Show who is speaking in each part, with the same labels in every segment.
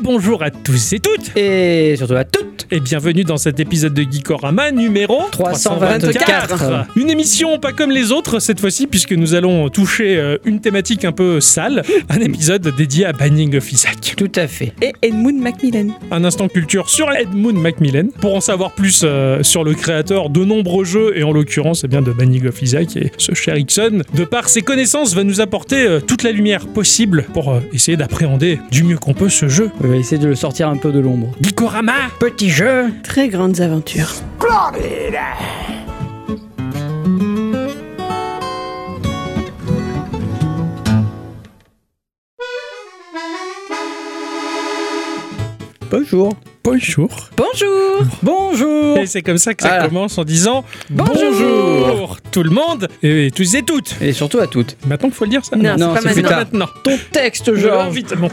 Speaker 1: bonjour à tous et toutes
Speaker 2: Et surtout à toutes
Speaker 1: et bienvenue dans cet épisode de Geekorama numéro
Speaker 2: 324.
Speaker 1: Une émission pas comme les autres cette fois-ci puisque nous allons toucher euh, une thématique un peu sale, un épisode dédié à Banning of Isaac.
Speaker 2: Tout à fait.
Speaker 3: et Edmund Macmillan.
Speaker 1: Un instant culture sur Edmund Macmillan. Pour en savoir plus euh, sur le créateur de nombreux jeux et en l'occurrence eh bien de Banning of Isaac et ce cher Ixon, de par ses connaissances va nous apporter euh, toute la lumière possible pour euh, essayer d'appréhender du mieux qu'on peut ce jeu.
Speaker 2: On va essayer de le sortir un peu de l'ombre.
Speaker 1: Geekorama
Speaker 2: Petit jeu
Speaker 3: Très grandes aventures.
Speaker 2: Bonjour
Speaker 1: Bonjour
Speaker 3: Bonjour
Speaker 2: Bonjour
Speaker 1: Et c'est comme ça que ça
Speaker 2: Voilà.
Speaker 1: commence en disant
Speaker 2: Bonjour.
Speaker 1: tout le monde et tous et toutes.
Speaker 2: Et surtout à toutes.
Speaker 1: Maintenant qu'il faut le dire ça.
Speaker 3: Non,
Speaker 2: Non,
Speaker 3: c'est pas
Speaker 1: maintenant.
Speaker 2: c'est plus
Speaker 3: maintenant.
Speaker 2: tard.
Speaker 1: maintenant.
Speaker 2: Ton texte,
Speaker 1: Genre
Speaker 2: Georges
Speaker 1: vite. Bon.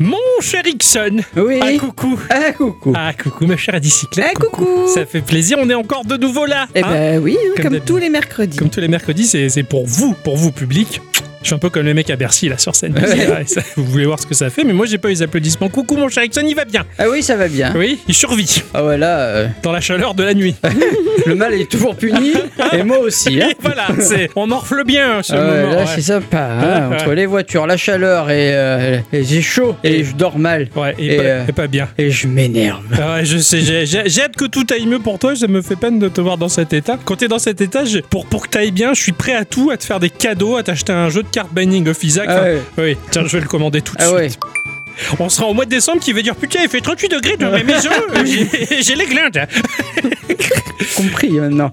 Speaker 1: Mon cher Ixon.
Speaker 2: Oui
Speaker 1: Ah coucou.
Speaker 2: Ah coucou
Speaker 1: Ah coucou ma chère
Speaker 3: Ah,
Speaker 1: Adicyclette.
Speaker 3: coucou
Speaker 1: Ça fait plaisir, on est encore de nouveau là.
Speaker 3: Eh
Speaker 1: hein.
Speaker 3: ben oui, hein,
Speaker 1: Comme
Speaker 3: comme,
Speaker 1: d'habitude.
Speaker 3: tous les mercredis.
Speaker 1: Comme tous les mercredis, c'est c'est pour vous, pour vous public. Je suis un peu comme le mec à Bercy là sur scène.
Speaker 2: Ouais.
Speaker 1: Ouais, ça- vous voulez voir ce que ça fait, mais moi j'ai pas eu les applaudissements. Coucou mon cher Ixon, il va bien.
Speaker 2: Ah oui, ça va bien.
Speaker 1: Oui, il survit
Speaker 2: Ah ouais, là, euh,
Speaker 1: dans la chaleur de la nuit.
Speaker 2: le mal est toujours puni, et moi aussi. hein.
Speaker 1: Et voilà, c'est on morfle bien ce
Speaker 2: Ah ouais,
Speaker 1: moment.
Speaker 2: là,
Speaker 1: ouais.
Speaker 2: c'est sympa. hein,
Speaker 1: Ouais,
Speaker 2: Entre
Speaker 1: ouais.
Speaker 2: les voitures, la chaleur, et, euh, et j'ai chaud, et je dors mal,
Speaker 1: Ouais, et,
Speaker 2: Et,
Speaker 1: pas,
Speaker 2: euh,
Speaker 1: et pas bien.
Speaker 2: et je m'énerve.
Speaker 1: Ah ouais, je sais, j'ai- j'ai j'ai hâte que tout aille mieux pour toi, ça me fait peine de te voir dans cet état. Quand t'es dans cet état, je- pour, pour que t'ailles bien, je suis prêt à tout, à te faire des cadeaux, à t'acheter un jeu de carte Binding of Isaac.
Speaker 2: Ah
Speaker 1: Enfin,
Speaker 2: ouais.
Speaker 1: Oui, tiens, je vais le commander tout de
Speaker 2: Ah
Speaker 1: suite.
Speaker 2: ouais.
Speaker 1: On sera au mois de décembre qui va dire putain, il fait 38 degrés dans ma maison, euh, j'ai j'ai les hein. glindes.
Speaker 2: compris maintenant.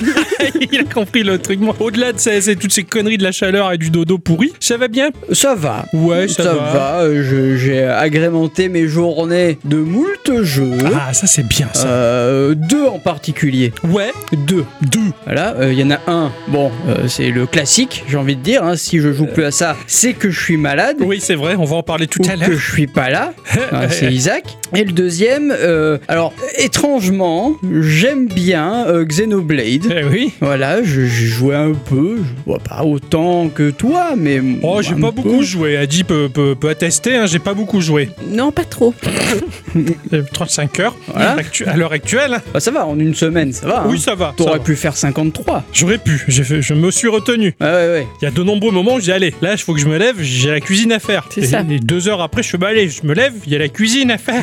Speaker 1: il a compris le truc. Moi, Au-delà de ça, c'est toutes ces conneries de la chaleur et du dodo pourri, ça va bien
Speaker 2: Ça va.
Speaker 1: Ouais, ça va.
Speaker 2: euh, je- J'ai agrémenté mes journées de moult jeux.
Speaker 1: Ah, ça c'est bien ça.
Speaker 2: Euh, deux en particulier.
Speaker 1: Ouais,
Speaker 2: Deux.
Speaker 1: deux.
Speaker 2: Voilà, euh, il y en a un. Bon, euh, c'est le classique, j'ai envie de dire. hein. Si je joue plus à ça, c'est que je suis malade.
Speaker 1: Oui, c'est vrai, on va en parler tout
Speaker 2: ou
Speaker 1: à
Speaker 2: Oh, que
Speaker 1: l'heure.
Speaker 2: je suis pas là. Hein, c'est Isaac. Et le deuxième, euh, alors étrangement, j'aime bien euh, Xenoblade.
Speaker 1: Eh oui.
Speaker 2: Voilà, je- j'ai joué un peu, je vois pas autant que toi, mais.
Speaker 1: Oh, j'ai
Speaker 2: un
Speaker 1: pas
Speaker 2: peu.
Speaker 1: beaucoup joué. Adi peut, peut, peut attester, hein, j'ai pas beaucoup joué.
Speaker 3: Non, pas trop.
Speaker 1: Euh, 35 heures
Speaker 2: Voilà.
Speaker 1: actu- à l'heure actuelle. hein.
Speaker 2: Bah, ça va, en une semaine, ça va. hein.
Speaker 1: Oui, ça va. ça
Speaker 2: T'aurais
Speaker 1: va.
Speaker 2: pu faire 53.
Speaker 1: J'aurais pu. J'ai fait- je me suis retenu.
Speaker 2: Ouais, ouais, ouais.
Speaker 1: Il y a de nombreux moments où j'ai allé. Là, il faut que je me lève, j'ai la cuisine à faire.
Speaker 3: C'est
Speaker 1: et,
Speaker 3: ça.
Speaker 1: et deux heures après, je suis bah, allez, je me lève, il y a la cuisine à faire.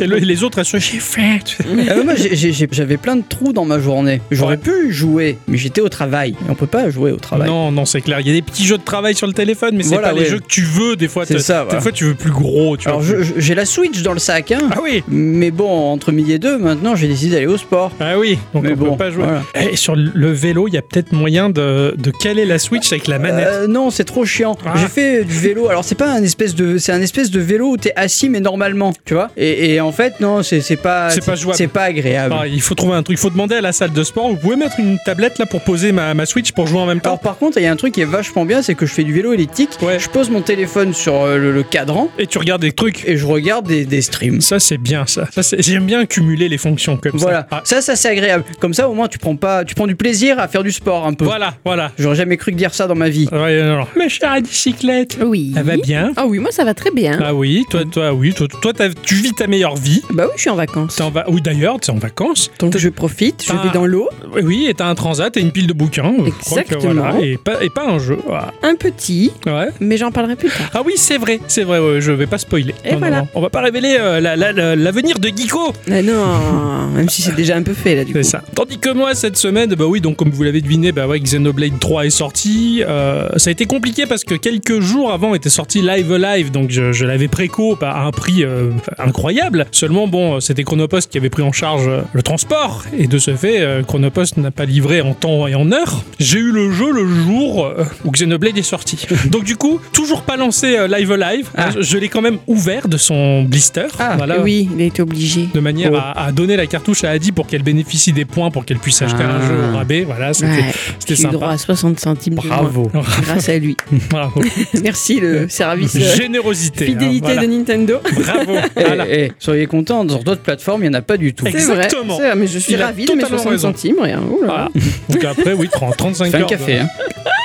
Speaker 1: et le- les autres, elles sont j'ai fait.
Speaker 2: Ah, mais moi, j'ai- j'ai- j'ai- j'avais plein de trous dans ma journée. J'aurais
Speaker 1: Ouais.
Speaker 2: pu jouer, mais j'étais au travail. Et on peut pas jouer au travail.
Speaker 1: Non, non, c'est clair. Il y a des petits jeux de travail sur le téléphone, mais c'est
Speaker 2: Voilà,
Speaker 1: pas les
Speaker 2: ouais.
Speaker 1: jeux que tu veux. Des fois,
Speaker 2: C'est
Speaker 1: t'as-
Speaker 2: ça,
Speaker 1: des
Speaker 2: voilà.
Speaker 1: fois, tu veux plus gros. Tu
Speaker 2: Alors,
Speaker 1: vois.
Speaker 2: je- je- j'ai la Switch dans le sac, hein.
Speaker 1: Ah oui.
Speaker 2: Mais bon, entre midi et deux, maintenant, j'ai décidé d'aller au sport.
Speaker 1: Ah oui, donc
Speaker 2: mais
Speaker 1: on
Speaker 2: bon,
Speaker 1: peut pas jouer.
Speaker 2: voilà.
Speaker 1: Eh, Et sur le vélo, il y a peut-être moyen de, de caler la Switch avec la manette.
Speaker 2: Euh, non, c'est trop chiant.
Speaker 1: Bah, Ah.
Speaker 2: J'ai fait du vélo. Alors c'est pas un espèce de, c'est un espèce de vélo où t'es assis mais normalement, tu vois. Et, et en fait non, c'est c'est pas,
Speaker 1: C'est pas jouable.
Speaker 2: c'est pas agréable.
Speaker 1: Pareil, il faut trouver un truc, il faut demander à la salle de sport, vous pouvez mettre une tablette là pour poser ma, ma Switch pour jouer en même temps.
Speaker 2: Alors par contre, il y a un truc qui est vachement bien, c'est que je fais du vélo elliptique.
Speaker 1: Ouais.
Speaker 2: Je pose mon téléphone sur euh, le, le cadran
Speaker 1: Et tu regardes des trucs.
Speaker 2: et je regarde des, des streams.
Speaker 1: Ça c'est bien ça. ça c'est- J'aime bien cumuler les fonctions comme
Speaker 2: Voilà.
Speaker 1: ça. Ah,
Speaker 2: Ça, ça c'est agréable. Comme ça, au moins, tu prends pas, tu prends du plaisir à faire du sport un peu.
Speaker 1: voilà, voilà.
Speaker 2: J'aurais jamais cru dire ça dans ma vie.
Speaker 1: Ouais, non, non. Ma chère bicyclette,
Speaker 3: Oui.
Speaker 1: ça va bien
Speaker 3: Ah oui, moi ça va très bien.
Speaker 1: Ah oui, toi, toi, oui, toi, toi, t'as- tu vis ta meilleure vie.
Speaker 3: Bah oui, je suis en vacances.
Speaker 1: T'es en va- Oui d'ailleurs, t'es en vacances.
Speaker 3: Donc
Speaker 1: T'as-
Speaker 3: je profite, je
Speaker 1: t'as-
Speaker 3: vais dans l'eau,
Speaker 1: Oui, et t'as un transat et une pile de bouquins. Je crois que,
Speaker 3: Exactement.
Speaker 1: voilà, et, pas, et pas un jeu. Voilà.
Speaker 3: un petit,
Speaker 1: Ouais.
Speaker 3: mais j'en parlerai plus tard.
Speaker 1: Ah oui, c'est vrai, c'est vrai, ouais, je vais pas spoiler.
Speaker 3: Et
Speaker 1: Non, non,
Speaker 3: voilà.
Speaker 1: non. On va pas révéler euh, la- la- la- l'avenir de Geeko.
Speaker 3: Ah non, même si c'est déjà un peu fait là du coup.
Speaker 1: C'est ça. Tandis que moi, cette semaine, bah oui, donc comme vous l'avez deviné, bah ouais, Xenoblade 3 est sorti. Euh, ça a été compliqué parce que quelques jours avant était sorti Live Alive, donc je, je l'avais préco bah, à un prix euh, incroyable. Seulement, bon, c'était Chronopost qui avait pris en charge euh, le transport, et de ce fait, euh, Chronopost n'a pas livré en temps et en heure. J'ai eu le jeu le jour euh, où Xenoblade est sorti. donc du coup, toujours pas lancé euh, Live Alive.
Speaker 2: Ah.
Speaker 1: Je, je l'ai quand même ouvert de son blister.
Speaker 2: Ah,
Speaker 1: voilà
Speaker 3: eh Oui, il a été obligé.
Speaker 1: de manière
Speaker 2: Oh.
Speaker 1: à, à donner la cartouche à Adi pour qu'elle bénéficie des points pour qu'elle puisse acheter un
Speaker 2: Ah.
Speaker 1: jeu au rabais. Voilà, c'était
Speaker 3: Ouais,
Speaker 1: c'était
Speaker 3: j'ai eu droit
Speaker 1: sympa.
Speaker 3: à 60 centimes de
Speaker 2: Bravo.
Speaker 3: moins, grâce à lui.
Speaker 1: Bravo.
Speaker 3: Merci le service. euh,
Speaker 1: Générosité. hein,
Speaker 3: Fidélité
Speaker 1: voilà.
Speaker 3: de Nintendo.
Speaker 1: Bravo.
Speaker 2: Eh,
Speaker 1: Voilà.
Speaker 2: eh, soyez contents, sur d'autres plateformes, il y en a pas du tout.
Speaker 3: C'est vrai,
Speaker 1: Exactement.
Speaker 3: c'est vrai, mais je suis
Speaker 1: Il a
Speaker 3: ravie de mes
Speaker 1: totalement
Speaker 3: 60
Speaker 1: raison.
Speaker 3: centimes. Rien. Ouh là là.
Speaker 1: Voilà. Donc après, oui, 30, 35
Speaker 2: Fais un
Speaker 1: heures.
Speaker 2: café. hein.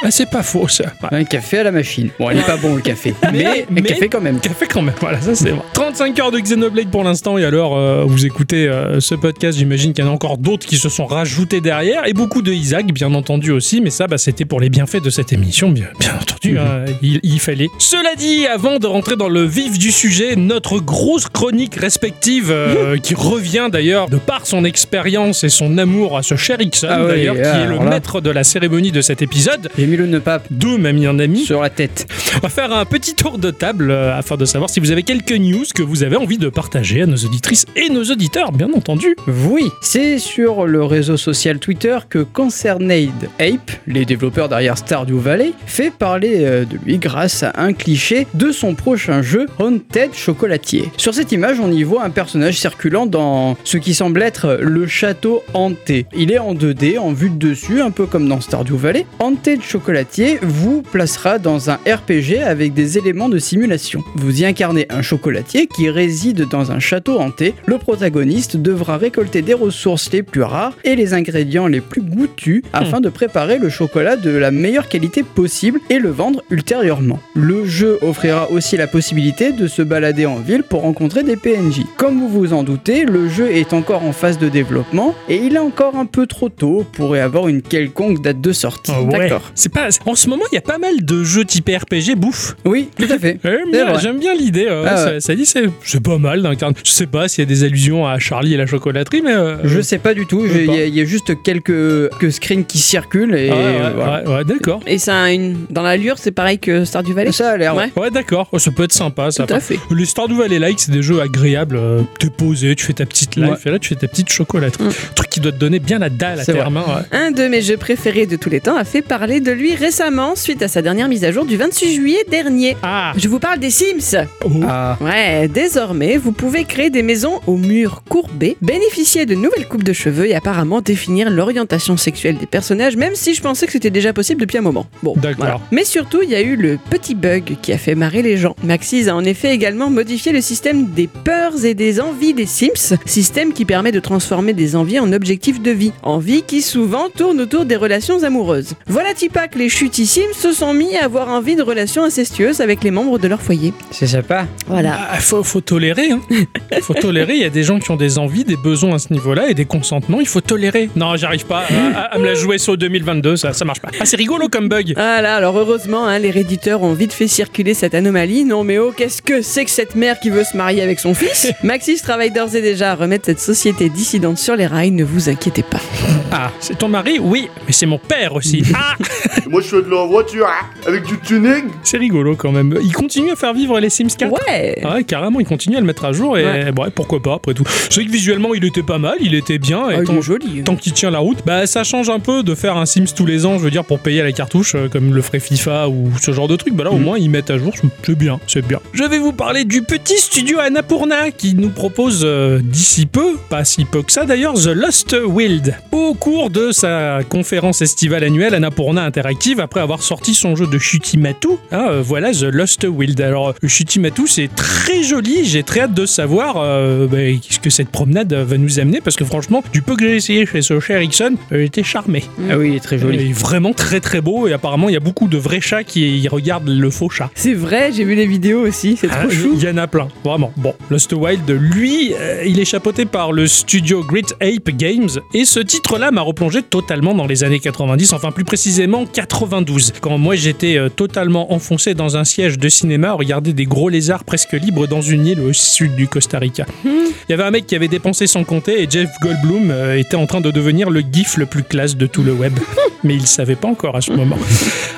Speaker 1: Ah, c'est pas faux ça. Ouais.
Speaker 2: Un café à la machine. Bon, il est pas bon le café, mais,
Speaker 1: mais-
Speaker 2: un café quand même.
Speaker 1: Café quand même, voilà, ça c'est vrai. 35 heures de Xenoblade pour l'instant, et alors euh, vous écoutez euh, ce podcast, j'imagine qu'il y en a encore d'autres qui se sont rajoutés derrière, et beaucoup de Isaac, bien entendu aussi, mais ça bah, c'était pour les bienfaits de cette émission, bien, bien
Speaker 2: Mhm.
Speaker 1: entendu, hein, il, il fallait. Cela dit, avant de rentrer dans le vif du sujet, notre grosse chronique respective,
Speaker 2: Mhm.
Speaker 1: euh, qui revient d'ailleurs de par son expérience et son amour à ce cher Ixon,
Speaker 2: Ah ouais,
Speaker 1: d'ailleurs, qui
Speaker 2: ah,
Speaker 1: est le
Speaker 2: alors là.
Speaker 1: maître de la cérémonie de cet épisode.
Speaker 2: J'ai mis le nœud pape
Speaker 1: D'où m'a mis un ami.
Speaker 2: sur la tête.
Speaker 1: On va faire un petit tour de table euh, afin de savoir si vous avez quelques news que vous avez envie de partager à nos auditrices et nos auditeurs, bien entendu.
Speaker 2: Oui, c'est sur le réseau social Twitter que Concerned Ape, les développeurs derrière Stardew Valley, fait parler euh, de lui grâce à un cliché de son prochain jeu Haunted Chocolatier. Sur cette image, on y voit un personnage circulant dans ce qui semble être le château hanté. Il est en 2D, en vue de dessus, un peu comme dans Stardew Valley. Haunted Chocolatier vous placera dans un RPG avec des éléments de simulation. Vous y incarnez un chocolatier qui réside dans un château hanté. Le protagoniste devra récolter des ressources les plus rares et les ingrédients les plus goûtus afin de préparer le chocolat de la meilleure qualité possible et le vendre ultérieurement. Le jeu offrira aussi la possibilité de se balader en ville pour rencontrer des PNJ. Comme vous vous en doutez, le jeu est encore en phase de développement et il est encore un peu trop tôt pour y avoir une quelconque date de sortie.
Speaker 1: Ah ouais.
Speaker 2: D'accord.
Speaker 1: C'est pas. En ce moment, il y a pas mal de jeux type RPG bouffe. Euh,
Speaker 2: Oui, tout à fait.
Speaker 1: J'aime bien,
Speaker 2: vrai.
Speaker 1: j'aime bien l'idée. euh,
Speaker 2: Ah
Speaker 1: ça,
Speaker 2: ouais.
Speaker 1: ça dit, c'est c'est pas mal d'incarner. Je sais pas s'il y a des allusions à Charlie et la chocolaterie, mais. euh,
Speaker 2: Je sais pas du tout,
Speaker 1: je
Speaker 2: il
Speaker 1: sais
Speaker 2: y,
Speaker 1: pas.
Speaker 2: a- il y a juste quelques, que screens qui circulent et
Speaker 1: ah ouais, ouais,
Speaker 2: euh, voilà.
Speaker 1: ouais, ouais, d'accord.
Speaker 3: Et ça a une... dans l'allure, c'est pareil que Star du Valais.
Speaker 2: Ça a l'air.
Speaker 3: Ouais.
Speaker 1: Ouais, d'accord. Oh, ça peut être sympa, ça.
Speaker 3: Tout à fait.
Speaker 1: Les Stardew Valley Like, c'est des jeux agréables. euh, T'es posé, tu fais ta petite life,
Speaker 2: Ouais.
Speaker 1: et là, tu fais ta petite chocolaterie.
Speaker 3: Mm.
Speaker 1: Truc qui doit te donner bien la dalle à
Speaker 2: C'est
Speaker 1: tes
Speaker 2: vrai.
Speaker 1: mains. ouais.
Speaker 3: Un de mes jeux préférés de tous les temps a fait parler de lui récemment suite à sa dernière mise à jour du 26 juillet dernier.
Speaker 1: Ah!
Speaker 3: Je vous parle des Sims.
Speaker 1: Oh.
Speaker 2: Ah,
Speaker 3: Ouais, désormais, vous pouvez créer des maisons aux murs courbés, bénéficier de nouvelles coupes de cheveux et apparemment définir l'orientation sexuelle des personnages, même si je pensais que c'était déjà possible depuis un moment. Bon,
Speaker 1: D'accord.
Speaker 3: voilà. Mais surtout, il y a eu le petit bug qui a fait marrer les gens. Maxis a en effet également modifié le système des peurs et des envies des Sims, système qui permet de transformer des envies en objectifs de vie. Envies qui souvent tournent autour des relations amoureuses. Voilà Tipa que les chutis Sims se sont mis à avoir envie de relations incestueuses avec les membres de leur foyer.
Speaker 2: c'est sympa.
Speaker 3: Voilà.
Speaker 1: Ah, faut, faut tolérer. Hein. faut tolérer. Il y a des gens qui ont des envies, des besoins à ce niveau-là et des consentements. Il faut tolérer. Non, j'arrive pas à, à- à me la jouer sur 2022. Ça, ça marche pas. Ah, c'est rigolo comme bug.
Speaker 3: Ah là, alors heureusement, hein, les réditeurs ont vite fait circuler cette anomalie. Non mais oh, qu'est-ce que c'est que cette mère qui veut se marier avec son fils Maxis travaille d'ores et déjà à remettre cette société dissidente sur les rails, ne vous inquiétez pas.
Speaker 1: Ah, c'est ton mari Oui, mais c'est mon père aussi. Ah,
Speaker 4: Moi, je fais de la voiture hein, avec du tuning.
Speaker 1: c'est rigolo quand même. Il continue à faire vivre les Sims 4.
Speaker 3: Ouais
Speaker 1: Ah ouais, carrément, il continue à le mettre à jour et
Speaker 3: Ouais.
Speaker 1: ouais, pourquoi pas après tout. C'est vrai que visuellement il était pas mal, il était bien. Et
Speaker 3: Ah, il
Speaker 1: tant-
Speaker 3: est joli.
Speaker 1: tant qu'il tient la route, bah ça change un peu de faire un Sims tous les ans, je veux dire, pour payer à la cartouche, euh, comme le ferait FIFA ou ce genre de truc. Bah là, au
Speaker 2: Mm.
Speaker 1: moins, ils mettent à jour, c'est- c'est bien, c'est bien. Je vais vous parler du petit studio Annapurna qui nous propose euh, d'ici peu, pas si peu que ça d'ailleurs, The Lost Wild. Au cours de sa conférence estivale annuelle, Annapurna Interactive, après avoir sorti son jeu de Shutimatu, hein, euh, voilà The Lost Wild. Alors, euh, Shutimatu, c'est très joli, j'ai très hâte de savoir euh, bah, ce que cette promenade euh, va nous amener, parce que franchement, du peu que j'ai essayé chez ce cher Ixon, euh, j'étais charmé.
Speaker 2: Ah oui, il est très joli.
Speaker 1: Il est vraiment très très beau, et apparemment, il y a beaucoup de vrais chats qui y regardent le faux chat.
Speaker 3: C'est vrai, j'ai vu les vidéos aussi, c'est
Speaker 1: Ah,
Speaker 3: trop chou.
Speaker 1: Il y en a plein, vraiment. Bon, Lost Wild, lui, euh, il est chapeauté par le studio Great Ape Games et ce titre-là m'a replongé totalement dans les années 90, enfin plus précisément 92, quand moi j'étais euh, totalement enfoncé dans un siège de cinéma à regarder des gros lézards presque libres dans une île au sud du Costa Rica.
Speaker 3: Mhm.
Speaker 1: Il y avait un mec qui avait dépensé sans compter et Jeff Goldblum euh, était en train de devenir le gif le plus classe de tout le web. Mais il savait pas encore à ce moment.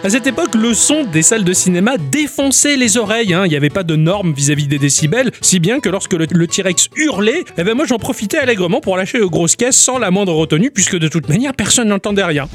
Speaker 1: À cette époque, le son des salles de cinéma défonçait les oreilles. hein. Il n'y avait pas de normes vis-à-vis des décibels, si bien que lorsque le, le T-Rex hurlait, eh ben moi j'en profitais allègrement pour lâcher le grosses caisses sans la moindre retenue, puisque de toute manière personne n'entendait rien.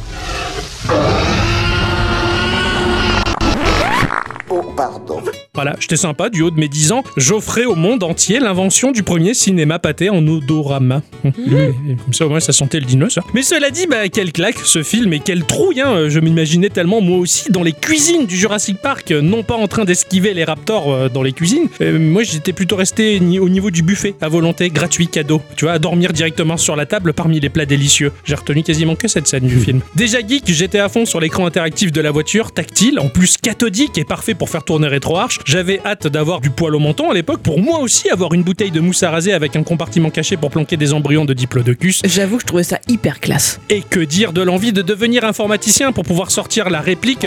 Speaker 5: Oh, pardon.
Speaker 1: Voilà, j'étais sympa, du haut de mes 10 ans, j'offrais au monde entier l'invention du premier cinéma pâté en odorama. Et Comme ça, au moins, ça sentait le dinosaure. Mais cela dit, bah, quelle claque ce film et quelle trouille, hein. Euh, Je m'imaginais tellement, moi aussi, dans les cuisines du Jurassic Park, euh, non pas en train d'esquiver les raptors euh, dans les cuisines. Euh, moi, j'étais plutôt resté ni- au niveau du buffet, à volonté, gratuit, cadeau. Tu vois, à dormir directement sur la table parmi les plats délicieux. J'ai retenu quasiment que cette scène du film. Déjà geek, j'étais à fond sur l'écran interactif de la voiture, tactile, en plus cathodique et parfait pour faire tourner rétroarche. J'avais hâte d'avoir du poil au menton à l'époque pour moi aussi avoir une bouteille de mousse à raser avec un compartiment caché pour planquer des embryons de diplodocus.
Speaker 3: J'avoue que je trouvais ça hyper classe.
Speaker 1: Et que dire de l'envie de devenir informaticien pour pouvoir sortir la réplique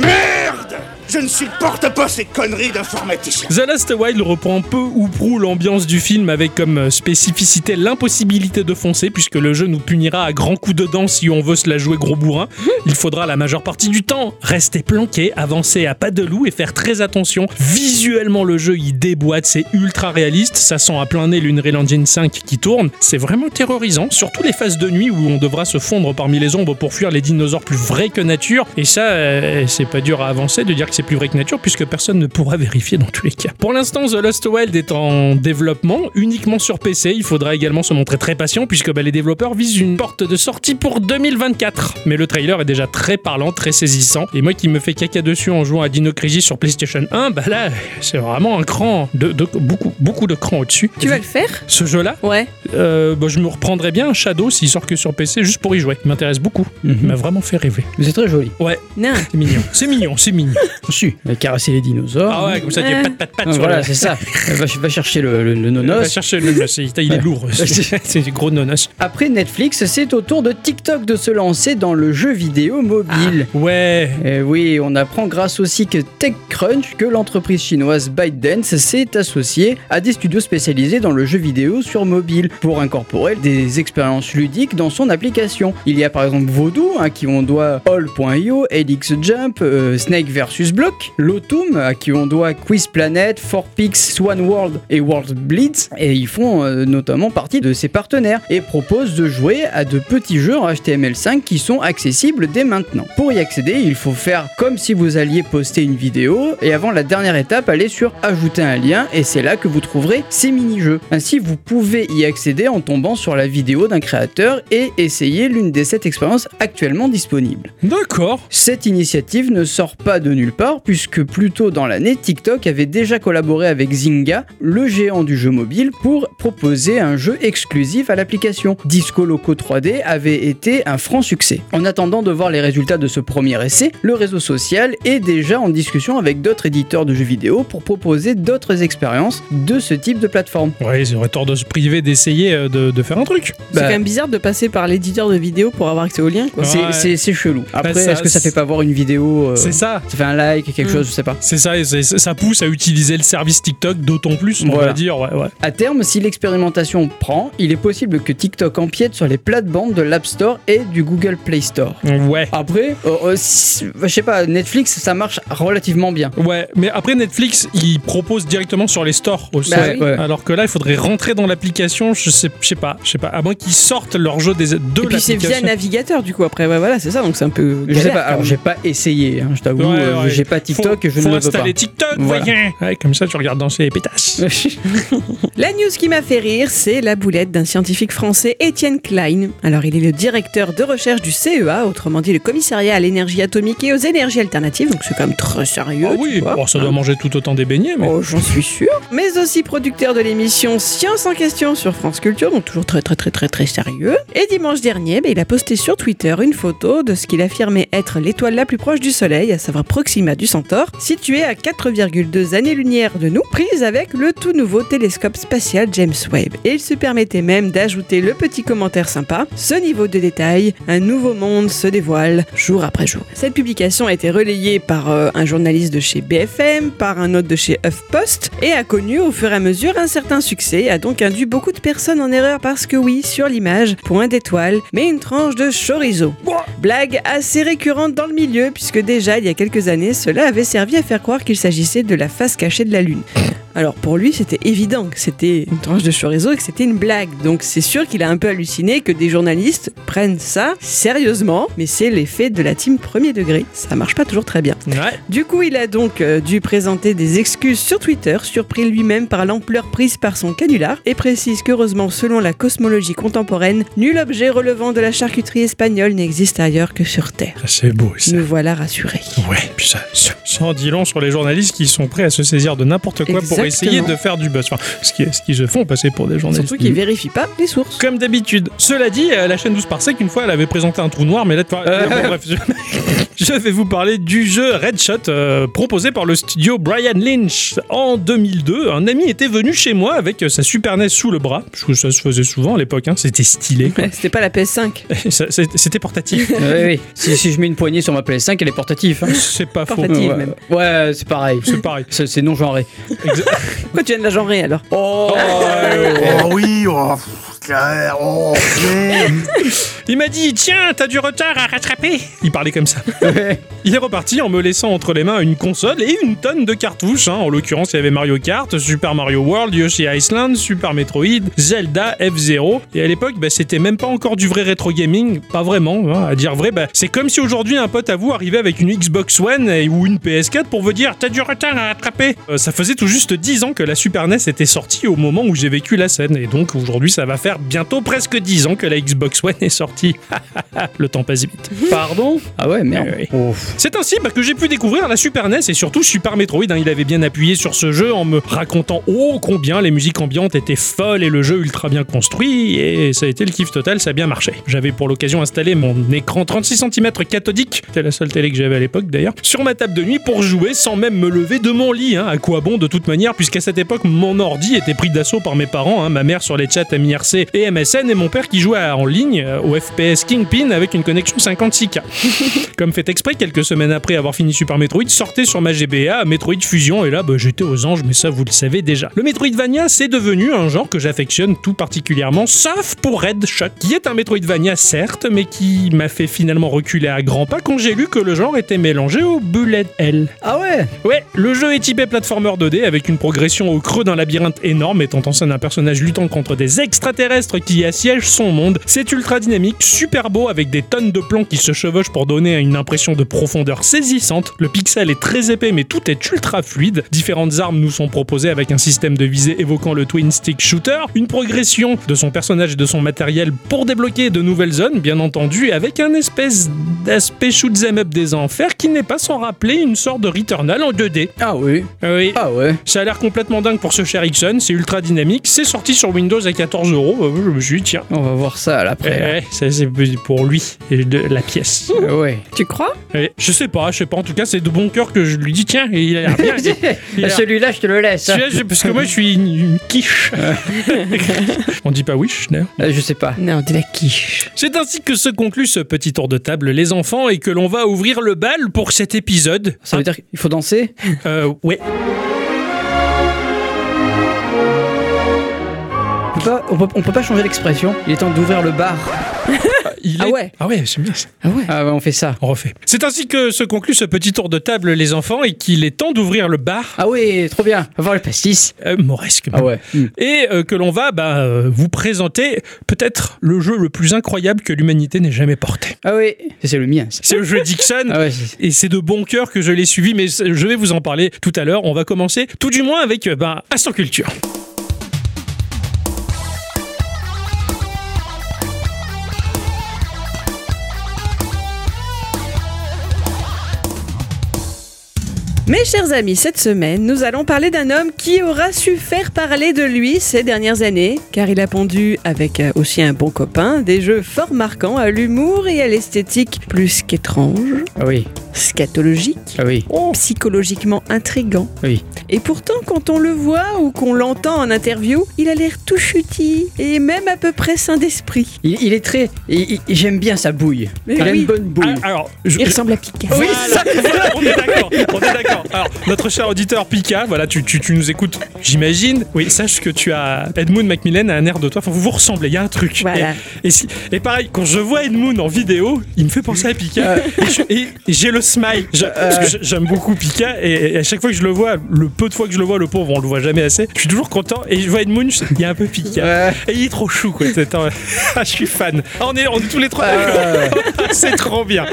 Speaker 5: Merde Je ne supporte pas ces conneries d'informaticien.
Speaker 1: The Last Wild reprend peu ou prou l'ambiance du film avec comme euh, spécificité l'impossibilité de foncer puisque le jeu nous punira à grands coups de dents si on veut se la jouer gros bourrin. Il faudra la majeure partie du temps rester planqué, avancer à pas de loup et faire très attention. Visuellement le jeu il déboîte, c'est ultra réaliste, ça sent à plein nez l'Unreal Engine 5 qui tourne. C'est vraiment terrorisant, surtout les phases de nuit où on devra se fondre parmi les ombres pour fuir les dinosaures plus vrais que nature. Et ça, euh, c'est pas dur à avancer de dire que c'est plus vrai que nature puisque personne ne pourra vérifier dans tous les cas. Pour l'instant, The Lost Wild est en développement uniquement sur PC. Il faudra également se montrer très patient puisque bah, les développeurs visent une porte de sortie pour 2024. Mais le trailer est déjà très parlant, très saisissant. Et moi qui me fais caca dessus en jouant à Dino Crisis sur PlayStation 1, bah là, c'est vraiment un cran, de, de- beaucoup, beaucoup de crans au-dessus.
Speaker 3: Tu vas le faire
Speaker 1: Ce jeu-là,
Speaker 3: Ouais.
Speaker 1: euh, bah, je me reprendrais bien un Shadow s'il sort que sur PC juste pour y jouer. Il m'intéresse beaucoup. Il m'a vraiment fait rêver.
Speaker 2: Mais c'est très joli.
Speaker 3: Non.
Speaker 1: C'est mignon. C'est mignon, c'est mignon.
Speaker 2: Su, caresser les dinosaures.
Speaker 1: Ah ouais, comme ça, tu
Speaker 3: Ouais.
Speaker 1: pat pat pat
Speaker 2: Ah,
Speaker 1: sur
Speaker 2: voilà,
Speaker 1: le-
Speaker 2: c'est ça. va, va chercher le, le, le nonos.
Speaker 1: Euh, Va chercher le nonos, il il est lourd. C'est c'est du gros nonos.
Speaker 2: Après Netflix, c'est au tour de TikTok de se lancer dans le jeu vidéo mobile.
Speaker 1: Ouais.
Speaker 2: Eh oui, on apprend grâce aussi que TechCrunch que l'entreprise chinoise ByteDance s'est associée à des studios spécialisés dans le jeu vidéo sur mobile pour incorporer des expériences ludiques dans son application. Il y a par exemple Vodou, à qui on doit All.io, Helix Jump, euh, Snake vs Block, Lotum, à qui on doit Quiz Planet, 4Pix, Swan World et World Blitz, et ils font euh, notamment partie de ses partenaires et proposent de jouer à de petits jeux en HTML5 qui sont accessibles dès maintenant. Pour y accéder, il faut faire comme si vous alliez poster une vidéo et avant la dernière étape, allez sur ajouter un lien et c'est là que vous trouverez ces mini-jeux. Ainsi, vous pouvez y accéder en tombant sur la vidéo d'un créateur et essayer l'une des 7 expériences actuellement disponibles.
Speaker 1: D'accord.
Speaker 2: Cette initiative ne sort pas de nulle part puisque plus tôt dans l'année, TikTok avait déjà collaboré avec Zynga, le géant du jeu mobile, pour proposer un jeu exclusif à l'application. Disco Loco 3D avait été un franc succès. En attendant de voir les résultats de ce premier essai, le réseau social est déjà en discussion avec d'autres éditeurs de jeux vidéo pour proposer d'autres expériences de ce type de plateforme.
Speaker 1: Ouais, ils auraient tort de se priver d'essayer euh, de, de faire un truc.
Speaker 3: C'est
Speaker 2: Bah,
Speaker 3: quand même bizarre de passer par l'éditeur de vidéo pour avoir accès au lien, quoi.
Speaker 2: c'est-
Speaker 1: Ouais.
Speaker 2: c'est c'est chelou. Après,
Speaker 1: ça-
Speaker 2: est-ce que ça fait pas voir une vidéo euh,
Speaker 1: C'est ça.
Speaker 2: Ça fait un like, quelque
Speaker 3: Mm.
Speaker 2: chose, je sais pas.
Speaker 1: C'est ça, et c'est- ça pousse à utiliser le service TikTok d'autant plus, on
Speaker 2: Voilà.
Speaker 1: va dire. Ouais, ouais.
Speaker 2: À terme, si l'expérimentation prend, il est possible que TikTok empiète sur les plates-bandes de l'App Store et du Google Play Store.
Speaker 1: Ouais.
Speaker 2: Après, euh, euh, si- je sais pas, Netflix, ça marche relativement bien.
Speaker 1: Ouais, mais après Netflix, ils proposent directement sur les stores aussi.
Speaker 3: Bah oui.
Speaker 2: ouais.
Speaker 1: Alors que là, il faudrait rentrer dans l'application, je sais, je sais pas, je sais pas, à moins qu'ils sortent leur jeu des, de
Speaker 3: Et puis c'est via
Speaker 1: l'application.
Speaker 3: navigateur, du coup, après. Ouais, voilà, c'est ça, donc c'est un peu.
Speaker 2: Je sais
Speaker 3: galère,
Speaker 2: pas,
Speaker 3: quand
Speaker 2: alors
Speaker 3: même.
Speaker 2: j'ai pas essayé, hein, je t'avoue,
Speaker 1: Ouais,
Speaker 2: euh,
Speaker 1: ouais.
Speaker 2: j'ai pas TikTok
Speaker 1: faut,
Speaker 2: et je
Speaker 1: faut
Speaker 2: ne le veux pas.
Speaker 1: installer TikTok,
Speaker 2: Voilà.
Speaker 1: voyez. Ouais, comme ça, tu regardes danser les pétasses.
Speaker 3: La news qui m'a fait rire, c'est la boulette d'un scientifique français, Étienne Klein. Alors, il est le directeur de recherche du CEA, autrement dit le commissariat à l'énergie atomique et aux énergies alternatives, donc c'est quand même très sérieux.
Speaker 1: Ah oui,
Speaker 3: tu vois.
Speaker 1: bon, ça doit manger tout autant des beignets, mais.
Speaker 3: Oh, j'en suis sûr. Mais aussi producteur de l'émission Science en question sur France Culture, donc toujours très très très très très sérieux. Et dimanche dernier, ben, il a posté sur Twitter une photo de ce qu'il affirmait être l'étoile la plus proche du Soleil, à savoir Proxima du Centaure, située à 4,2 années-lumière de nous, prise avec le tout nouveau télescope spatial James Webb. Et il se permettait même d'ajouter le petit commentaire sympa, ce niveau de détail, un nouveau monde se dévoile jour après jour. Cette publication a été relayée par euh, un journaliste de chez BFM, par un autre de chez HuffPost et a connu au fur et à mesure un certain succès, a donc induit beaucoup de personnes en erreur parce que oui, sur l'image, point d'étoile, mais une tranche de chorizo. Blague assez récurrente dans le milieu puisque déjà il y a quelques années, cela avait servi à faire croire qu'il s'agissait de la face cachée de la Lune. Alors pour lui, c'était évident que c'était une tranche de chorizo et que c'était une blague. Donc c'est sûr qu'il a un peu halluciné que des journalistes prennent ça sérieusement, mais c'est l'effet de la team premier degré. Ça marche pas toujours très bien.
Speaker 1: Ouais.
Speaker 3: Du coup, il a donc euh, dû présenter des excuses sur Twitter, surpris lui-même par l'ampleur prise par son canular, et précise qu'heureusement, selon la cosmologie contemporaine, nul objet relevant de la charcuterie espagnole n'existe ailleurs que sur Terre.
Speaker 1: Ça, C'est beau, ça.
Speaker 3: Nous voilà rassurés.
Speaker 1: Ouais, puis ça, ça, ça en dit long sur les journalistes qui sont prêts à se saisir de n'importe quoi pour
Speaker 3: Exactement.
Speaker 1: essayer de faire du buzz. Enfin, ce qui- ce qu'ils se font passer pour des journalistes.
Speaker 3: Surtout qu'il vérifie pas les sources.
Speaker 1: Comme d'habitude. Cela dit, euh, la chaîne 12 par sec, une fois, elle avait présenté un trou noir, mais là, tu vois,
Speaker 2: Euh.
Speaker 1: bon, bref, je... je vais vous parler du jeu Red Shot euh, proposé par le studio Brian Lynch en 2002. Un ami était venu chez moi avec euh, sa Super NES sous le bras, parce que ça se faisait souvent à l'époque, hein, c'était stylé.
Speaker 3: Ouais, C'était pas la PS5.
Speaker 1: Et ça- c'est- C'était portatif.
Speaker 2: oui, oui. Si, si je mets une poignée sur ma PS5, elle est portative. hein.
Speaker 1: C'est pas faux.
Speaker 3: Portatif. Portative,
Speaker 2: ouais,
Speaker 3: même.
Speaker 2: ouais, c'est pareil.
Speaker 1: C'est pareil.
Speaker 2: C'est c'est non-genré.
Speaker 3: Pourquoi tu viens de la genrer alors
Speaker 2: Oh,
Speaker 1: Euh,
Speaker 4: Oh oui, oh, pff, ça, oh, ok.
Speaker 1: Il m'a dit Tiens, t'as du retard à rattraper Il parlait comme ça. Il est reparti en me laissant entre les mains une console et une tonne de cartouches. hein. En l'occurrence, il y avait Mario Kart, Super Mario World, Yoshi Island, Super Metroid, Zelda, F-Zero. Et à l'époque, bah, c'était même pas encore du vrai rétro gaming, pas vraiment. hein. À dire vrai, bah, c'est comme si aujourd'hui un pote à vous arrivait avec une Xbox One et- ou une PS4 pour vous dire T'as du retard à rattraper. Euh, ça faisait tout juste 10 ans que la Super NES était sortie au moment où j'ai vécu la scène. Et donc aujourd'hui, ça va faire bientôt presque 10 ans que la Xbox One est sortie. Le temps passe vite.
Speaker 2: Pardon Ah ouais, merde.
Speaker 1: Ouais, ouais.
Speaker 2: Ouf.
Speaker 1: C'est ainsi bah, que j'ai pu découvrir la Super NES et surtout Super Metroid. hein. Il avait bien appuyé sur ce jeu en me racontant oh combien les musiques ambiantes étaient folles et le jeu ultra bien construit et ça a été le kiff total, ça a bien marché. J'avais pour l'occasion installé mon écran 36 cm cathodique, c'était la seule télé que j'avais à l'époque d'ailleurs, sur ma table de nuit pour jouer sans même me lever de mon lit. hein. À quoi bon de toute manière puisqu'à cette époque mon ordi était pris d'assaut par mes parents, hein. ma mère sur les chats MIRC et MSN et mon père qui jouait en ligne euh, au FPS Kingpin avec une connexion 56K. Comme fait exprès, quelques semaines après avoir fini Super Metroid, sortait sur ma GBA Metroid Fusion et là bah, j'étais aux anges, mais ça vous le savez déjà. Le Metroidvania c'est devenu un genre que j'affectionne tout particulièrement, sauf pour Red Shot, qui est un Metroidvania certes, mais qui m'a fait finalement reculer à grands pas quand j'ai lu que le genre était mélangé au Bullet Hell.
Speaker 2: Ah ouais
Speaker 1: Ouais, le jeu est typé platformer 2D avec une progression au creux d'un labyrinthe énorme mettant en scène un personnage luttant contre des extraterrestres qui assiègent son monde. C'est ultra dynamique, super beau avec des tonnes de plans qui se chevauchent pour donner une impression de profondeur saisissante. Le pixel est très épais mais tout est ultra fluide. Différentes armes nous sont proposées avec un système de visée évoquant le twin stick shooter, une progression de son personnage et de son matériel pour débloquer de nouvelles zones bien entendu avec un espèce d'aspect shoot'em up des enfers qui n'est pas sans rappeler une sorte de Returnal en 2D.
Speaker 2: Ah oui.
Speaker 1: Ah Oui.
Speaker 2: Ah ouais.
Speaker 1: Ça a l'air complètement dingue pour ce cher Ixon, c'est ultra dynamique, c'est sorti sur Windows à 14 euros, Euh, je me suis dit tiens.
Speaker 2: On va voir ça à
Speaker 1: Eh,
Speaker 2: l'après.
Speaker 1: eh, ça c'est pour lui et de la pièce.
Speaker 2: Ah ouais.
Speaker 3: Tu crois
Speaker 1: Eh, je sais pas, je sais pas, en tout cas c'est de bon cœur que je lui dis tiens, et il a l'air bien. Il a-
Speaker 2: Ah, Celui-là, je te le laisse. hein.
Speaker 1: Tu vois, je- parce que moi je suis une, une quiche. On dit pas wish d'ailleurs.
Speaker 2: Euh, Je sais pas.
Speaker 3: Non, de la quiche.
Speaker 1: C'est ainsi que se conclut ce petit tour de table, les enfants, et que l'on va ouvrir le bal pour cet épisode.
Speaker 2: Ça veut dire qu'il faut danser
Speaker 1: Euh, ouais.
Speaker 2: on peut, pas, on, peut, on peut pas changer l'expression. Il est temps d'ouvrir le bar.
Speaker 1: Il
Speaker 3: Ah
Speaker 1: est-
Speaker 3: ouais.
Speaker 1: Ah ouais, c'est bien ça.
Speaker 3: Ah ouais
Speaker 2: Ah ouais, on fait ça.
Speaker 1: On refait. C'est ainsi que se conclut ce petit tour de table, les enfants, et qu'il est temps d'ouvrir le bar.
Speaker 2: Ah ouais, trop bien. On va voir le pastis.
Speaker 1: Euh, mauresque.
Speaker 2: Ah ouais. Hmm.
Speaker 1: Et euh, que l'on va bah, euh, vous présenter peut-être le jeu le plus incroyable que l'humanité n'ait jamais porté.
Speaker 2: Ah ouais. Ça, C'est le mien. ça.
Speaker 1: C'est le jeu Dixon.
Speaker 2: Ah ouais. c'est-
Speaker 1: Et c'est de bon cœur que je l'ai suivi, mais c'est- je vais vous en parler tout à l'heure. On va commencer tout du moins avec euh, ben, Instant Culture.
Speaker 3: Mes chers amis, cette semaine, nous allons parler d'un homme qui aura su faire parler de lui ces dernières années, car il a pondu, avec euh, aussi un bon copain, des jeux fort marquants à l'humour et à l'esthétique plus qu'étrange,
Speaker 2: Ah oui.
Speaker 3: scatologique,
Speaker 2: Ah oui.
Speaker 3: psychologiquement intrigant.
Speaker 2: Oui.
Speaker 3: Et pourtant, quand on le voit ou qu'on l'entend en interview, il a l'air tout chutis et même à peu près sain d'esprit.
Speaker 2: Il, il est très. il- il- J'aime bien sa bouille.
Speaker 3: Mais
Speaker 2: il a
Speaker 3: oui.
Speaker 2: une bonne bouille.
Speaker 1: Ah, alors, je-
Speaker 3: Il ressemble à Picard.
Speaker 1: Voilà, on est d'accord, on est d'accord. Alors, alors, notre cher auditeur Pika, voilà, tu, tu, tu nous écoutes, j'imagine. Oui, sache que tu as. Edmund Macmillan a un air de toi. Enfin, vous vous ressemblez, il y a un truc.
Speaker 3: Voilà.
Speaker 1: Et, et si- et pareil, quand je vois Edmund en vidéo, il me fait penser à Pika. et je- et j'ai le smile. Je- parce que je- J'aime beaucoup Pika. Et, et à chaque fois que je le vois, le peu de fois que je le vois, le pauvre, on le voit jamais assez. Je suis toujours content. Et je vois Edmund, je- il y a un peu Pika.
Speaker 2: Ouais.
Speaker 1: Et il est trop chou, quoi. C'est un- Ah, je suis fan. Ah, on, est, on est tous les trois d'accord. C'est trop bien.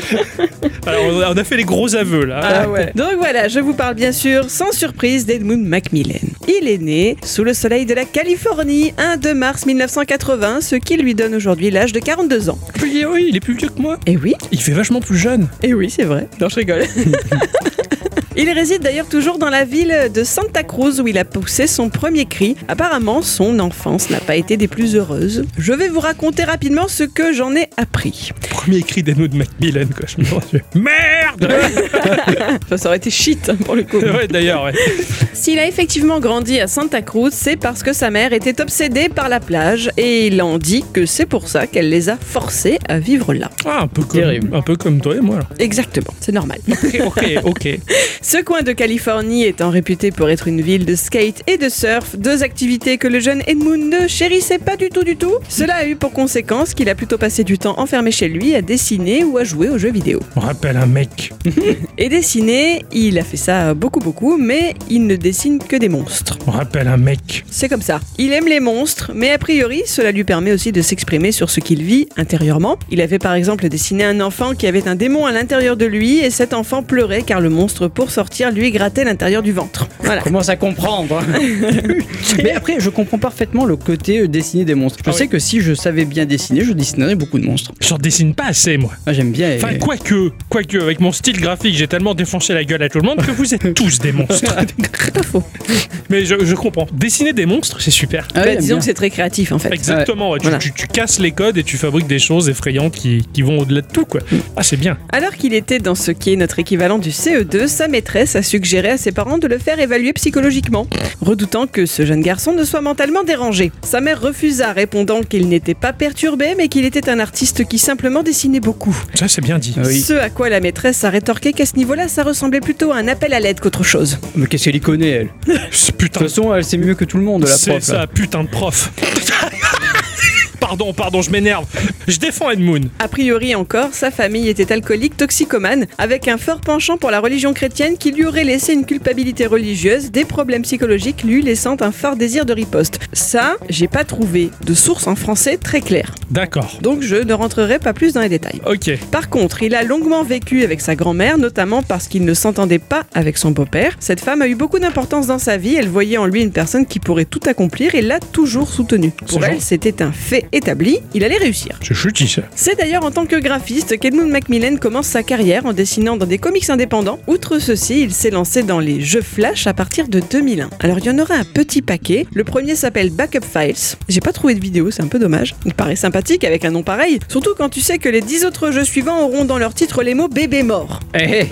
Speaker 1: Alors, on a- on a fait les gros aveux, là. Euh,
Speaker 2: Ah ouais.
Speaker 3: Donc voilà, je vous parle bien sûr, sans surprise, d'Edmund Macmillan. Il est né sous le soleil de la Californie, 1 2 mars 1980, ce qui lui donne aujourd'hui l'âge de 42 ans.
Speaker 1: Puis, oui, il est plus vieux que moi.
Speaker 3: Et Eh oui,
Speaker 1: Il fait vachement plus jeune.
Speaker 3: et Eh oui, c'est vrai. Non, je rigole. Il réside d'ailleurs toujours dans la ville de Santa Cruz où il a poussé son premier cri. Apparemment, son enfance n'a pas été des plus heureuses. Je vais vous raconter rapidement ce que j'en ai appris.
Speaker 1: Premier cri d'Edmund Macmillan, quoi. Je me demande, je fais, Merde
Speaker 3: Enfin, ça aurait été shit hein, pour le coup.
Speaker 1: Ouais, d'ailleurs, ouais.
Speaker 3: S'il a effectivement grandi à Santa Cruz, c'est parce que sa mère était obsédée par la plage et il en dit que c'est pour ça qu'elle les a forcés à vivre là.
Speaker 1: Ah, un peu comme,
Speaker 2: Terrible.
Speaker 1: un peu comme toi et moi. là.
Speaker 3: Exactement, c'est normal.
Speaker 1: Ok, ok.
Speaker 3: Ce coin de Californie étant réputé pour être une ville de skate et de surf, deux activités que le jeune Edmund ne chérissait pas du tout du tout, cela a eu pour conséquence qu'il a plutôt passé du temps enfermé chez lui à dessiner ou à jouer aux jeux vidéo.
Speaker 1: On rappelle un mec.
Speaker 3: Et dessiner, il a fait ça beaucoup beaucoup, mais il ne dessine que des monstres.
Speaker 1: On rappelle un mec.
Speaker 3: C'est comme ça. Il aime les monstres, mais a priori, cela lui permet aussi de s'exprimer sur ce qu'il vit intérieurement. Il avait par exemple dessiné un enfant qui avait un démon à l'intérieur de lui, et cet enfant pleurait car le monstre, pour sortir, lui grattait l'intérieur du ventre. Voilà.
Speaker 2: commence à comprendre. hein. Mais après, je comprends parfaitement le côté euh, dessiner des monstres. Je
Speaker 1: Ah
Speaker 2: sais
Speaker 1: oui.
Speaker 2: que si je savais bien dessiner, je dessinerais beaucoup de monstres.
Speaker 1: J'en dessine pas assez, moi.
Speaker 2: Moi, j'aime bien.
Speaker 1: Enfin,
Speaker 2: et-
Speaker 1: quoique, quoique, avec mon style graphique, j'ai tellement défoncé la gueule à tout le monde que vous êtes tous des monstres.
Speaker 3: C'est pas faux.
Speaker 1: Mais je, je comprends. Dessiner des monstres, c'est super.
Speaker 2: Ah ouais,
Speaker 3: Bah,
Speaker 2: j'aime
Speaker 3: disons
Speaker 2: bien.
Speaker 3: que c'est très créatif en fait.
Speaker 1: Exactement, ouais, tu,
Speaker 3: Voilà.
Speaker 1: tu- tu casses les codes et tu fabriques des choses effrayantes qui, qui vont au-delà de tout, quoi. Ah, c'est bien.
Speaker 3: Alors qu'il était dans ce qui est notre équivalent du CE2, sa maîtresse a suggéré à ses parents de le faire évaluer psychologiquement, redoutant que ce jeune garçon ne soit mentalement dérangé. Sa mère refusa, répondant qu'il n'était pas perturbé, mais qu'il était un artiste qui simplement dessinait beaucoup.
Speaker 1: Ça, c'est bien dit.
Speaker 2: Ah oui.
Speaker 3: Ce à quoi la maîtresse a rétorqué qu'à ce niveau-là, ça ressemblait plutôt à un appel à l'aide qu'autre chose.
Speaker 2: Mais qu'est-ce qu'elle y connaît, elle De
Speaker 1: C'est
Speaker 2: toute
Speaker 1: Putain,
Speaker 2: façon, elle sait mieux que tout le monde, la
Speaker 1: C'est
Speaker 2: prof. là.
Speaker 1: ça, putain de prof. pardon, pardon, je m'énerve. Je défends Edmund.
Speaker 3: A priori encore, sa famille était alcoolique toxicomane, avec un fort penchant pour la religion chrétienne qui lui aurait laissé une culpabilité religieuse, des problèmes psychologiques lui laissant un fort désir de riposte. Ça, j'ai pas trouvé de source en français très claire.
Speaker 1: D'accord.
Speaker 3: Donc je ne rentrerai pas plus dans les détails.
Speaker 1: Ok.
Speaker 3: Par contre, il a longuement vécu avec sa grand-mère, notamment parce qu'il ne s'entendait pas avec son beau-père. Cette femme a eu beaucoup d'importance dans sa vie, elle voyait en lui une personne qui pourrait tout accomplir et l'a toujours soutenu. Pour
Speaker 1: C'est
Speaker 3: elle,
Speaker 1: gentil.
Speaker 3: c'était un fait établi, il allait réussir.
Speaker 1: C'est chutis ça.
Speaker 3: C'est d'ailleurs en tant que graphiste qu'Edmund Macmillan commence sa carrière en dessinant dans des comics indépendants. Outre ceci, il s'est lancé dans les jeux Flash à partir de 2001. Alors il y en aura un petit paquet. Le premier s'appelle Backup Files. J'ai pas trouvé de vidéo, c'est un peu dommage. Il paraît sympathique avec un nom pareil, surtout quand tu sais que les 10 autres jeux suivants auront dans leur titre les mots bébé mort.
Speaker 2: Eh, eh.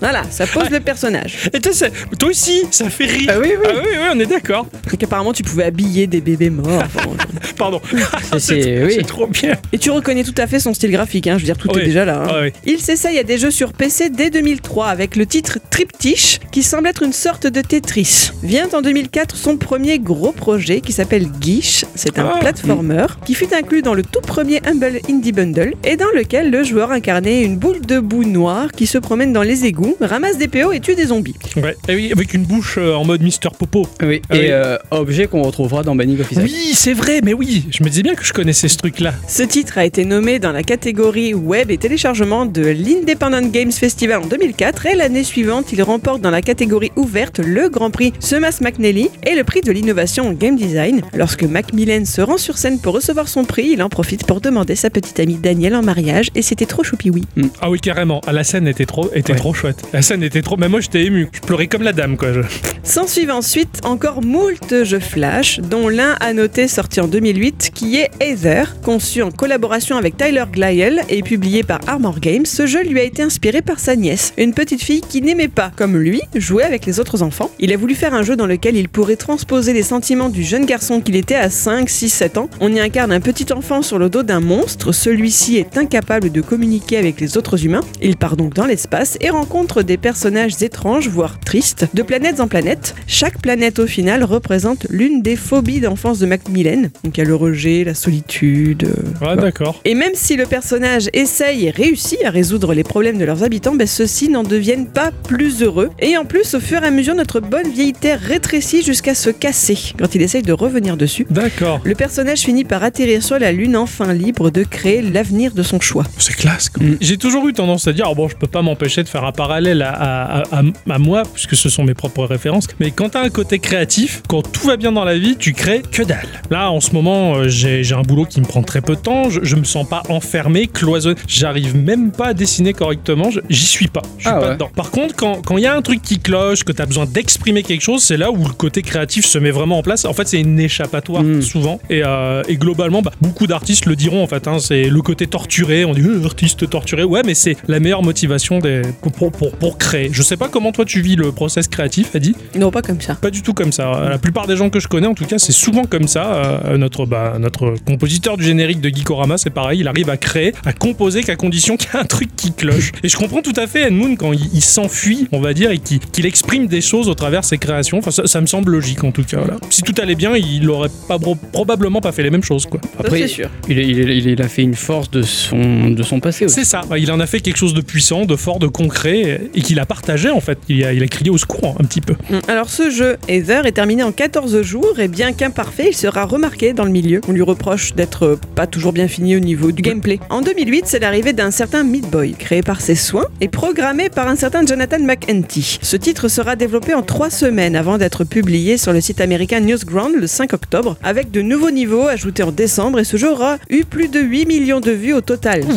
Speaker 3: Voilà, ça pose le personnage.
Speaker 1: Et toi, ça- toi aussi, ça fait rire.
Speaker 2: Ah oui, oui.
Speaker 1: Ah oui, oui, on est d'accord.
Speaker 3: Donc apparemment tu pouvais habiller des bébés morts. Enfin,
Speaker 1: Pardon.
Speaker 2: C'est-
Speaker 1: c'est
Speaker 2: oui.
Speaker 1: c'est trop bien.
Speaker 3: Et tu reconnais tout à fait son style graphique, hein, je veux dire, tout
Speaker 1: Oui.
Speaker 3: est déjà là. hein.
Speaker 1: Ah oui.
Speaker 3: Il s'essaye à des jeux sur PC dès 2003 avec le titre Triptych, qui semble être une sorte de Tetris. Vient en 2004 son premier gros projet qui s'appelle Guiche. C'est un
Speaker 1: Ah.
Speaker 3: platformer qui fut inclus dans le tout premier Humble Indie Bundle et dans lequel le joueur incarnait une boule de boue noire qui se promène dans les égouts, ramasse des PO et tue des zombies.
Speaker 1: Ouais. Et oui, avec une bouche euh, en mode Mister Popo.
Speaker 2: Oui,
Speaker 1: Ah
Speaker 2: et
Speaker 1: oui.
Speaker 2: euh, objet qu'on retrouvera dans Banning of Isaac.
Speaker 1: Oui, c'est vrai, mais oui. Je me disais bien que je connaissais ce truc-là.
Speaker 3: Ce titre a été nommé dans la catégorie web et téléchargement de l'Independent Games Festival en 2004 et l'année suivante, il remporte dans la catégorie ouverte le Grand Prix Semas McNally et le prix de l'innovation en game design. Lorsque Macmillan se rend sur scène pour recevoir son prix, il en profite pour demander sa petite amie Danielle en mariage et c'était trop choupi-oui.
Speaker 1: Ah oui, carrément. Ah, la scène était trop, était
Speaker 2: Ouais.
Speaker 1: trop chouette. La scène était trop. Mais moi, j'étais ému. Je pleurais comme la dame, quoi. Je-
Speaker 3: S'en suivent ensuite encore moult jeux flash, dont l'un à noter sorti en 2008 qui est Heather. Conçu en collaboration avec Tyler Glyle et publié par Armor Games, ce jeu lui a été inspiré par sa nièce, une petite fille qui n'aimait pas, comme lui, jouer avec les autres enfants. Il a voulu faire un jeu dans lequel il pourrait transposer les sentiments du jeune garçon qu'il était à 5, 6, 7 ans. On y incarne un petit enfant sur le dos d'un monstre, celui-ci est incapable de communiquer avec les autres humains. Il part donc dans l'espace et rencontre des personnages étranges, voire tristes, de planètes en planète. Chaque planète au final représente l'une des phobies d'enfance de Macmillan. Donc il y a le rejet, la solitude, euh,
Speaker 1: Ouais, Ah, d'accord.
Speaker 3: et même si le personnage essaye et réussit à résoudre les problèmes de leurs habitants, ben, ceux-ci n'en deviennent pas plus heureux. Et en plus, au fur et à mesure, notre bonne vieille Terre rétrécit jusqu'à se casser quand il essaye de revenir dessus.
Speaker 1: D'accord.
Speaker 3: Le personnage finit par atterrir sur la Lune, enfin libre de créer l'avenir de son choix.
Speaker 1: C'est classe. quoi.
Speaker 2: Mm.
Speaker 1: J'ai toujours eu tendance à dire, oh bon, je peux pas m'empêcher de faire un parallèle à, à- à- à- à moi, puisque ce sont mes propres références. Mais quand t'as un côté créatif, quand tout va bien dans la vie, tu crées que dalle. Là, en ce moment, euh, j'ai j'ai un boulot qui me prend très peu de temps. Je, je me sens pas enfermé, cloisonné. J'arrive même pas à dessiner correctement. Je- J'y suis pas. Je suis
Speaker 2: Ah
Speaker 1: pas
Speaker 2: ouais.
Speaker 1: dedans. Par contre, quand quand il y a un truc qui cloche, que t'as besoin d'exprimer quelque chose, c'est là où le côté créatif se met vraiment en place. En fait, c'est une échappatoire
Speaker 2: Mm.
Speaker 1: souvent. Et, euh, et globalement, bah, beaucoup d'artistes le diront en fait. hein, c'est le côté torturé. On dit euh, artiste torturé. Ouais, mais c'est la meilleure motivation des, pour, pour, pour, pour créer. Je sais pas comment toi tu vis le process créatif, Adi.
Speaker 3: Non, pas comme ça.
Speaker 1: Pas du tout comme ça. La plupart des gens que je connais, en tout cas, c'est souvent comme ça. Euh, notre, bah, notre compositeur du générique de Geekorama, c'est pareil. Il arrive à créer, à composer qu'à condition qu'il y ait un truc qui cloche. Et je comprends tout à fait Edmund quand il, il s'enfuit, on va dire, et qu'il qu'il exprime des choses au travers de ses créations. Enfin, ça, ça me semble logique, en tout cas. voilà. Si tout allait bien, il aurait pas, bro- probablement pas fait les mêmes choses, quoi.
Speaker 2: Après,
Speaker 3: c'est sûr.
Speaker 2: Il, il- il- il a fait une force de son, de son passé aussi.
Speaker 1: C'est ça. Il en a fait quelque chose de puissant, de fort, de concret, et qu'il a partagé, en fait. Il a, il a crié au secours, hein, un petit peu.
Speaker 3: Mm. Alors ce jeu, Heather, est terminé en 14 jours et bien qu'imparfait, il sera remarqué dans le milieu. On lui reproche d'être euh, pas toujours bien fini au niveau du gameplay. En 2008, c'est l'arrivée d'un certain Meat Boy, créé par ses soins et programmé par un certain Jonathan McEntee. Ce titre sera développé en 3 semaines avant d'être publié sur le site américain Newsground le 5 octobre, avec de nouveaux niveaux ajoutés en décembre et ce jeu aura eu plus de 8 millions de vues au total. Pas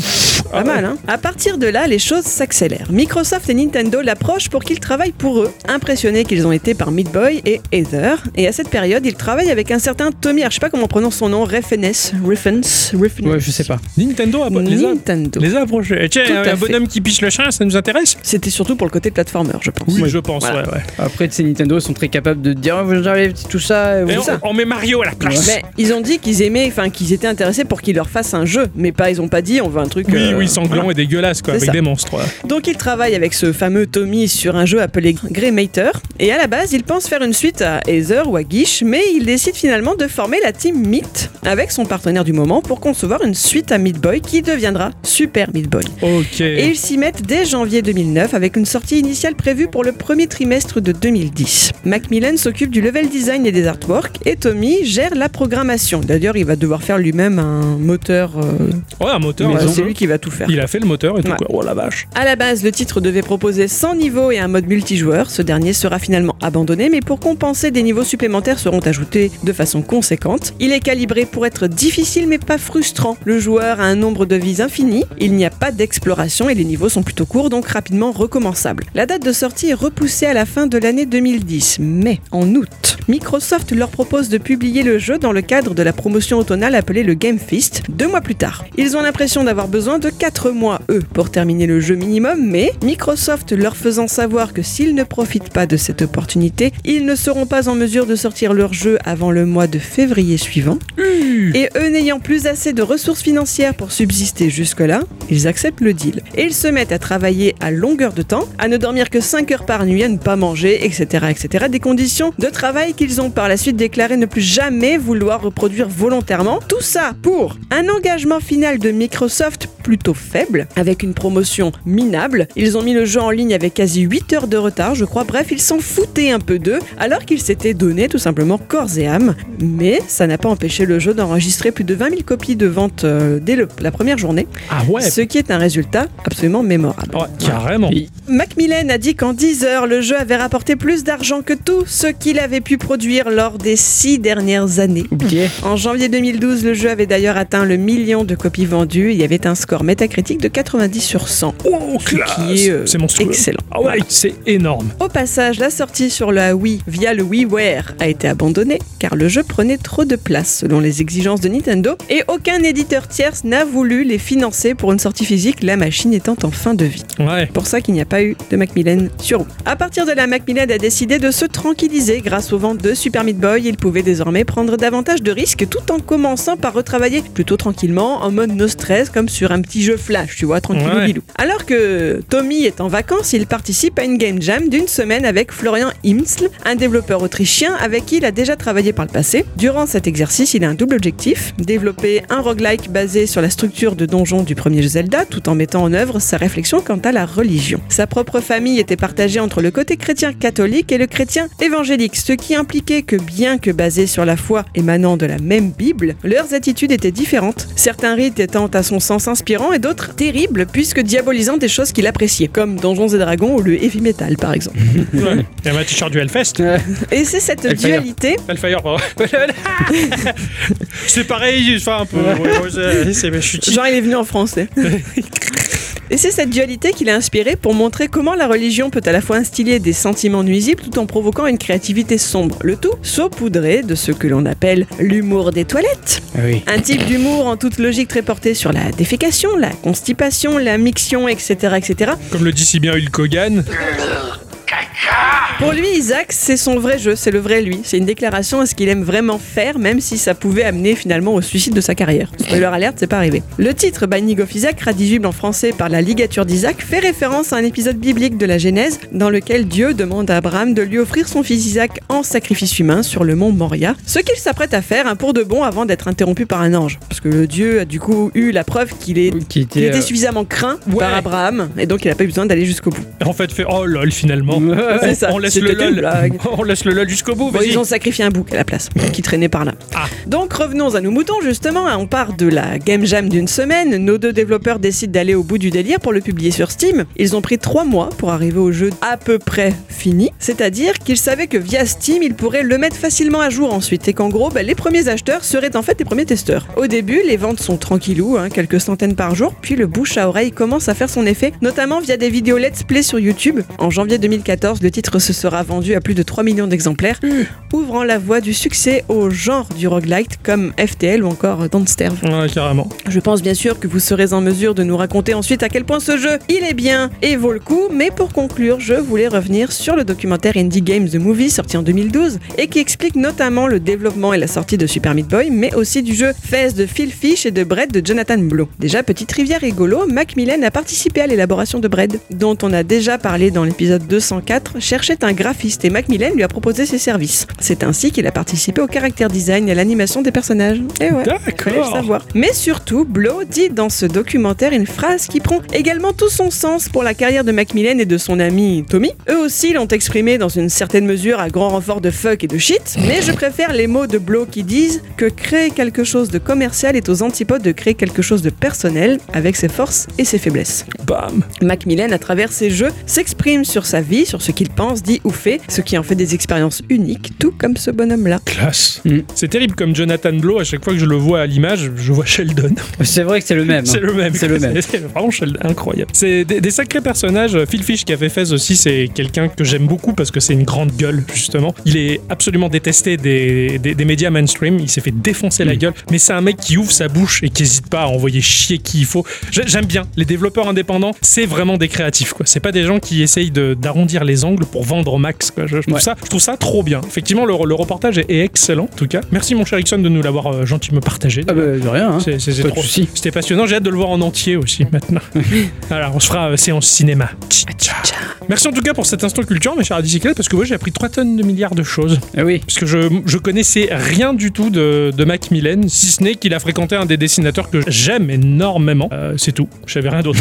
Speaker 1: Ah ouais.
Speaker 3: mal, hein À partir de là, les choses s'accélèrent. Microsoft et Nintendo l'approchent pour qu'ils travaillent pour eux, impressionnés qu'ils ont été par Meat Boy et Heather. Et à cette période, ils travaillent avec un certain Tommy, alors je sais pas comment on prononce son nom, Refenes, Refenes, Refenes.
Speaker 2: Ouais, je sais pas.
Speaker 1: Nintendo a, bah, les a
Speaker 3: Nintendo.
Speaker 1: Les approcher. Et tiens,
Speaker 3: Tout à
Speaker 1: un
Speaker 3: fait.
Speaker 1: bonhomme qui piche le chien, ça nous intéresse
Speaker 3: C'était surtout pour le côté platformer, je pense.
Speaker 1: Oui, je pense,
Speaker 3: Voilà.
Speaker 1: ouais, ouais.
Speaker 2: Après, ces Nintendo sont très capables de dire oh, j'arrive, tout ça.
Speaker 1: Et
Speaker 2: vous-
Speaker 1: on, on met Mario à la place.
Speaker 3: Mais ils ont dit qu'ils aimaient, enfin qu'ils étaient intéressés pour qu'ils leur fassent un jeu, mais pas, ils ont pas dit on veut un truc.
Speaker 1: Oui,
Speaker 3: euh,
Speaker 1: oui, sanglant et dégueulasse, quoi,
Speaker 3: C'est
Speaker 1: avec
Speaker 3: ça.
Speaker 1: des monstres. ouais.
Speaker 3: Donc il travaille avec ce fameux Tommy sur un jeu appelé Greymater, et à la base il pense faire une suite à Heather ou à Guiche, mais il décide finalement de former la team Meat avec son partenaire du moment pour concevoir une suite à Meat Boy qui deviendra Super Meat Boy.
Speaker 1: Ok.
Speaker 3: Et ils s'y mettent dès janvier 2009 avec une sortie initiale prévue pour le premier trimestre de 2010. Macmillan s'occupe du level design et des artworks et Tommy gère la programmation. D'ailleurs, il va devoir faire lui-même un moteur. euh,
Speaker 1: Ouais, un moteur.
Speaker 3: voilà,
Speaker 1: raison.
Speaker 3: c'est lui qui va tout faire.
Speaker 1: Il a fait le moteur et tout,
Speaker 3: Ouais.
Speaker 1: quoi. Oh la vache.
Speaker 3: À la base, le titre devait proposer 100 niveaux et un mode multijoueur. Ce dernier sera finalement abandonné, mais pour compenser, des niveaux supplémentaires seront ajoutés de façon conséquente. Il est calibré pour être difficile mais pas frustrant. Le joueur a un nombre de vies infini, il n'y a pas d'exploration et les niveaux sont plutôt courts, donc rapidement recommençables. La date de sortie est repoussée à la fin de l'année 2010, mais en août, Microsoft leur propose de publier le jeu dans le cadre de la promotion automnale appelée le Game Fist, deux mois plus tard. Ils ont l'impression d'avoir besoin de 4 mois, eux, pour terminer le jeu minimum, mais Microsoft leur faisant savoir que s'ils ne profitent pas de cette opportunité, ils ne seront pas en mesure de sortir leur jeu avant le mois de février suivant. Et eux n'ayant plus assez de ressources financières pour subsister jusque-là, ils acceptent le deal. Et ils se mettent à travailler à longueur de temps, à ne dormir que 5 heures par nuit, à ne pas manger, etc. etc. des conditions de travail qu'ils ont par la suite déclaré ne plus jamais vouloir reproduire volontairement. Tout ça pour un engagement final de Microsoft plutôt faible, avec une promotion minable. Ils ont mis le jeu en ligne avec quasi 8 heures de retard, je crois. Bref, ils s'en foutaient un peu d'eux, alors qu'ils s'étaient donnés tout simplement corps et âme. Mais ça n'a pas empêché le jeu d'enregistrer plus de 20 000 copies de vente euh, dès le- la première journée,
Speaker 1: Ah ouais.
Speaker 3: ce qui est un résultat absolument mémorable.
Speaker 1: Ouais, carrément.
Speaker 2: Et-
Speaker 3: Macmillan a dit qu'en 10 heures, le jeu avait rapporté plus d'argent que tout ce qu'il avait pu produire lors des 6 dernières années.
Speaker 2: Oublié.
Speaker 3: En janvier 2012, le jeu avait d'ailleurs atteint le million de copies vendues. Il y avait un score métacritique de 90 sur 100.
Speaker 1: Oh,
Speaker 3: ce
Speaker 1: classe.
Speaker 3: qui est, euh,
Speaker 1: c'est monstrueux.
Speaker 3: Excellent.
Speaker 1: Ah ouais, c'est énorme.
Speaker 3: Au passage, la sortie sur la Wii via le WiiWare a été abandonnée car le jeu prenait trop de place selon les exigences licences de Nintendo, et aucun éditeur tierce n'a voulu les financer pour une sortie physique, la machine étant en fin de vie.
Speaker 1: Ouais.
Speaker 3: Pour ça qu'il n'y a pas eu de Macmillan sur roue. À partir de là, Macmillan a décidé de se tranquilliser grâce aux ventes de Super Meat Boy. Il pouvait désormais prendre davantage de risques tout en commençant par retravailler plutôt tranquillement, en mode no stress, comme sur un petit jeu flash, tu vois, tranquillou
Speaker 1: Ouais.
Speaker 3: bilou. Alors que Tommy est en vacances, il participe à une game jam d'une semaine avec Florian Imsl, un développeur autrichien avec qui il a déjà travaillé par le passé. Durant cet exercice, il a un double objectif développer un roguelike basé sur la structure de donjon du premier Zelda, tout en mettant en œuvre sa réflexion quant à la religion. Sa propre famille était partagée entre le côté chrétien catholique et le chrétien évangélique, ce qui impliquait que bien que basés sur la foi émanant de la même Bible, leurs attitudes étaient différentes, certains rites étant à son sens inspirants et d'autres terribles puisque diabolisant des choses qu'il appréciait, comme Donjons et Dragons ou le heavy metal par exemple.
Speaker 1: ouais. Il y avait un t-shirt du Hellfest.
Speaker 3: Et c'est cette
Speaker 2: Hellfire.
Speaker 3: dualité
Speaker 1: Hellfire, pardon. c'est pareil, enfin un peu. ouais, ouais, c'est- c'est- je suis
Speaker 3: Genre, il est venu en français. Et c'est cette dualité qui l'a inspiré pour montrer comment la religion peut à la fois instiller des sentiments nuisibles tout en provoquant une créativité sombre. Le tout saupoudré de ce que l'on appelle l'humour des toilettes.
Speaker 2: Ah Oui.
Speaker 3: Un type d'humour en toute logique très porté sur la défécation, la constipation, la miction, etc. etc.
Speaker 1: Comme le dit si bien Hulk Hogan.
Speaker 3: Pour lui, Isaac, c'est son vrai jeu, c'est le vrai lui. C'est une déclaration à ce qu'il aime vraiment faire, même si ça pouvait amener finalement au suicide de sa carrière. Spoiler alerte, c'est pas arrivé. Le titre Binding of Isaac, radigible en français par la ligature d'Isaac, fait référence à un épisode biblique de la Genèse dans lequel Dieu demande à Abraham de lui offrir son fils Isaac en sacrifice humain sur le mont Moria, ce qu'il s'apprête à faire hein, pour de bon avant d'être interrompu par un ange. Parce que le Dieu a du coup eu la preuve qu'il est.
Speaker 2: Qui euh,
Speaker 3: qu'il
Speaker 2: était.
Speaker 3: était suffisamment craint
Speaker 1: Ouais.
Speaker 3: par Abraham et donc il n'a pas eu besoin d'aller jusqu'au bout.
Speaker 1: En fait, fait oh lol finalement.
Speaker 2: euh,
Speaker 3: C'est ça,
Speaker 1: On laisse le
Speaker 3: c'était une
Speaker 1: lol.
Speaker 3: blague.
Speaker 1: On laisse le lol jusqu'au bout.
Speaker 3: Bon,
Speaker 1: vas-y.
Speaker 3: ils ont sacrifié un bouc à la place, qui traînait par là.
Speaker 1: Ah.
Speaker 3: Donc revenons à nos moutons, justement. hein. On part de la game jam d'une semaine. Nos deux développeurs décident d'aller au bout du délire pour le publier sur Steam. Ils ont pris trois mois pour arriver au jeu à peu près fini. C'est-à-dire qu'ils savaient que via Steam, ils pourraient le mettre facilement à jour ensuite. Et qu'en gros, bah, les premiers acheteurs seraient en fait les premiers testeurs. Au début, les ventes sont tranquillou, hein, quelques centaines par jour. Puis le bouche à oreille commence à faire son effet, notamment via des vidéos let's play sur YouTube. En janvier 2014, le titre se sera vendu à plus de 3 millions d'exemplaires ouvrant la voie du succès au genre du roguelite comme FTL ou encore Don't Starve.
Speaker 1: Ouais, carrément.
Speaker 3: Je pense bien sûr que vous serez en mesure de nous raconter ensuite à quel point ce jeu, il est bien et vaut le coup, mais pour conclure, je voulais revenir sur le documentaire Indie Games The Movie sorti en 2012 et qui explique notamment le développement et la sortie de Super Meat Boy, mais aussi du jeu Fez de Phil Fish et de Bread de Jonathan Blow. Déjà, petite rivière rigolo, Macmillan a participé à l'élaboration de Bread, dont on a déjà parlé dans l'épisode 204, cherchait un graphiste et Macmillan lui a proposé ses services. C'est ainsi qu'il a participé au caractère design et à l'animation des personnages. Et ouais. Fallait le
Speaker 1: D'accord.
Speaker 3: savoir. Mais surtout, Blow dit dans ce documentaire une phrase qui prend également tout son sens pour la carrière de Macmillan et de son ami Tommy. Eux aussi l'ont exprimé dans une certaine mesure à grand renfort de fuck et de shit, mais je préfère les mots de Blow qui disent que créer quelque chose de commercial est aux antipodes de créer quelque chose de personnel avec ses forces et ses faiblesses.
Speaker 1: Bam.
Speaker 3: Macmillan, à travers ses jeux, s'exprime sur sa vie, sur ce qu'il pense, dit ou fait, ce qui en fait des expériences uniques, tout comme ce bonhomme-là.
Speaker 1: Classe.
Speaker 2: Mm.
Speaker 1: C'est terrible comme Jonathan Blow, à chaque fois que je le vois à l'image, je vois Sheldon.
Speaker 2: C'est vrai que c'est le même. hein.
Speaker 1: C'est le même.
Speaker 2: C'est le même.
Speaker 1: C'est vraiment Sheldon. incroyable. C'est des, des sacrés personnages. Euh, Phil Fish qui a fait Fez aussi, c'est quelqu'un que j'aime beaucoup parce que c'est une grande gueule, justement. Il est absolument détesté des, des- des médias mainstream. Il s'est fait défoncer
Speaker 2: Mm.
Speaker 1: la gueule. Mais c'est un mec qui ouvre sa bouche et qui hésite pas à envoyer chier qui il faut. J'ai- J'aime bien. Les développeurs indépendants, c'est vraiment des créatifs, quoi. C'est pas des gens qui essayent de- d'arrondir les angles pour vendre au max, quoi. Je, je trouve,
Speaker 2: Ouais.
Speaker 1: ça, je trouve ça trop bien. Effectivement, le, le reportage est, est excellent, en tout cas. Merci, mon cher Ixon, de nous l'avoir euh, gentiment partagé.
Speaker 2: Ah bah, de rien, hein.
Speaker 1: C'est- c'est- c'est
Speaker 2: Pas de
Speaker 1: trop-
Speaker 2: souci.
Speaker 1: C'était passionnant, j'ai hâte de le voir en entier aussi maintenant. Alors on se fera euh, séance cinéma. Merci en tout cas pour cette instant culture, mes chers bicyclettes, parce que moi j'ai appris 3 tonnes de milliards de choses.
Speaker 2: Ah oui.
Speaker 1: Parce que je, je connaissais rien du tout de, de Macmillan, si ce n'est qu'il a fréquenté un des dessinateurs que j'aime énormément. Euh, C'est tout, je savais rien d'autre.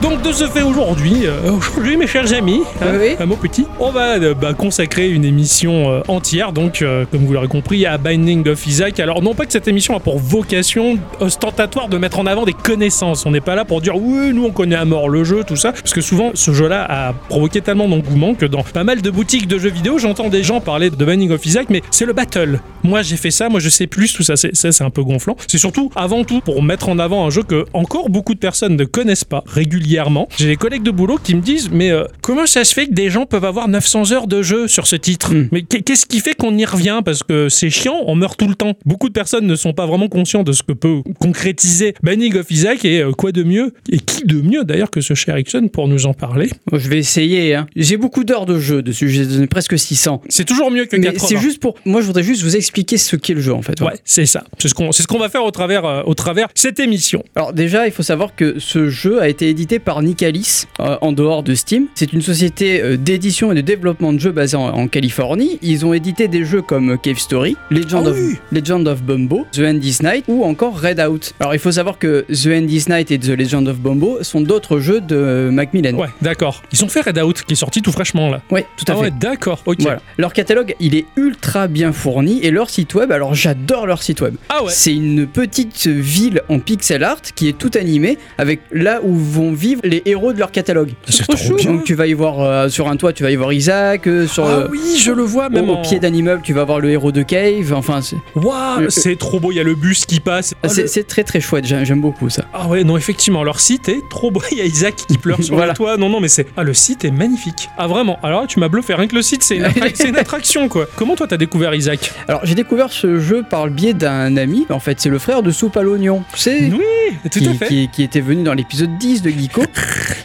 Speaker 1: Donc de ce fait aujourd'hui, euh, aujourd'hui mes chers amis, hein,
Speaker 3: Oui.
Speaker 1: un mot petit, on va euh, bah, consacrer une émission euh, entière, donc euh, comme vous l'aurez compris, à Binding of Isaac. Alors non pas que cette émission a pour vocation ostentatoire de mettre en avant des connaissances, on n'est pas là pour dire oui nous on connaît à mort le jeu, tout ça, parce que souvent ce jeu-là a provoqué tellement d'engouement que dans pas mal de boutiques de jeux vidéo j'entends des gens parler de Binding of Isaac, mais c'est le battle. Moi j'ai fait ça, moi je sais plus, tout ça c'est ça, c'est un peu gonflant. C'est surtout avant tout pour mettre en avant un jeu que encore beaucoup de personnes ne connaissent pas régulièrement. J'ai des collègues de boulot qui me disent mais euh, comment ça se fait que des gens peuvent avoir 900 heures de jeu sur ce titre
Speaker 2: Mm.
Speaker 1: Mais qu'est- qu'est-ce qui fait qu'on y revient Parce que c'est chiant, on meurt tout le temps. Beaucoup de personnes ne sont pas vraiment conscients de ce que peut concrétiser Banning of Isaac et euh, quoi de mieux Et qui de mieux d'ailleurs que ce cher Ericsson pour nous en parler
Speaker 2: Bon, Je vais essayer. hein. J'ai beaucoup d'heures de jeu dessus, j'ai donné presque 600.
Speaker 1: C'est toujours mieux que
Speaker 2: Mais
Speaker 1: 80.
Speaker 2: c'est juste pour. Moi, je voudrais juste vous expliquer ce qu'est le jeu en fait. voilà.
Speaker 1: Ouais, c'est ça. C'est ce qu'on c'est ce qu'on va faire au travers, euh, au travers cette émission.
Speaker 2: Alors déjà, il faut savoir que ce jeu a été édité par Nicalis euh, en dehors de Steam. C'est une société euh, d'édition et de développement de jeux basée en, en Californie. Ils ont édité des jeux comme euh, Cave Story, Legend,
Speaker 4: Ah
Speaker 2: of,
Speaker 4: oui.
Speaker 2: Legend of Bumbo, The Endless Night ou encore Redout. Alors il faut savoir que The Endless Night et The Legend of Bumbo sont d'autres jeux de euh, Macmillan.
Speaker 1: Ouais, d'accord. Ils ont fait Red Out qui est sorti tout fraîchement là.
Speaker 2: Ouais, tout à
Speaker 1: ah
Speaker 2: fait.
Speaker 1: ouais, d'accord. Ok.
Speaker 2: Voilà. Leur catalogue, il est ultra bien fourni et leur site web, alors j'adore leur site web.
Speaker 1: Ah ouais.
Speaker 2: C'est une petite ville en pixel art qui est tout animée avec là où vont vivre les héros de leur catalogue.
Speaker 1: Ah, C'est trop
Speaker 2: chou.
Speaker 1: bien.
Speaker 2: Donc tu vas y voir euh, sur un toit, tu vas y voir Isaac, euh, sur
Speaker 1: Ah
Speaker 2: euh,
Speaker 1: oui, je le vois
Speaker 2: au-
Speaker 1: même
Speaker 2: au,
Speaker 1: en-
Speaker 2: pied d'un immeuble, tu vas voir le héros de Cave. Enfin, c'est
Speaker 1: Waouh,
Speaker 2: Euh,
Speaker 1: c'est trop beau. Il y a le bus qui passe. Ah,
Speaker 2: c'est-
Speaker 1: le-
Speaker 2: c'est très très chouette. J'aime j'aime beaucoup ça.
Speaker 1: Ah ouais, non, effectivement, leur site est trop beau. Il y a Isaac qui pleure sur
Speaker 2: Voilà.
Speaker 1: le toit. Non, non, mais c'est. Ah, le site est magnifique. Ah, vraiment. Alors, tu m'as bluffé. Rien que le site, c'est une, attra- c'est une attraction, quoi. Comment toi, t'as découvert Isaac
Speaker 2: Alors j'ai découvert ce jeu par le biais d'un ami. En fait, c'est le frère de Soupe à l'oignon. C'est
Speaker 1: Oui, tout à
Speaker 2: qui,
Speaker 1: fait.
Speaker 2: qui- qui était venu dans l'épisode 10 de Geeko.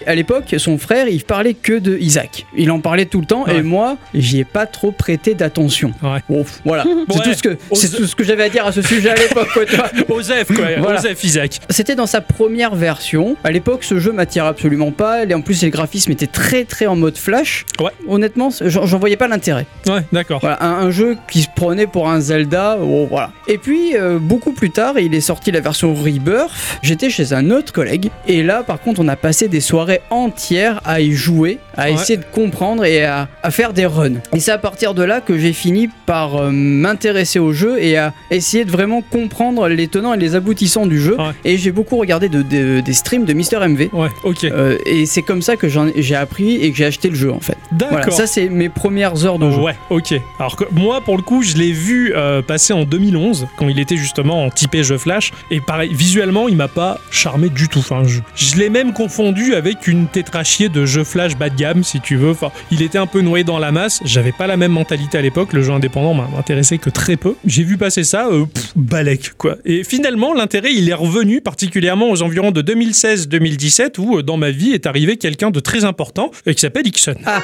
Speaker 2: à l'époque, son frère, il parlait que de Isaac. Il en parlait tout le temps
Speaker 1: Ouais.
Speaker 2: et moi, j'y ai pas trop prêté d'attention.
Speaker 1: Ouais.
Speaker 2: Bon, pff, voilà, c'est
Speaker 1: Ouais.
Speaker 2: tout ce que
Speaker 1: On
Speaker 2: c'est
Speaker 1: se-
Speaker 2: tout ce que j'avais à dire à ce sujet à l'époque. quoi, tu vois.
Speaker 1: Osef, quoi.
Speaker 2: Voilà.
Speaker 1: Osef, Isaac.
Speaker 2: C'était dans sa première version. À l'époque, ce jeu m'attire absolument pas. Et en plus, les graphismes étaient très très en mode flash.
Speaker 1: Ouais.
Speaker 2: Honnêtement, j'en j'en voyais pas l'intérêt.
Speaker 1: Ouais, d'accord.
Speaker 2: Voilà, un, un jeu qui se prenait pour un Zelda, oh, voilà. Et puis, euh, beaucoup plus tard, il est sorti la version Rebirth. J'étais chez un autre collègue, et là, par contre, on a passé des soirées entières à y jouer, à
Speaker 1: Ouais.
Speaker 2: essayer de comprendre et à, à faire des runs. Et c'est à partir de là que j'ai fini par euh, m'intéresser au jeu et à essayer de vraiment comprendre les tenants et les aboutissants du jeu.
Speaker 1: Ouais.
Speaker 2: Et j'ai beaucoup regardé de- de- des streams de Mister MV.
Speaker 1: Ouais, ok.
Speaker 2: Euh, et c'est comme ça que j'en ai- j'ai appris et que j'ai acheté le jeu en fait.
Speaker 1: D'accord.
Speaker 2: Voilà, ça c'est mes premières heures de jeu.
Speaker 1: Ouais, ok. Alors que moi, pour le coup, je l'ai vu euh, passer en 2011, quand il était justement en typé jeu flash. Et pareil, visuellement, il m'a pas charmé du tout. Enfin, je, je l'ai même confondu avec une tétrachier de jeu flash bas de gamme, si tu veux. Enfin, il était un peu noyé dans la masse. J'avais pas la même mentalité à l'époque. Le jeu indépendant m'a intéressé que très peu. J'ai vu passer ça, euh, pff, balèque, quoi. Et finalement, l'intérêt, il est revenu particulièrement aux environs de 2016-2017, où euh, dans ma vie est arrivé quelqu'un de très important, euh, qui s'appelle Ixon.
Speaker 2: Ah.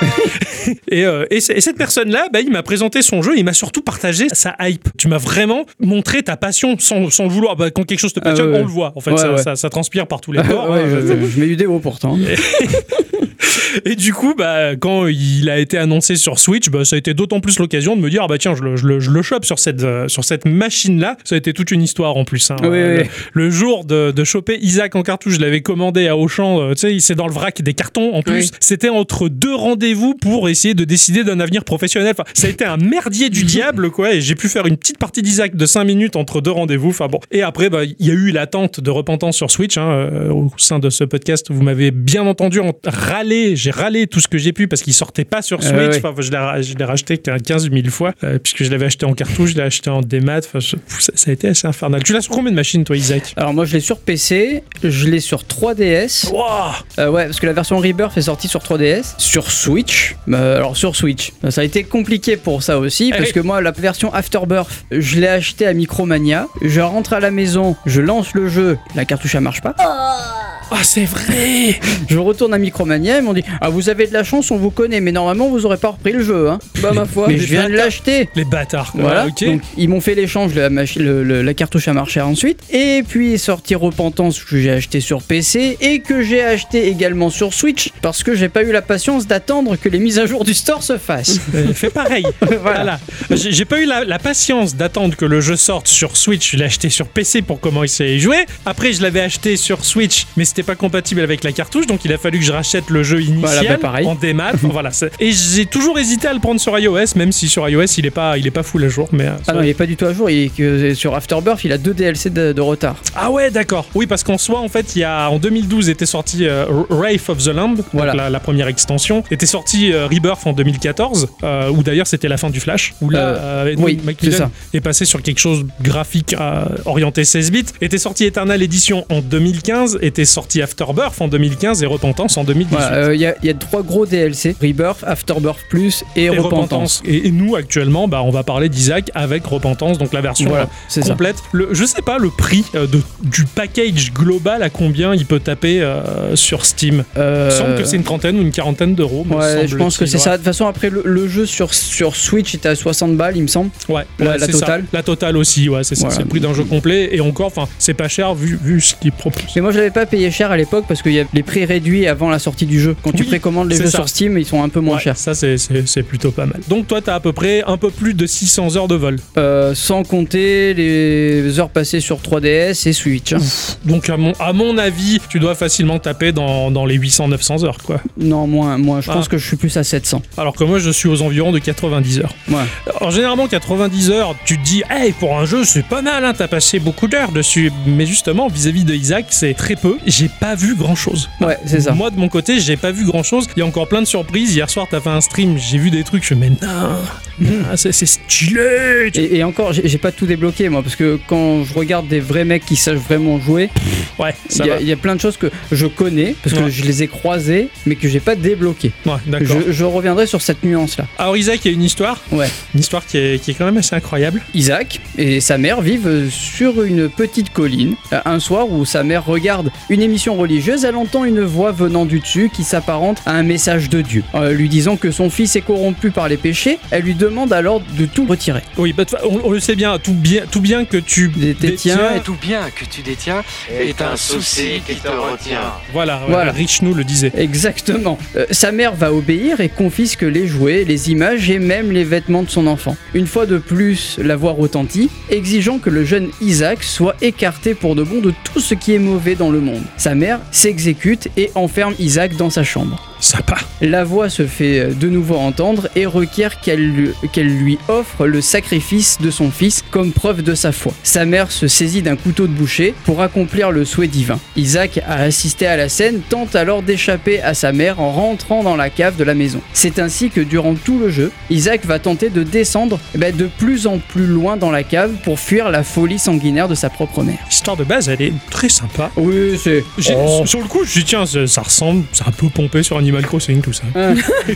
Speaker 1: Et, euh, et c- et cette personne-là, bah, il m'a présenté son jeu, il m'a surtout partagé sa hype. Tu m'as vraiment montré ta passion sans, sans le vouloir. Bah, quand quelque chose te
Speaker 2: Ah,
Speaker 1: passionne,
Speaker 2: ouais,
Speaker 1: on le voit. En fait,
Speaker 2: Ouais,
Speaker 1: ça,
Speaker 2: ouais.
Speaker 1: ça- ça transpire par tous les hein. corps.
Speaker 2: Ouais, hein, je, je mets du déo pourtant.
Speaker 1: Et du coup, bah, quand il a été annoncé sur Switch, bah, ça a été d'autant plus l'occasion de me dire, ah bah tiens, je le, je le, je le chope sur cette, euh, sur cette machine-là. Ça a été toute une histoire en plus. hein.
Speaker 2: Oui,
Speaker 1: Euh,
Speaker 2: oui.
Speaker 1: le, le jour de, de choper Isaac en cartouche, je l'avais commandé à Auchan, euh, tu sais, il- c'est dans le vrac des cartons en plus.
Speaker 3: Oui.
Speaker 1: C'était entre deux rendez-vous pour essayer de décider d'un avenir professionnel. Enfin, ça a été un merdier du diable, quoi. Et j'ai pu faire une petite partie d'Isaac de 5 minutes entre deux rendez-vous. Enfin bon. Et après, bah, il y a eu l'attente de repentance sur Switch. hein, euh, au sein de ce podcast, vous m'avez bien entendu en râler. J'ai râlé tout ce que j'ai pu parce qu'il sortait pas sur
Speaker 2: Euh,
Speaker 1: Switch.
Speaker 2: ouais.
Speaker 1: Enfin, je l'ai ra- je l'ai racheté qu'un 15 000 fois euh, puisque je l'avais acheté en cartouche, je l'ai acheté en démat. Enfin, je- pff, ça, ça a été assez infernal. Tu l'as sur combien de machines, toi, Isaac
Speaker 2: Alors moi je l'ai sur PC, je l'ai sur 3DS.
Speaker 1: Wouah
Speaker 2: Euh, ouais, parce que la version Rebirth est sortie sur 3DS, sur Switch. Euh, alors sur Switch, ça a été compliqué pour ça aussi
Speaker 1: Ah
Speaker 2: parce
Speaker 1: oui.
Speaker 2: que moi la version Afterbirth, je l'ai acheté à Micromania. Je rentre à la maison, je lance le jeu, la cartouche elle marche pas.
Speaker 1: Ah,
Speaker 2: Oh,
Speaker 1: c'est vrai
Speaker 2: Je retourne à Micromania, ils m'ont dit "Ah vous avez de la chance, on vous connaît, mais normalement vous aurez pas repris le jeu hein."
Speaker 3: Bah, ma foi.
Speaker 2: mais je viens de l'acheter.
Speaker 1: Les bâtards. quoi.
Speaker 2: Voilà,
Speaker 1: Euh, ok.
Speaker 2: donc ils m'ont fait l'échange, la, machi- le- le- la cartouche à marcher ensuite. Et puis est sorti Repentance que j'ai acheté sur PC et que j'ai acheté également sur Switch parce que j'ai pas eu la patience d'attendre que les mises à jour du store se fassent.
Speaker 1: Euh, Fais pareil.
Speaker 2: Voilà.
Speaker 1: voilà. J'ai j'ai pas eu la, la patience d'attendre que le jeu sorte sur Switch. Je l'ai acheté sur PC pour commencer à y jouer. Après, je l'avais acheté sur Switch, mais c'était n'était pas compatible avec la cartouche, donc il a fallu que je rachète le jeu initial
Speaker 2: Voilà, bah, pareil.
Speaker 1: en démat. Enfin, voilà, c'est- et j'ai toujours hésité à le prendre sur iOS, même si sur iOS il est pas, il est pas full à jour. Mais euh,
Speaker 2: Ah non, il est pas du tout à jour. Il est que euh, sur Afterbirth, il a deux DLC de, de retard.
Speaker 1: Ah ouais, d'accord. Oui, parce qu'en soi, en fait, il y a en 2012 était sorti euh, R- Wraith of the Lamb, donc
Speaker 2: Voilà.
Speaker 1: la, la première extension. Était sorti euh, Rebirth en 2014, euh, où d'ailleurs c'était la fin du Flash, où là,
Speaker 2: Euh,
Speaker 1: euh,
Speaker 2: oui,
Speaker 1: Edmund
Speaker 2: c'est
Speaker 1: McMillan
Speaker 2: ça.
Speaker 1: est passé sur quelque chose graphique euh, orienté 16 bits. Était sorti Eternal Edition en 2015, était sorti Afterbirth en 2015 et Repentance en 2018.
Speaker 2: Voilà, euh, il y, a- il y a trois gros DLC Rebirth, Afterbirth Plus et,
Speaker 1: Et
Speaker 2: Repentance.
Speaker 1: Repentance. Et, et nous actuellement, bah, on va parler d'Isaac avec Repentance, donc la version
Speaker 2: Voilà, c'est ça.
Speaker 1: complète. Le, je sais pas le prix euh, de, du package global à combien il peut taper euh, sur Steam.
Speaker 2: Euh,
Speaker 1: Il me semble que c'est une trentaine ou une quarantaine d'euros. me
Speaker 2: Ouais, je pense que c'est
Speaker 1: semble-t-il.
Speaker 2: ça. De toute façon, après le, le jeu sur, sur Switch était à 60 balles, il me semble.
Speaker 1: Ouais,
Speaker 2: Ouais, la
Speaker 1: c'est ça.
Speaker 2: totale.
Speaker 1: La totale aussi, ouais, c'est ça.
Speaker 2: Voilà.
Speaker 1: C'est le prix d'un jeu complet et encore, enfin, c'est pas cher vu, vu ce qu'il propose.
Speaker 2: Mais moi, je l'avais pas payé cher à l'époque parce qu'il y a les prix réduits avant la sortie du jeu. Quand tu
Speaker 1: Oui,
Speaker 2: précommandes les
Speaker 1: c'est
Speaker 2: jeux
Speaker 1: ça.
Speaker 2: sur Steam, ils sont un peu moins
Speaker 1: Ouais,
Speaker 2: chers.
Speaker 1: Ça, c'est- c'est c'est plutôt pas mal. Donc, toi, t'as à peu près un peu plus de 600 heures de vol.
Speaker 2: Euh, sans compter les heures passées sur 3DS et Switch. hein.
Speaker 1: Donc, à mon, à mon avis, tu dois facilement taper dans, dans les 800-900 heures, quoi.
Speaker 2: Non, moins, moins. Je
Speaker 1: Ah.
Speaker 2: pense que je suis plus à 700.
Speaker 1: Alors que moi, je suis aux environs de 90 heures.
Speaker 2: Ouais.
Speaker 1: Alors, généralement, 90 heures, tu te dis, hey, pour un jeu, c'est pas mal, hein, t'as passé beaucoup d'heures dessus. Mais justement, vis-à-vis de Isaac, c'est très peu. J'ai pas vu grand chose.
Speaker 2: Ouais, c'est ça.
Speaker 1: Ah, Moi, de mon côté, j'ai pas vu grand chose. Il y a encore plein de surprises. Hier soir, t'as fait un stream, j'ai vu des trucs, je me dis, mais non, non, c'est c'est stylé. Tu-
Speaker 2: Hmm. Et, et encore, j'ai j'ai pas tout débloqué moi, parce que quand je regarde des vrais mecs qui savent vraiment jouer,
Speaker 1: Ouais,
Speaker 2: il
Speaker 1: ça
Speaker 2: y,
Speaker 1: va.
Speaker 2: a- il y a plein de choses que je connais, parce que
Speaker 1: Ouais.
Speaker 2: je les ai croisées, mais que j'ai pas débloquées.
Speaker 1: Ouais, d'accord.
Speaker 2: Je, je reviendrai sur cette nuance là.
Speaker 1: Alors, Isaac, il y a une histoire.
Speaker 2: Ouais.
Speaker 1: Une histoire qui est, qui est quand même assez incroyable.
Speaker 2: Isaac et sa mère vivent euh, sur une petite colline. Euh, Un soir où sa mère regarde une émission religieuse, elle entend une voix venant du dessus qui s'apparente à un message de Dieu, Euh, lui disant que son fils est corrompu par les péchés. Elle lui demande alors de tout retirer.
Speaker 1: Oui, bah, de toute fa- on, on le sait bien, tout bien, tout bien que tu
Speaker 2: Des- des tiens
Speaker 1: détiens
Speaker 2: et
Speaker 6: Tout bien que tu détiens est un souci qui te retient.
Speaker 1: Voilà,
Speaker 2: Voilà.
Speaker 1: Rich nous le disait.
Speaker 2: Exactement. Euh, sa mère va obéir et confisque les jouets, les images et même les vêtements de son enfant. Une fois de plus, la voix retentit, exigeant que le jeune Isaac soit écarté pour de bon de tout ce qui est mauvais dans le monde. Sa mère s'exécute et enferme Isaac dans sa chambre.
Speaker 1: Sympa.
Speaker 2: La voix se fait euh, de nouveau entendre et requiert qu'elle lui, qu'elle lui offre le sacrifice de son fils comme preuve de sa foi. Sa mère se saisit d'un couteau de boucher pour accomplir le souhait divin. Isaac a assisté à la scène, tente alors d'échapper à sa mère en rentrant dans la cave de la maison. C'est ainsi que durant tout le jeu, Isaac va tenter de descendre eh ben, de plus en plus loin dans la cave pour fuir la folie sanguinaire de sa propre mère.
Speaker 1: L'histoire de base, elle est très sympa.
Speaker 2: Oui, c'est...
Speaker 1: J'ai-
Speaker 2: Oh.
Speaker 1: Sur le coup, je dis tiens, ça, ça ressemble, c'est un peu pompé sur Animal Crossing tout ça.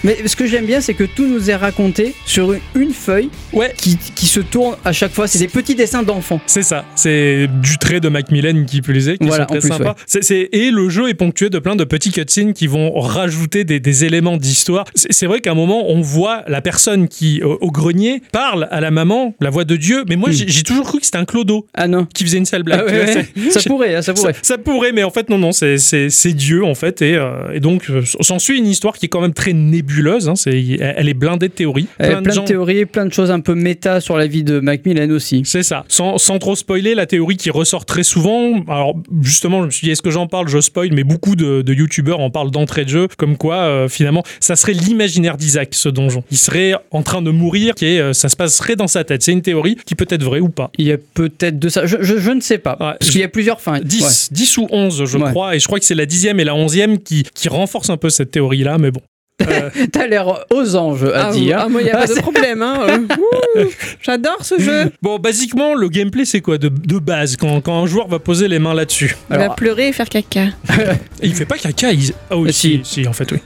Speaker 2: Mais ce que j'aime bien, c'est que tout nous est raconté sur une- une feuille
Speaker 1: Ouais.
Speaker 2: qui, qui se tourne à chaque fois. C'est des petits dessins d'enfants.
Speaker 1: C'est ça, c'est du trait de Macmillan qui plus est, qui
Speaker 2: Voilà,
Speaker 1: sont très
Speaker 2: en plus,
Speaker 1: sympas.
Speaker 2: ouais.
Speaker 1: C'est- c'est- et le jeu est ponctué de plein de petits cutscenes qui vont rajouter des, des éléments d'histoire. C'est c'est vrai qu'à un moment, on voit la personne qui, au, au grenier, parle à la maman, la voix de Dieu, mais moi,
Speaker 2: Hmm.
Speaker 1: j'ai j'ai toujours cru que c'était un clodo
Speaker 2: Ah non.
Speaker 1: qui faisait une sale blague.
Speaker 2: Ah
Speaker 1: Tu vois,
Speaker 2: ouais,
Speaker 1: c'est-
Speaker 2: Ça pourrait, hein, ça
Speaker 1: Ça,
Speaker 2: pourrait.
Speaker 1: ça pourrait, mais en fait, non, non, c'est- c'est c'est Dieu, en fait. Et, euh, et donc, euh, s'ensuit une histoire qui est quand même très nébuleuse. hein, c'est- elle elle est blindée de théories.
Speaker 2: Eh, plein,
Speaker 1: gens-
Speaker 2: de théories, plein de choses un peu méta sur la vie de Macmillan aussi.
Speaker 1: C'est ça. Sans, sans trop spoiler, la théorie qui ressort très souvent, alors justement, je me suis dit, est-ce que j'en parle Je spoil, mais beaucoup de, de youtubeurs en parlent d'entrée de jeu, comme quoi, euh, finalement, ça serait l'imaginaire d'Isaac, ce donjon. Il serait en train de mourir et euh, ça se passerait dans sa tête. C'est une théorie qui peut être vraie ou pas.
Speaker 2: Il y a peut-être de ça. Je, je- je ne sais pas.
Speaker 1: Ouais,
Speaker 2: parce qu'il y a plusieurs fins.
Speaker 1: 10,
Speaker 2: Ouais.
Speaker 1: 10 ou 11, je
Speaker 2: Ouais.
Speaker 1: crois, et je crois que c'est la dixième et la onzième qui, qui renforcent un peu cette théorie-là, mais bon. Euh,
Speaker 2: T'as l'air aux anges à
Speaker 3: ah,
Speaker 2: dire.
Speaker 3: ah, moi, il a pas de problème. hein. Euh, ouh, J'adore ce jeu.
Speaker 1: Mmh. bon, basiquement, le gameplay, c'est quoi de, de base quand, quand un joueur va poser les mains là-dessus
Speaker 3: Il va
Speaker 2: Alors-
Speaker 3: pleurer et faire caca.
Speaker 1: Et Il fait pas caca, il... Ah oui, si,
Speaker 2: Bah, Si.
Speaker 1: si, en fait, oui.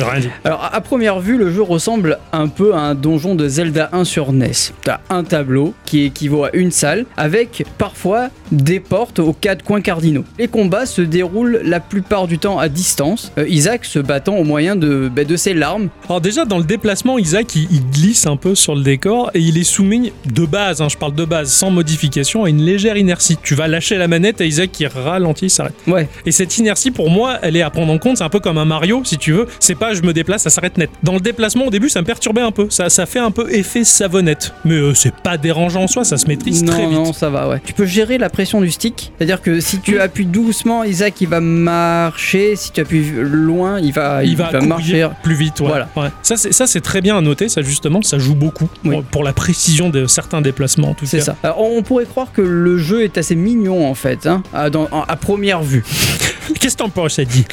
Speaker 1: Rien dit.
Speaker 2: Alors, à à première vue, le jeu ressemble un peu à un donjon de Zelda 1 sur NES. T'as un tableau qui équivaut à une salle, avec parfois des portes aux quatre coins cardinaux. Les combats se déroulent la plupart du temps à distance, euh, Isaac se battant au moyen de, bah, bah, de ses larmes.
Speaker 1: Alors déjà dans le déplacement, Isaac il, il glisse un peu sur le décor et il est soumis de base, hein, je parle de base, sans modification, à une légère inertie. Tu vas lâcher la manette à Isaac qui ralentit, il s'arrête.
Speaker 2: Ouais.
Speaker 1: Et cette inertie pour moi, elle est à prendre en compte. C'est un peu comme un Mario, si tu veux. C'est pas je me déplace, ça s'arrête net. Dans le déplacement au début, ça me perturbait un peu. Ça, ça fait un peu effet savonnette. Mais euh, c'est pas dérangeant en soi, ça se maîtrise
Speaker 2: non,
Speaker 1: très vite.
Speaker 2: non, ça va, ouais. Tu peux gérer la pression du stick, c'est-à-dire que si tu appuies doucement, Isaac il va marcher, si tu appuies loin, il va,
Speaker 1: il, va, courir
Speaker 2: marcher.
Speaker 1: plus vite. ouais.
Speaker 2: Voilà.
Speaker 1: Ouais. Ça, c'est, ça, c'est très bien à noter. Ça, justement, ça joue beaucoup
Speaker 2: Oui.
Speaker 1: pour, pour la précision de certains déplacements, en tout
Speaker 2: C'est
Speaker 1: cas.
Speaker 2: ça. Alors, on on pourrait croire que le jeu est assez mignon en fait, hein, à, dans- à première vue.
Speaker 1: Qu'est-ce que t'en penses, ça dit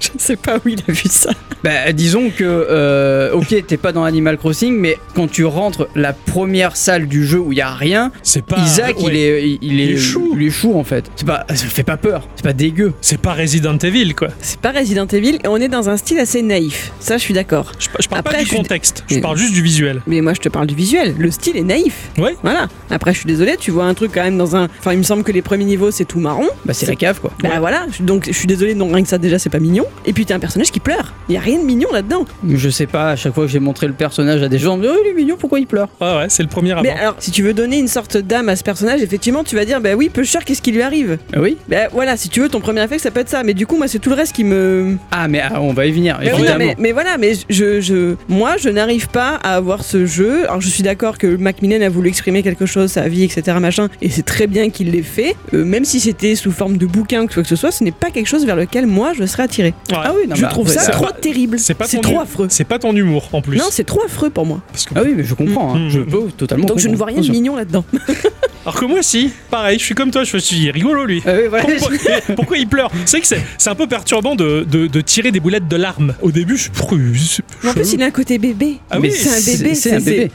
Speaker 3: Je ne sais pas où il a vu ça.
Speaker 2: Bah, disons que, euh, ok, t'es pas dans Animal Crossing, mais quand tu rentres la première salle du jeu où il y a rien,
Speaker 1: C'est pas.
Speaker 2: Isaac,
Speaker 1: ouais.
Speaker 2: il, est, il, il est,
Speaker 1: Il est chou.
Speaker 2: il est chou, en fait. C'est pas, ça fait pas peur, c'est pas dégueu.
Speaker 1: C'est pas Resident Evil, quoi.
Speaker 3: C'est pas Resident Evil et on est dans un style assez naïf. Ça, je suis d'accord.
Speaker 1: Je, je parle
Speaker 3: Après,
Speaker 1: pas
Speaker 3: je
Speaker 1: du
Speaker 3: suis-
Speaker 1: contexte, je
Speaker 3: Mais-
Speaker 1: parle juste du visuel.
Speaker 3: Mais moi, je te parle du visuel. Le style est naïf.
Speaker 1: Ouais.
Speaker 3: Voilà. Après, je suis désolée, tu vois un truc quand même dans un. Enfin, il me semble que les premiers niveaux, c'est tout marron.
Speaker 2: Bah, c'est la cave, quoi.
Speaker 3: Bah voilà. je- Donc, je suis désolée, non, rien que ça, déjà, c'est pas mignon. Et puis, t'as un personnage qui pleure. Il y a rien de mignon là-dedans.
Speaker 2: Je sais pas, à chaque fois que j'ai montré le personnage à des gens, oh, il est mignon, pourquoi il pleure
Speaker 1: Ouais, ouais, c'est le
Speaker 2: Ah
Speaker 1: premier
Speaker 3: Mais
Speaker 1: abord.
Speaker 3: alors, si tu veux donner une sorte d'âme à ce personnage, effectivement, tu vas dire, bah oui, Pusher, qu'est-ce qui lui arrive
Speaker 2: Ah oui
Speaker 3: Bah voilà, si tu veux, ton premier affect, ça peut être ça. Mais du coup, moi, c'est tout le reste qui me.
Speaker 2: Ah, mais ah, on va y venir,
Speaker 3: Mais, oui,
Speaker 2: évidemment.
Speaker 3: mais, mais voilà, mais je, je, moi, je n'arrive pas à avoir ce jeu. Alors, je suis d'accord que Macmillan a voulu exprimer quelque chose, sa vie, etc., machin, et c'est très bien qu'il l'ait fait. Euh, même si c'était sous forme de bouquin ou quoi que ce soit, ce n'est pas quelque chose vers lequel moi je serais attiré.
Speaker 1: Ouais.
Speaker 2: Ah oui, non,
Speaker 3: je
Speaker 2: bah,
Speaker 3: trouve
Speaker 2: après,
Speaker 3: ça
Speaker 1: c'est
Speaker 2: ah,
Speaker 3: trop
Speaker 1: pas-
Speaker 3: terrible.
Speaker 1: c'est pas
Speaker 3: C'est
Speaker 1: ton
Speaker 3: trop
Speaker 1: humour.
Speaker 3: affreux.
Speaker 1: C'est pas ton humour en plus.
Speaker 3: Non, c'est trop affreux pour moi.
Speaker 1: Parce que-
Speaker 2: Ah oui, mais je comprends, hein,
Speaker 1: Mm.
Speaker 2: je peux totalement
Speaker 3: Donc, je ne vois
Speaker 2: comprendre,
Speaker 3: rien
Speaker 2: bien
Speaker 3: de
Speaker 2: sûr.
Speaker 3: mignon là-dedans.
Speaker 1: Alors que moi, si, pareil, je suis comme toi, je me suis dit, rigolo lui.
Speaker 2: Ah oui, voilà,
Speaker 1: Pourquoi, mais pourquoi il pleure C'est vrai que c'est c'est un peu perturbant de, de- de tirer des boulettes de larmes. Au début, je suis
Speaker 3: Mais en plus, il a un côté bébé.
Speaker 1: Ah
Speaker 2: Mais
Speaker 1: oui,
Speaker 3: c'est un bébé.
Speaker 2: C'est un bébé.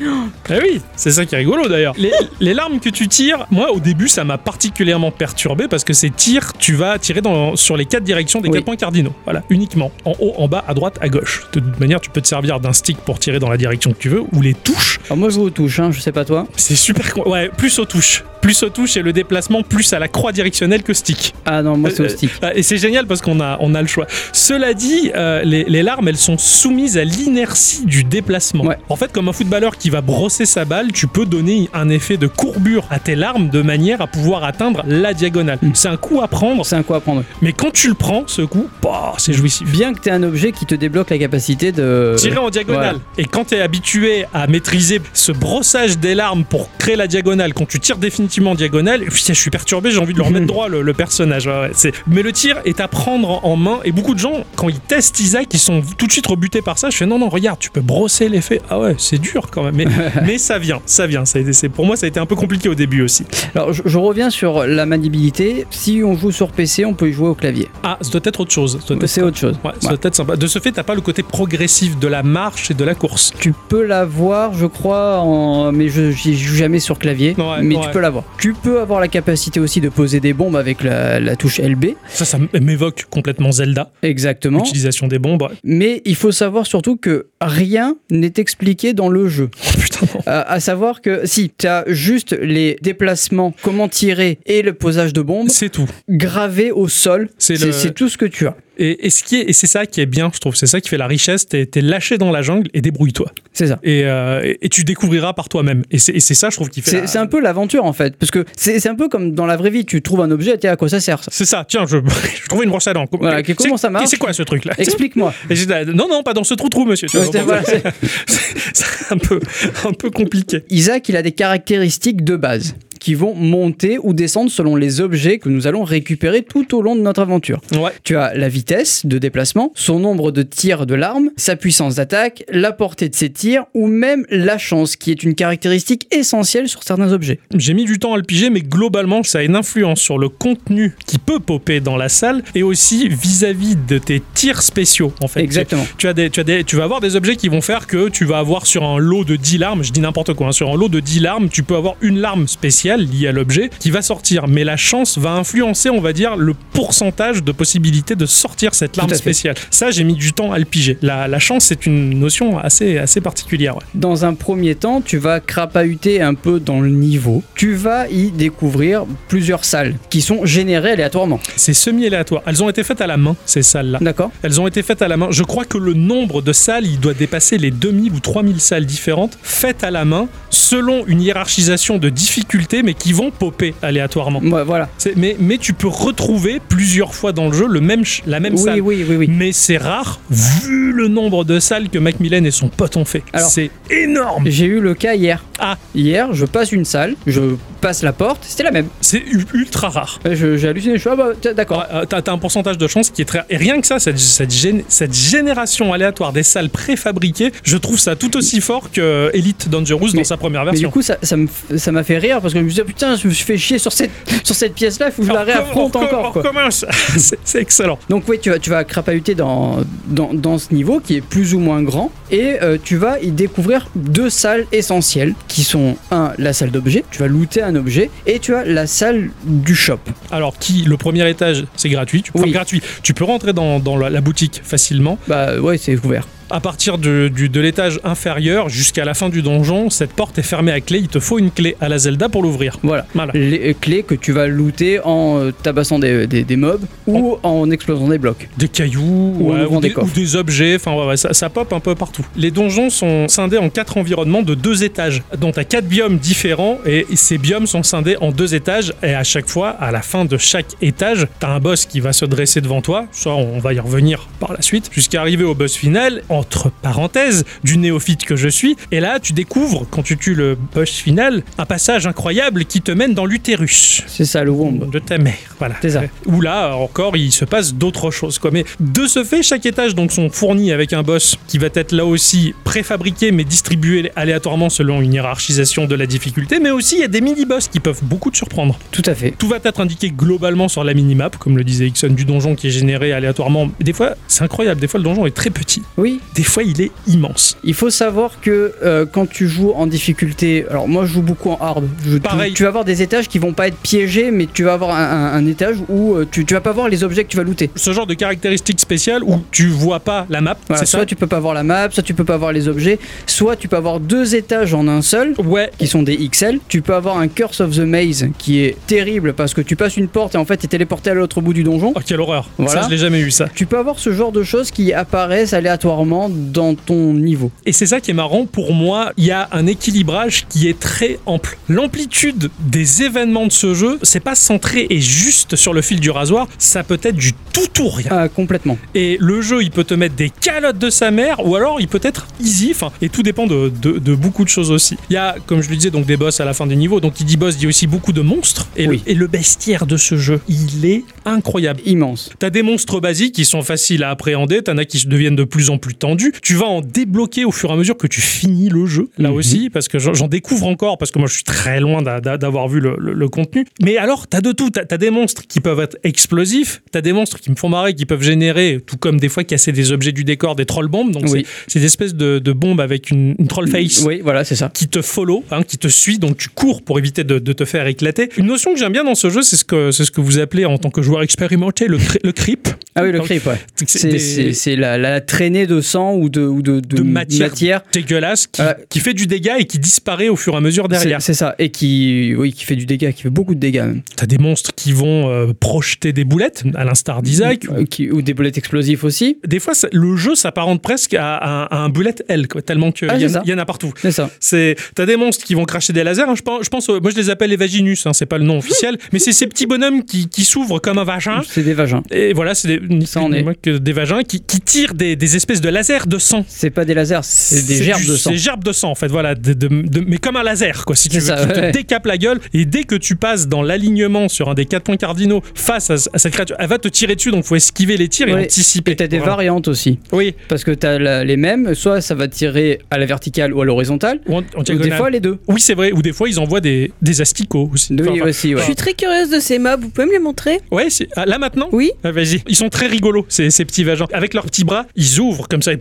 Speaker 1: Ah oui, c'est ça qui est rigolo d'ailleurs. Les, les larmes que tu tires, moi au début ça m'a particulièrement perturbé parce que ces tirs, tu vas tirer dans, sur les quatre directions des
Speaker 2: Oui.
Speaker 1: quatre points cardinaux. Voilà, uniquement. En haut, en bas, à droite, à gauche. De toute manière, tu peux te servir d'un stick pour tirer dans la direction que tu veux ou les touches.
Speaker 2: Alors, moi, je vous touche, hein, je sais pas toi.
Speaker 1: C'est super. con- Ouais, plus aux touches. Plus aux touches et le déplacement, plus à la croix directionnelle que stick.
Speaker 2: Ah non, moi, c'est
Speaker 1: Euh,
Speaker 2: au stick.
Speaker 1: Ah, Et c'est génial parce qu'on a, on a le choix. Cela dit, euh, les, les larmes, elles sont soumises à l'inertie du déplacement.
Speaker 2: Ouais.
Speaker 1: En fait, comme un footballeur qui va brosser sa balle, tu peux donner un effet de courbure à tes larmes de manière à pouvoir atteindre la diagonale.
Speaker 2: Mm.
Speaker 1: C'est un coup à prendre,
Speaker 2: C'est un coup à prendre.
Speaker 1: mais quand tu le prends, ce coup, bah, c'est jouissif.
Speaker 2: Bien que t'aies un objet qui te débloque la capacité de.
Speaker 1: Tirer en diagonale.
Speaker 2: Euh, voilà.
Speaker 1: Et quand tu es habitué à maîtriser ce brossage des larmes pour créer la diagonale, quand tu tires définitivement en diagonale, putain, je suis perturbé, j'ai envie de le remettre droit, le, le personnage. Ouais, ouais, c'est- Mais le tir est à prendre en main. Et beaucoup de gens, quand ils testent Isaac, ils sont tout de suite rebutés par ça. Je fais non, non, regarde, tu peux brosser l'effet. Ah ouais, c'est dur quand même. Mais, mais ça vient, ça vient. Ça a été- c'est- pour moi, ça a été un peu compliqué au début aussi.
Speaker 2: Alors, je, je reviens sur la maniabilité. Si on joue sur PC, on peut y jouer au clavier.
Speaker 1: Ah, ça doit être autre chose. ça doit être-
Speaker 2: C'est autre chose.
Speaker 1: Ouais, ça doit être sympa. De ce fait, t'as pas le côté progressif de la marche et de la course.
Speaker 2: Tu peux l'avoir, je crois, en... mais je j'y joue jamais sur clavier.
Speaker 1: Ouais,
Speaker 2: mais
Speaker 1: ouais.
Speaker 2: tu peux l'avoir. Tu peux avoir la capacité aussi de poser des bombes avec la, la touche LB.
Speaker 1: Ça, ça m'évoque complètement Zelda,
Speaker 2: Exactement.
Speaker 1: l'utilisation des bombes. Ouais.
Speaker 2: Mais il faut savoir surtout que rien n'est expliqué dans le jeu.
Speaker 1: Oh, putain, non.
Speaker 2: Euh, à savoir que si tu as juste les déplacements, comment tirer et le posage de bombes
Speaker 1: C'est tout.
Speaker 2: gravé au sol,
Speaker 1: C'est
Speaker 2: c'est
Speaker 1: le-
Speaker 2: c'est tout ce que tu as.
Speaker 1: Et, et ce qui est- et c'est ça qui est bien, je trouve. C'est ça qui fait la richesse. T'es t'es lâché dans la jungle et débrouille-toi.
Speaker 2: C'est ça.
Speaker 1: Et, euh, et- et tu découvriras par toi-même. Et c'est et c'est ça, je trouve, qui fait.
Speaker 2: C'est
Speaker 1: la-
Speaker 2: c'est un peu l'aventure en fait, parce que c'est c'est un peu comme dans la vraie vie, tu trouves un objet, tiens, à quoi ça sert ça
Speaker 1: C'est ça. Tiens, je, je trouvais une brosse à dents.
Speaker 2: Voilà,
Speaker 1: C'est-
Speaker 2: comment ça marche
Speaker 1: C'est quoi ce truc-là
Speaker 2: Explique-moi.
Speaker 1: Et j'étais là, Non, non, pas dans ce trou-trou, monsieur.
Speaker 2: Ouais, c'est- voilà, c'est-
Speaker 1: C'est un peu, un peu compliqué.
Speaker 2: Isaac, il a des caractéristiques de base qui vont monter ou descendre selon les objets que nous allons récupérer tout au long de notre aventure.
Speaker 1: Ouais.
Speaker 2: Tu as la vitesse de déplacement, son nombre de tirs de l'arme, sa puissance d'attaque, la portée de ses tirs ou même la chance qui est une caractéristique essentielle sur certains objets.
Speaker 1: J'ai mis du temps à le piger, mais globalement, ça a une influence sur le contenu qui peut popper dans la salle et aussi vis-à-vis de tes tirs spéciaux, en fait.
Speaker 2: Exactement.
Speaker 1: tu as des, tu as des, tu vas avoir des objets qui vont faire que tu vas avoir sur un lot de 10 larmes, je dis n'importe quoi, hein, sur un lot de 10 larmes, tu peux avoir une larme spéciale spécial lié à l'objet qui va sortir. Mais la chance va influencer, on va dire, le pourcentage de possibilité de sortir cette
Speaker 2: Tout
Speaker 1: larme
Speaker 2: à fait.
Speaker 1: spéciale. Ça, j'ai mis du temps à le piger. La, la chance, c'est une notion assez, assez particulière. ouais.
Speaker 2: Dans un premier temps, tu vas crapahuter un peu dans le niveau. Tu vas y découvrir plusieurs salles qui sont générées aléatoirement.
Speaker 1: C'est semi-aléatoire. Elles ont été faites à la main, ces salles-là.
Speaker 2: D'accord
Speaker 1: Elles ont été faites à la main. Je crois que le nombre de salles, il doit dépasser les 2000 ou 3000 salles différentes faites à la main selon une hiérarchisation de difficultés mais qui vont popper aléatoirement.
Speaker 2: Ouais, Voilà.
Speaker 1: C'est- Mais, mais tu peux retrouver plusieurs fois dans le jeu le même, ch- la même
Speaker 2: oui,
Speaker 1: salle. Hmm.
Speaker 2: oui, oui, oui.
Speaker 1: Mais c'est rare vu le nombre de salles que Macmillan et son pote ont fait.
Speaker 2: Alors-
Speaker 1: C'est énorme.
Speaker 2: J'ai eu le cas hier.
Speaker 1: Ah.
Speaker 2: Hier, je passe une salle, je passe la porte, c'était la même.
Speaker 1: C'est u- ultra rare.
Speaker 2: Euh, je- J'ai halluciné, je suis ah bah t- d'accord.
Speaker 1: Ouais, euh, T'as t'as un pourcentage de chance qui est très. Et rien que ça, cette, cette, gén- cette génération aléatoire des salles préfabriquées, je trouve ça tout aussi fort que Elite Dangerous dans
Speaker 2: Mais-
Speaker 1: sa première
Speaker 2: Mais du
Speaker 1: version.
Speaker 2: coup, ça, ça me f- ça m'a fait rire parce que je me disais putain, je me suis fait chier sur cette, sur cette pièce là, il faut que je la
Speaker 1: On recomm-
Speaker 2: réaffronte
Speaker 1: on recomm-
Speaker 2: encore.
Speaker 1: On
Speaker 2: Quoi.
Speaker 1: recommence. C'est c'est excellent.
Speaker 2: Donc, oui, tu vas, tu vas crapahuter dans, dans, dans ce niveau qui est plus ou moins grand et euh, tu vas y découvrir deux salles essentielles qui sont un, la salle d'objets, tu vas looter un objet et tu as la salle du shop.
Speaker 1: Alors, qui le premier étage, c'est gratuit. Tu, enfin,
Speaker 2: Oui.
Speaker 1: gratuit. Tu peux rentrer dans, dans la- la boutique facilement.
Speaker 2: Bah, ouais, c'est ouvert.
Speaker 1: À partir de, du- de l'étage inférieur jusqu'à la fin du donjon, cette porte est fermée à clé. Il te faut une clé à la Zelda pour l'ouvrir.
Speaker 2: Voilà.
Speaker 1: Voilà.
Speaker 2: Les euh, clés que tu vas looter en euh, tabassant des, des- des mobs ou en explosant des blocs.
Speaker 1: Des cailloux
Speaker 2: Ou en ouvrant
Speaker 1: ou,
Speaker 2: des
Speaker 1: des,
Speaker 2: coffres.
Speaker 1: ou des objets. Enfin, ouais, ouais, ça, ça pop un peu partout. Les donjons sont scindés en quatre environnements de deux étages, dont à quatre biomes différents. Et ces biomes sont scindés en deux étages. Et à chaque fois, à la fin de chaque étage, t'as un boss qui va se dresser devant toi. Ça, on va y revenir par la suite, jusqu'à arriver au boss final. Entre parenthèses, du néophyte que je suis. Et là, tu découvres quand tu tues le boss final un passage incroyable qui te mène dans l'utérus
Speaker 2: C'est ça le womb.
Speaker 1: de ta mère. Voilà.
Speaker 2: C'est ça.
Speaker 1: Où là encore, il se passe d'autres choses. Quoi. Mais de ce fait, chaque étage donc sont fournis avec un boss qui va être là aussi préfabriqué mais distribué aléatoirement selon une hiérarchisation de la difficulté. Mais aussi, il y a des mini-boss qui peuvent beaucoup te surprendre.
Speaker 2: Tout à fait.
Speaker 1: Tout va être indiqué globalement sur la minimap, comme le disait Ixon, du donjon qui est généré aléatoirement. Des fois, c'est incroyable. Des fois, le donjon est très petit.
Speaker 2: Oui,
Speaker 1: Des fois, il est immense.
Speaker 2: il faut savoir que euh, quand tu joues en difficulté, alors moi je joue beaucoup en hard. Je- tu-
Speaker 1: Pareil.
Speaker 2: Tu, vas avoir des étages qui vont pas être piégés, mais tu vas avoir un, un- un étage où euh, tu, tu vas pas voir les objets que tu vas looter.
Speaker 1: Ce genre de caractéristique spéciale où tu vois pas la map,
Speaker 2: Voilà,
Speaker 1: c'est
Speaker 2: soit
Speaker 1: ça
Speaker 2: tu peux pas voir la map, soit tu peux pas voir les objets, soit tu peux avoir deux étages en un seul.
Speaker 1: Ouais,
Speaker 2: qui sont des XL. Tu peux avoir un Curse of the Maze qui est terrible parce que tu passes une porte et en fait t'es téléporté à l'autre bout du donjon.
Speaker 1: oh, quelle horreur.
Speaker 2: Voilà.
Speaker 1: Ça, je l'ai jamais eu, ça.
Speaker 2: Tu peux avoir ce genre de choses qui apparaissent aléatoirement dans ton niveau.
Speaker 1: Et c'est ça qui est marrant pour moi, il y a un équilibrage qui est très ample. L'amplitude des événements de ce jeu, c'est pas centré et juste sur le fil du rasoir, ça peut être du tout ou rien.
Speaker 2: Ah, complètement.
Speaker 1: Et le jeu, il peut te mettre des calottes de sa mère, ou alors il peut être easy, enfin, et tout dépend de, de- de beaucoup de choses aussi. Il y a, comme je le disais, donc des boss à la fin des niveaux, donc qui dit boss dit aussi beaucoup de monstres, et,
Speaker 2: Oui.
Speaker 1: le, et le bestiaire de ce jeu, il est incroyable.
Speaker 2: Immense.
Speaker 1: T'as des monstres basiques qui sont faciles à appréhender, t'en as qui se deviennent de plus en plus tendus. Tu vas en débloquer au fur et à mesure que tu finis le jeu, là
Speaker 2: Mhm.
Speaker 1: aussi, parce que j'en j'en découvre encore, parce que moi je suis très loin d'a- d'a- d'avoir vu le, le- le contenu. Mais alors, t'as de tout. T'as t'as des monstres qui peuvent être explosifs, t'as des monstres qui me font marrer, qui peuvent générer, tout comme des fois casser des objets du décor, des troll bombes. Donc
Speaker 2: Oui.
Speaker 1: c'est- c'est des espèces de, de bombes avec une, une troll face
Speaker 2: Oui, voilà, c'est ça.
Speaker 1: qui te follow, hein, qui te suit, donc tu cours pour éviter de, de te faire éclater. Une notion que j'aime bien dans ce jeu, c'est ce que c'est ce que vous appelez en tant que joueur expérimenté le, cri- le creep.
Speaker 2: Ah oui, le
Speaker 1: Donc,
Speaker 2: creep, ouais.
Speaker 1: C'est
Speaker 2: C'est
Speaker 1: des-
Speaker 2: c'est- c'est la, la traînée de sang ou de, ou de, de,
Speaker 1: De matière dégueulasse qui,
Speaker 2: Euh,
Speaker 1: qui fait du dégât et qui disparaît au fur et à mesure
Speaker 2: C'est
Speaker 1: derrière.
Speaker 2: c'est ça. Et qui, oui, qui fait du dégât, qui fait beaucoup de dégâts même.
Speaker 1: T'as des monstres qui vont euh, projeter des boulettes, à l'instar d'Isaac.
Speaker 2: Euh, qui- ou des boulettes explosives aussi.
Speaker 1: Des fois, ça- le jeu s'apparente presque à, à- à un bullet hell, quoi, tellement qu'il
Speaker 2: Ah,
Speaker 1: y,
Speaker 2: c'est
Speaker 1: en
Speaker 2: ça.
Speaker 1: a- y en a partout.
Speaker 2: C'est ça.
Speaker 1: C'est t'as des monstres qui vont cracher des lasers. hein, je pense, je pense, euh, moi je les appelle les vaginus, hein, c'est pas le nom officiel, mais c'est ces petits bonhommes qui, qui s'ouvrent comme un vagin.
Speaker 2: C'est des vagins.
Speaker 1: Et voilà, c'est des,
Speaker 2: Ça en est.
Speaker 1: excusez-moi, que des vagins qui, qui tirent des, des espèces de lasers de sang.
Speaker 2: C'est pas des lasers, c'est des
Speaker 1: du-
Speaker 2: gerbes de sang.
Speaker 1: C'est des gerbes de sang, en fait, voilà. de- de- de- mais comme un laser, quoi, si tu veux.
Speaker 2: C'est ça,
Speaker 1: qui
Speaker 2: ouais.
Speaker 1: te décape la gueule. Et dès que tu passes dans l'alignement sur un des quatre points cardinaux face à, à cette créature, elle va te tirer dessus, donc faut esquiver les tirs
Speaker 2: Ouais.
Speaker 1: et anticiper.
Speaker 2: Et t'as des
Speaker 1: Voilà.
Speaker 2: variantes aussi.
Speaker 1: Oui,
Speaker 2: Parce que t'as la- les mêmes, soit ça va tirer à la verticale ou à l'horizontale,
Speaker 1: ou en- en
Speaker 2: ou des
Speaker 1: diagonale.
Speaker 2: fois les deux.
Speaker 1: Oui, c'est vrai. Ou des fois, ils envoient des, des asticots aussi.
Speaker 2: Oui,
Speaker 1: Enfin, enfin,
Speaker 2: aussi, ouais.
Speaker 3: Je suis très curieuse de ces mobs, vous pouvez me les montrer
Speaker 1: ouais, c'est- ah, là maintenant
Speaker 3: Oui
Speaker 1: Ah, Vas-y. Ils sont sont très rigolos, ces, ces petits vagins. Avec leurs petits bras, ils ouvrent comme ça, et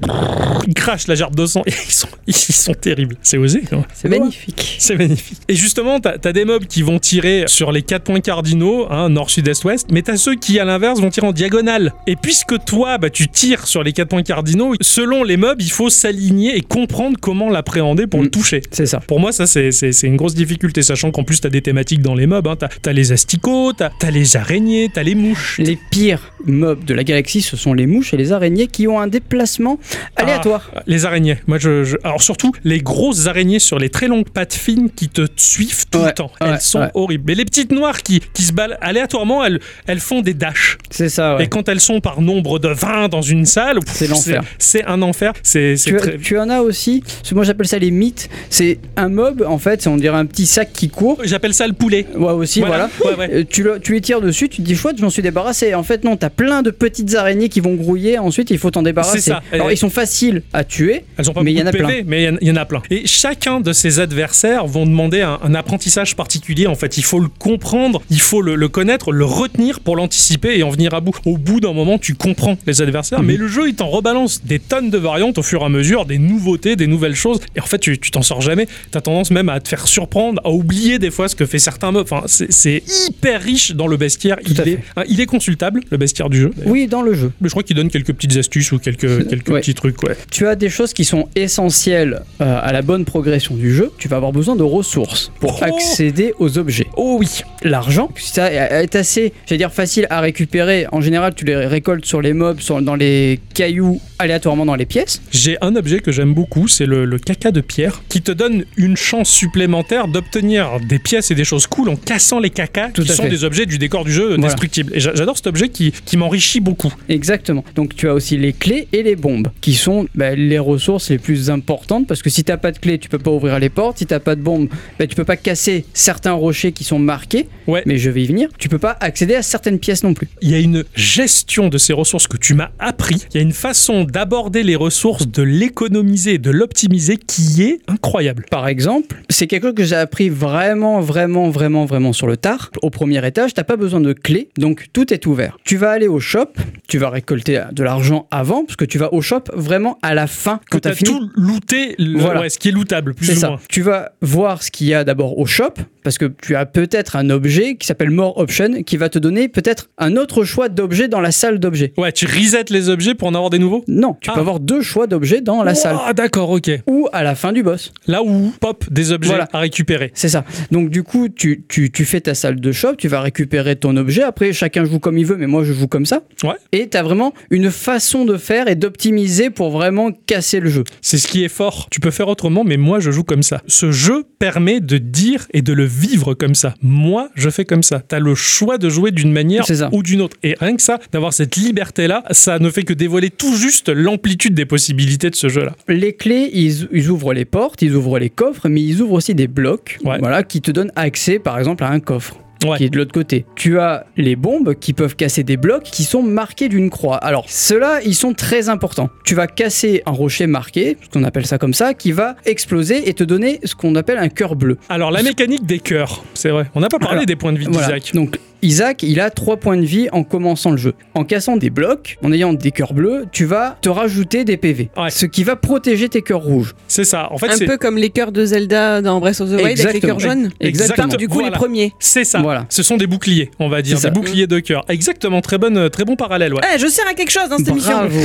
Speaker 1: ils crachent la gerbe de sang. Et ils, sont, ils sont terribles. C'est osé, quand même.
Speaker 3: C'est
Speaker 2: hein.
Speaker 3: magnifique.
Speaker 1: C'est magnifique. Et justement, t'as as des mobs qui vont tirer sur les quatre points cardinaux, hein, nord, sud, est, ouest, mais t'as ceux qui, à l'inverse, vont tirer en diagonale. Et puisque toi, bah, tu tires sur les quatre points cardinaux, selon les mobs, il faut s'aligner et comprendre comment l'appréhender pour le
Speaker 2: Mm.
Speaker 1: toucher.
Speaker 2: C'est ça.
Speaker 1: Pour moi, ça, c'est- c'est c'est une grosse difficulté, sachant qu'en plus, t'as des thématiques dans les mobs. Hein. T'as t'as les asticots, t'as t'as les araignées, t'as les mouches.
Speaker 2: Les pires mobs de la galaxie, ce sont les mouches et les araignées qui ont un déplacement
Speaker 1: Ah.
Speaker 2: aléatoire.
Speaker 1: Les araignées. Moi, je, je- Alors, surtout, les grosses araignées sur les très longues pattes fines qui te suivent tout
Speaker 2: Ouais,
Speaker 1: le temps.
Speaker 2: ouais,
Speaker 1: Elles sont
Speaker 2: ouais.
Speaker 1: horribles. Mais les petites noires qui, qui se baladent aléatoirement, elles, elles font des dashs.
Speaker 2: C'est ça, ouais.
Speaker 1: Et quand elles sont par nombre de 20 dans une salle, pff,
Speaker 2: C'est l'enfer.
Speaker 1: C'est un enfer. C'est c'est
Speaker 2: Tu,
Speaker 1: très-
Speaker 2: tu en as aussi, parce que moi j'appelle ça les mythes, c'est un mob en fait, c'est on dirait un petit sac qui court.
Speaker 1: J'appelle ça le poulet.
Speaker 2: Ouais, aussi, voilà.
Speaker 1: Ouais, ouais.
Speaker 2: Euh, tu, le- tu les tires dessus, tu te dis chouette, j'en suis débarrassé. En fait, non, t'as plein de petites araignées qui vont grouiller, ensuite il faut t'en débarrasser.
Speaker 1: C'est ça.
Speaker 2: Alors,
Speaker 1: Et-
Speaker 2: ils sont faciles à tuer,
Speaker 1: Elles ont pas
Speaker 2: Mais il y
Speaker 1: beaucoup
Speaker 2: en a
Speaker 1: de PV, mais il y en- il y, en a plein. Et chacun de ces adversaires vont demander un, un apprentissage particulier. En fait, il faut le comprendre, il faut le, le connaître, le retenir pour l'anticiper et en venir à bout. Au bout d'un moment, tu comprends les
Speaker 2: Mhm.
Speaker 1: adversaires, mais le jeu, il t'en rebalance des tonnes de variantes au fur et à mesure, des nouveautés, des nouvelles choses. Et en fait, tu tu t'en sors jamais. T'as tendance même à te faire surprendre, à oublier des fois ce que fait certains mobs. Enfin, c'est- c'est hyper riche dans le bestiaire.
Speaker 2: à
Speaker 1: Il
Speaker 2: fait.
Speaker 1: est, hein, il est consultable, le bestiaire du jeu.
Speaker 2: oui, dans le jeu.
Speaker 1: Mais je crois qu'il donne quelques petites astuces ou quelques, quelques
Speaker 2: Ouais.
Speaker 1: petits trucs, ouais.
Speaker 2: Tu as des choses qui sont essentielles euh, à la bonne progression du jeu. Tu vas avoir besoin de ressources pour
Speaker 1: Oh
Speaker 2: accéder aux objets.
Speaker 1: Oh oui,
Speaker 2: L'argent, ça est assez, j'allais dire, facile à récupérer. En général, tu les récoltes sur les mobs, sur- dans les cailloux, aléatoirement dans les pièces.
Speaker 1: J'ai un objet que j'aime beaucoup, c'est le, le caca de pierre, qui te donne une chance supplémentaire d'obtenir des pièces et des choses cool en cassant les cacas,
Speaker 2: Tout
Speaker 1: qui
Speaker 2: à
Speaker 1: sont
Speaker 2: fait.
Speaker 1: des objets du décor du jeu
Speaker 2: Voilà.
Speaker 1: destructible. Et j'a- j'adore cet objet qui, qui m'enrichit beaucoup.
Speaker 2: Exactement. Donc tu as aussi les clés et les bombes, qui sont bah, les ressources les plus importantes, parce que si t'as pas de clés, tu peux pas ouvrir les portes. Si t'as pas de bombes, bah, tu peux pas casser certains rochers qui sont marqués.
Speaker 1: Ouais.
Speaker 2: Mais je vais y venir. Tu peux pas accéder à certaines pièces non plus.
Speaker 1: Il y a une gestion de ces ressources que tu m'as appris. Il y a une façon d'aborder les ressources, de l'économiser, de l'optimiser qui est incroyable.
Speaker 2: Par exemple, c'est quelque chose que j'ai appris vraiment, vraiment, vraiment, vraiment sur le tard. Au premier étage, t'as pas besoin de clé, donc tout est ouvert. Tu vas aller au shop, tu vas récolter de l'argent avant, parce que tu vas au shop vraiment à la fin quand
Speaker 1: tu
Speaker 2: t'as
Speaker 1: as
Speaker 2: fini.
Speaker 1: tout looté, le-
Speaker 2: Voilà.
Speaker 1: ouais, ce qui est lootable, plus
Speaker 2: C'est
Speaker 1: ou
Speaker 2: ça.
Speaker 1: moins.
Speaker 2: Tu vas voir ce qu'il y a d'abord au shop, parce que tu as peut-être un objet qui s'appelle More Option, qui va te donner peut-être un autre choix d'objet dans la salle d'objets.
Speaker 1: Ouais, tu resets les objets pour en avoir des nouveaux
Speaker 2: Non, tu
Speaker 1: Ah.
Speaker 2: peux avoir deux choix d'objets dans la salle.
Speaker 1: Ah, d'accord, ok.
Speaker 2: Ou à la fin du boss.
Speaker 1: Là où pop des objets
Speaker 2: Voilà.
Speaker 1: à récupérer.
Speaker 2: C'est ça. Donc du coup, tu, tu, tu fais ta salle de shop, tu vas récupérer ton objet. Après, chacun joue comme il veut, mais moi je joue comme ça.
Speaker 1: Ouais.
Speaker 2: Et t'as vraiment une façon de faire et d'optimiser pour vraiment casser le jeu.
Speaker 1: C'est ce qui est fort. Tu peux faire autrement, mais moi, je joue comme ça. Ce jeu permet de dire et de le vivre comme ça. Moi, je fais comme ça. T'as le choix de jouer d'une manière
Speaker 2: C'est ça.
Speaker 1: ou d'une autre. Et rien que ça, d'avoir cette liberté-là, ça ne fait que dévoiler tout juste l'amplitude des possibilités de ce jeu-là.
Speaker 2: Les clés, ils, ils ouvrent les portes, ils ouvrent les coffres, mais ils ouvrent aussi des blocs
Speaker 1: Ouais.
Speaker 2: voilà, qui te donnent accès, par exemple, à un coffre.
Speaker 1: Ouais.
Speaker 2: qui est de l'autre côté. Tu as les bombes qui peuvent casser des blocs qui sont marqués d'une croix. Alors, ceux-là, ils sont très importants. Tu vas casser un rocher marqué, ce qu'on appelle ça comme ça, qui va exploser et te donner ce qu'on appelle un cœur bleu.
Speaker 1: Alors, la mécanique des cœurs, c'est vrai. On n'a pas parlé
Speaker 2: Alors,
Speaker 1: des points de vie
Speaker 2: Voilà.
Speaker 1: d'Isaac.
Speaker 2: Donc Isaac, il a 3 points de vie en commençant le jeu. En cassant des blocs, en ayant des cœurs bleus, tu vas te rajouter des PV.
Speaker 1: Ouais.
Speaker 2: Ce qui va protéger tes cœurs rouges.
Speaker 1: C'est ça. En fait,
Speaker 3: Un
Speaker 1: c'est.
Speaker 3: peu comme les cœurs de Zelda dans Breath of the Wild avec les
Speaker 2: Exactement.
Speaker 3: cœurs jaunes.
Speaker 1: Exactement.
Speaker 3: Du coup,
Speaker 1: Voilà.
Speaker 3: les premiers.
Speaker 1: C'est ça.
Speaker 2: Voilà.
Speaker 1: Ce sont des boucliers, on va dire.
Speaker 2: C'est ça.
Speaker 1: Des boucliers de cœur. Exactement. Très, bonne, euh, très bon parallèle. Ouais.
Speaker 3: Eh, je sers à quelque chose dans cette émission.
Speaker 2: Bravo.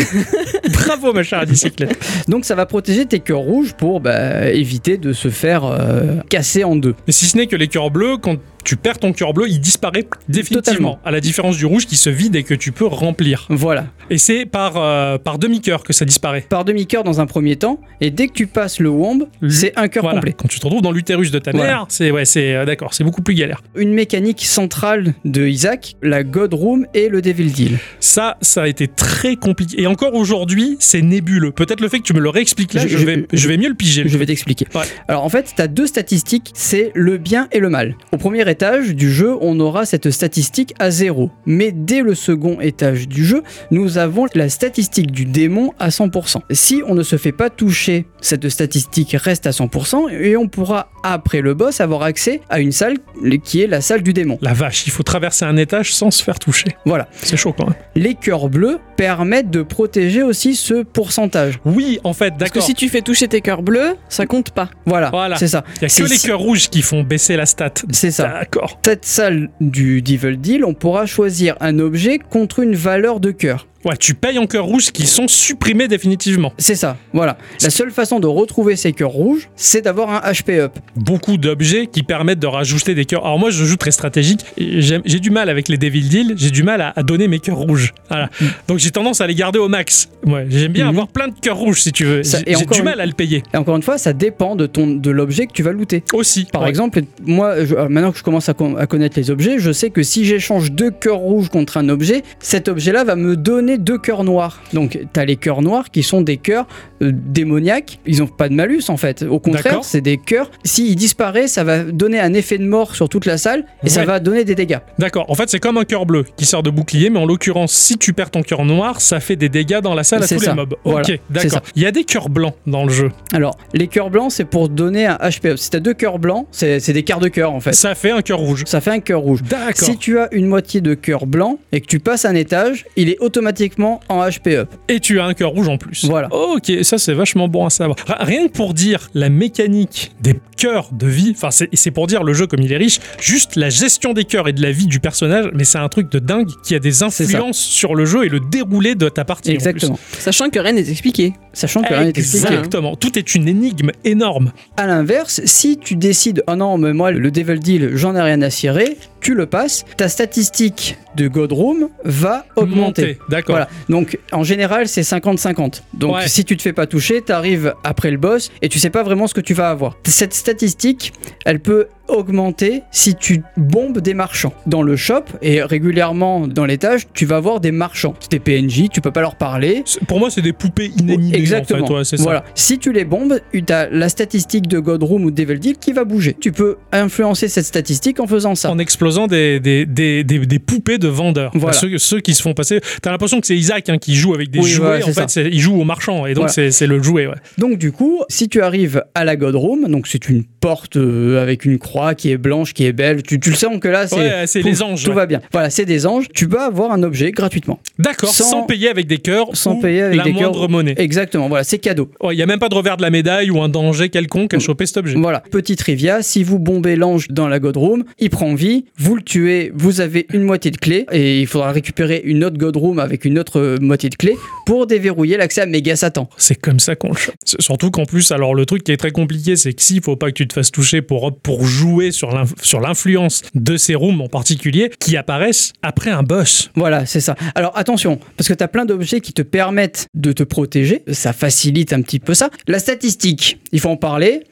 Speaker 1: Bravo, ma chère à bicyclette.
Speaker 2: Donc ça va protéger tes cœurs rouges pour bah, éviter de se faire euh, casser en deux.
Speaker 1: Mais si ce n'est que les cœurs bleus, quand tu perds ton cœur bleu, il disparaît définitivement.
Speaker 2: Totalement.
Speaker 1: À la différence du rouge qui se vide et que tu peux remplir.
Speaker 2: Voilà.
Speaker 1: Et c'est par, euh, par demi-cœur que ça disparaît.
Speaker 2: Par demi-cœur dans un premier temps, et dès que tu passes le womb,
Speaker 1: Le-
Speaker 2: c'est un cœur
Speaker 1: Voilà.
Speaker 2: complet.
Speaker 1: Quand tu te retrouves dans l'utérus de ta
Speaker 2: Voilà.
Speaker 1: mère, c'est ouais, c'est euh, d'accord, c'est beaucoup plus galère.
Speaker 2: Une mécanique centrale de Isaac, la God Room et le Devil Deal.
Speaker 1: Ça, ça a été très compliqué. Et encore aujourd'hui, c'est nébuleux. Peut-être le fait que tu me le réexpliques là, je,
Speaker 2: Je-
Speaker 1: vais,
Speaker 2: je-
Speaker 1: je vais mieux le piger.
Speaker 2: Je vais t'expliquer.
Speaker 1: Ouais.
Speaker 2: Alors en fait, tu as deux statistiques, c'est le bien et le mal. Au premier étage du jeu, on aura cette statistique à zéro. Mais dès le second étage du jeu, nous avons la statistique du démon à 100%. Si on ne se fait pas toucher, cette statistique reste à 100% et on pourra, après le boss, avoir accès à une salle qui est la salle du démon.
Speaker 1: La vache, il faut traverser un étage sans se faire toucher.
Speaker 2: Voilà.
Speaker 1: C'est chaud quand même.
Speaker 2: Les cœurs bleus permettent de protéger aussi ce pourcentage.
Speaker 1: Oui, en fait,
Speaker 3: Parce que
Speaker 1: d'accord.
Speaker 3: si tu fais toucher tes cœurs bleus, ça compte pas.
Speaker 2: Voilà,
Speaker 1: Voilà.
Speaker 2: c'est ça.
Speaker 1: Il y a
Speaker 2: c'est-
Speaker 1: que les cœurs rouges qui font baisser la stat.
Speaker 2: C'est ça.
Speaker 1: D'accord.
Speaker 2: Cette salle du Devil Deal, on pourra choisir un objet contre une valeur de cœur.
Speaker 1: Ouais, tu payes en cœurs rouges qui sont supprimés définitivement.
Speaker 2: C'est ça, voilà. La seule façon de retrouver ces cœurs rouges, c'est d'avoir un HP up.
Speaker 1: Beaucoup d'objets qui permettent de rajouter des cœurs. Alors moi, je joue très stratégique. et j'aime- J'ai du mal avec les Devil Deal. J'ai du mal à, à donner mes cœurs rouges. Voilà.
Speaker 2: Mm.
Speaker 1: Donc j'ai tendance à les garder au max. Ouais, j'aime bien
Speaker 2: Mhm.
Speaker 1: avoir plein de cœurs rouges si tu veux.
Speaker 2: Ça-
Speaker 1: J'ai
Speaker 2: et
Speaker 1: j'ai
Speaker 2: encore
Speaker 1: du
Speaker 2: une-
Speaker 1: mal à le payer.
Speaker 2: Et encore une fois, ça dépend de, ton, de l'objet que tu vas looter.
Speaker 1: Aussi.
Speaker 2: Par
Speaker 1: Ouais.
Speaker 2: exemple, moi, je- euh, maintenant que je commence à, con- à connaître les objets, je sais que si j'échange deux cœurs rouges contre un objet, cet objet-là va me donner deux cœurs noirs. Donc, tu as les cœurs noirs qui sont des cœurs euh, démoniaques. Ils n'ont pas de malus, en fait. Au contraire,
Speaker 1: D'accord.
Speaker 2: c'est des cœurs. S'il disparaît, ça va donner un effet de mort sur toute la salle et ça
Speaker 1: Ouais.
Speaker 2: va donner des dégâts.
Speaker 1: D'accord. En fait, c'est comme un cœur bleu qui sert de bouclier, mais en l'occurrence, si tu perds ton cœur noir, ça fait des dégâts dans la salle à
Speaker 2: C'est
Speaker 1: tous
Speaker 2: ça.
Speaker 1: les mobs.
Speaker 2: Voilà,
Speaker 1: Ok,
Speaker 2: c'est
Speaker 1: d'accord.
Speaker 2: ça.
Speaker 1: Il y a des cœurs blancs dans le jeu.
Speaker 2: Alors, les cœurs blancs, c'est pour donner un HP up. Si tu as deux cœurs blancs, c'est c'est des quarts de cœur, en fait.
Speaker 1: Ça fait un cœur rouge.
Speaker 2: Ça fait un cœur rouge.
Speaker 1: D'accord.
Speaker 2: Si tu as une moitié de cœur blanc et que tu passes un étage, il est automatiquement en E. HP up.
Speaker 1: Et tu as un cœur rouge en plus.
Speaker 2: Voilà.
Speaker 1: Ok, ça c'est vachement bon à savoir. R- Rien que pour dire la mécanique des cœurs de vie, enfin c'est c'est pour dire le jeu comme il est riche, juste la gestion des cœurs et de la vie du personnage, mais c'est un truc de dingue qui a des
Speaker 2: C'est ça.
Speaker 1: influences sur le jeu et le déroulé de ta partie. en plus.
Speaker 2: Exactement.
Speaker 3: Sachant que rien n'est expliqué.
Speaker 2: Sachant que rien n'est expliqué. hein.
Speaker 1: Exactement. Tout est une énigme énorme.
Speaker 2: À l'inverse, si tu décides, ah non, mais moi, le Devil Deal, j'en ai rien à cirer, tu le passes, ta statistique de God Room va augmenter.
Speaker 1: Monter. D'accord.
Speaker 2: Voilà. Donc, en général, c'est 50-50. Donc,
Speaker 1: Ouais.
Speaker 2: si tu te fais pas toucher, t'arrives après le boss et tu sais pas vraiment ce que tu vas avoir. Cette statistique, elle peut augmenter si tu bombes des marchands. Dans le shop et régulièrement dans l'étage, tu vas voir des marchands. C'est des PNJ, tu peux pas leur parler.
Speaker 1: C'est- Pour moi, c'est des poupées inanimées.
Speaker 2: Exactement.
Speaker 1: En fait. ouais, c'est ça.
Speaker 2: voilà. Si tu les bombes, tu as la statistique de God Room ou Devil Deal qui va bouger. Tu peux influencer cette statistique en faisant ça.
Speaker 1: En explosant des, des, des, des, des poupées de vendeurs. Enfin,
Speaker 2: Voilà.
Speaker 1: ceux, ceux qui se font passer. T'as l'impression que c'est Isaac hein, qui joue avec des
Speaker 2: Oui,
Speaker 1: jouets.
Speaker 2: voilà,
Speaker 1: en
Speaker 2: c'est
Speaker 1: fait,
Speaker 2: ça.
Speaker 1: c'est- il joue au marchand. Et donc,
Speaker 2: Voilà.
Speaker 1: c'est c'est le jouet. ouais.
Speaker 2: Donc du coup, si tu arrives à la God Room, donc c'est une porte euh, avec une croix qui est blanche, qui est belle, tu, tu le sens que là c'est...
Speaker 1: Ouais, c'est
Speaker 2: pouf,
Speaker 1: les anges,
Speaker 2: Tout
Speaker 1: ouais.
Speaker 2: va bien. Voilà, c'est des anges. Tu vas avoir un objet gratuitement.
Speaker 1: D'accord, sans,
Speaker 2: Sans-
Speaker 1: payer avec des cœurs.
Speaker 2: Sans
Speaker 1: ou
Speaker 2: payer avec
Speaker 1: la
Speaker 2: des
Speaker 1: moindre
Speaker 2: cœurs.
Speaker 1: monnaie. Ouais,
Speaker 2: Exactement, voilà, c'est cadeau.
Speaker 1: Il n'y a même pas de revers de la médaille ou un danger quelconque à choper cet objet.
Speaker 2: Voilà, petite trivia, si vous bombez l'ange dans la God Room, il prend vie, vous le tuez, vous avez une moitié de clé, et il faudra récupérer une autre God Room avec une autre euh, moitié de clé pour déverrouiller l'accès à Mega Satan.
Speaker 1: C'est comme ça qu'on le chope. S- Surtout qu'en plus, alors le truc qui est très compliqué, c'est que s'il faut pas que tu te fasses toucher pour, pour jouer sur l'inf- sur l'influence de ces rooms en particulier qui apparaissent après un boss.
Speaker 2: Voilà, c'est ça. Alors attention, parce que tu as plein d'objets qui te permettent de te protéger. Ça facilite un petit peu ça. La statistique, il faut en parler.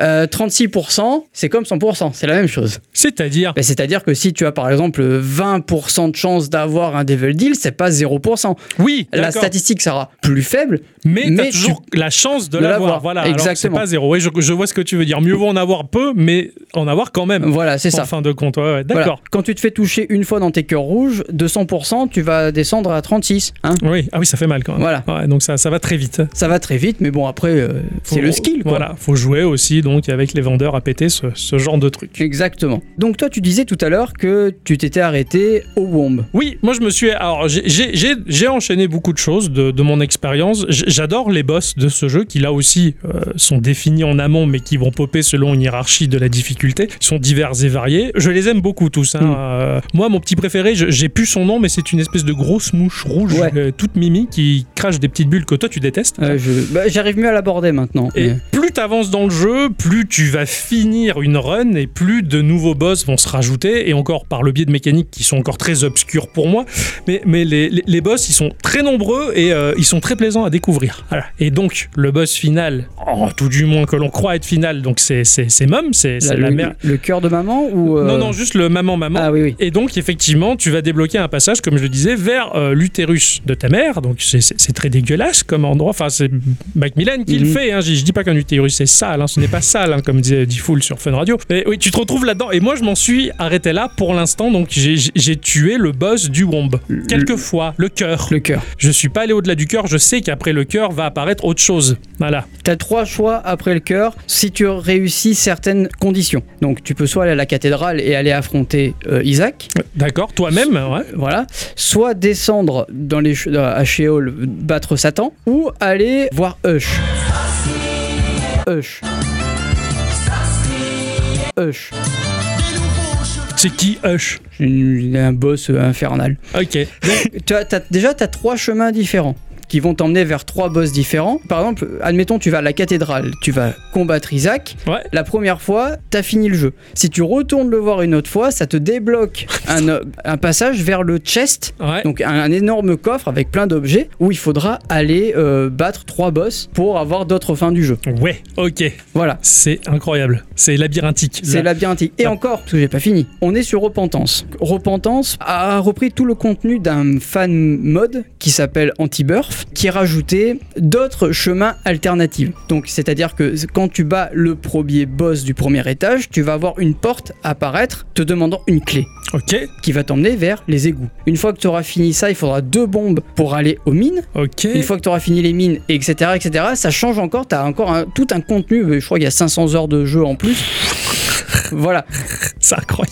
Speaker 2: Euh, 36%, c'est comme 100%, c'est la même chose.
Speaker 1: C'est-à-dire,
Speaker 2: Ben, C'est-à-dire que si tu as par exemple 20% de chance d'avoir un Devil Deal, c'est pas 0%.
Speaker 1: oui,
Speaker 2: La
Speaker 1: d'accord.
Speaker 2: statistique sera plus faible.
Speaker 1: Mais, t'as
Speaker 2: Mais
Speaker 1: toujours la chance de,
Speaker 2: de
Speaker 1: l'avoir.
Speaker 2: l'avoir,
Speaker 1: Voilà, alors que c'est
Speaker 2: exactement.
Speaker 1: pas zéro. Oui, je, je vois ce que tu veux dire. Mieux vaut en avoir peu, mais en avoir quand même.
Speaker 2: Voilà, c'est
Speaker 1: en
Speaker 2: ça.
Speaker 1: fin de compte, ouais, ouais, d'accord.
Speaker 2: Voilà. Quand tu te fais toucher une fois dans tes cœurs rouges, de 100%, tu vas descendre à 36. hein.
Speaker 1: Oui, ah oui, ça fait mal quand même.
Speaker 2: Voilà.
Speaker 1: Ouais, donc ça, ça va très vite.
Speaker 2: Ça va très vite, mais bon après, euh, c'est
Speaker 1: Faut-
Speaker 2: le skill. Quoi.
Speaker 1: Voilà, faut jouer aussi donc avec les vendeurs à péter ce, ce genre de truc.
Speaker 2: Exactement. Donc toi, tu disais tout à l'heure que tu t'étais arrêté aux bombes.
Speaker 1: Oui, moi je me suis. Alors j'ai- j'ai j'ai- j'ai enchaîné beaucoup de choses de, de mon expérience. J- J'adore les boss de ce jeu qui là aussi euh, sont définis en amont mais qui vont popper selon une hiérarchie de la difficulté. Ils sont divers et variés. Je les aime beaucoup tous. hein.
Speaker 2: Mm.
Speaker 1: Euh, moi, mon petit préféré, je- j'ai plus son nom, mais c'est une espèce de grosse mouche rouge
Speaker 2: Ouais.
Speaker 1: euh, toute mimi qui crache des petites bulles que toi tu détestes.
Speaker 2: Euh, je- bah, J'arrive mieux à l'aborder maintenant. Euh,
Speaker 1: Et
Speaker 2: mais-
Speaker 1: plus t'avances dans le jeu, plus tu vas finir une run et plus de nouveaux boss vont se rajouter. Et encore par le biais de mécaniques qui sont encore très obscures pour moi. Mais, mais les, les- les boss, ils sont très nombreux et euh, ils sont très plaisants à découvrir. Voilà. oh, Et donc, le boss final, en tout du moins que l'on croit être final, donc c'est c'est- c'est Mom, c'est c'est
Speaker 2: La
Speaker 1: la
Speaker 2: le,
Speaker 1: mère.
Speaker 2: le cœur de maman ou. euh,
Speaker 1: Non, non, juste le maman-maman.
Speaker 2: Ah oui, oui.
Speaker 1: Et donc, effectivement, tu vas débloquer un passage, comme je le disais, vers euh, l'utérus de ta mère. Donc, c'est- c'est c'est très dégueulasse comme endroit. Enfin, c'est Macmillan qui le
Speaker 2: Mhm.
Speaker 1: fait. hein. Je, je dis pas qu'un utérus est sale. hein. Ce n'est pas sale, hein, comme disait Diffoul sur Fun Radio. Mais oui, tu te retrouves là-dedans. Et moi, je m'en suis arrêté là pour l'instant. Donc, j'ai- j'ai j'ai tué le boss du Womb. Quelquefois, le cœur.
Speaker 2: Le cœur.
Speaker 1: Je suis pas allé au-delà du cœur. Je sais qu'après le cœur va apparaître autre chose. Voilà.
Speaker 2: T'as trois choix après le cœur si tu réussis certaines conditions. Donc tu peux soit aller à la cathédrale et aller affronter euh, Isaac,
Speaker 1: D'accord Toi-même ouais.
Speaker 2: voilà, soit descendre dans les che- à Sheol battre Satan, ou aller voir Hush. Hush. Hush.
Speaker 1: C'est qui Hush
Speaker 2: Une- Un boss euh, infernal.
Speaker 1: Ok.
Speaker 2: Tu as- t'as- déjà, tu as trois chemins différents qui vont t'emmener vers trois boss différents. Par exemple, admettons, tu vas à la cathédrale, tu vas combattre Isaac.
Speaker 1: Ouais.
Speaker 2: La première fois, t'as fini le jeu. Si tu retournes le voir une autre fois, ça te débloque un, euh, un passage vers le chest,
Speaker 1: Ouais.
Speaker 2: donc un, un énorme coffre avec plein d'objets, où il faudra aller euh, battre trois boss pour avoir d'autres fins du jeu.
Speaker 1: Ouais. Ok.
Speaker 2: Voilà.
Speaker 1: C'est incroyable. C'est labyrinthique.
Speaker 2: C'est
Speaker 1: Là.
Speaker 2: labyrinthique. Et
Speaker 1: Ah.
Speaker 2: encore, parce que j'ai pas fini, on est sur Repentance. Repentance a repris tout le contenu d'un fan mode qui s'appelle Anti-Burf, qui rajoutait d'autres chemins alternatifs. Donc, c'est-à-dire que quand tu bats le premier boss du premier étage, tu vas voir une porte apparaître te demandant une clé
Speaker 1: Ok.
Speaker 2: qui va t'emmener vers les égouts. Une fois que tu auras fini ça, il faudra deux bombes pour aller aux mines.
Speaker 1: Ok.
Speaker 2: Une fois que tu auras fini les mines, etc., etc., ça change encore. Tu as encore un- tout un contenu. euh, Je crois qu'il y a 500 heures de jeu en plus. voilà.
Speaker 1: C'est incroyable.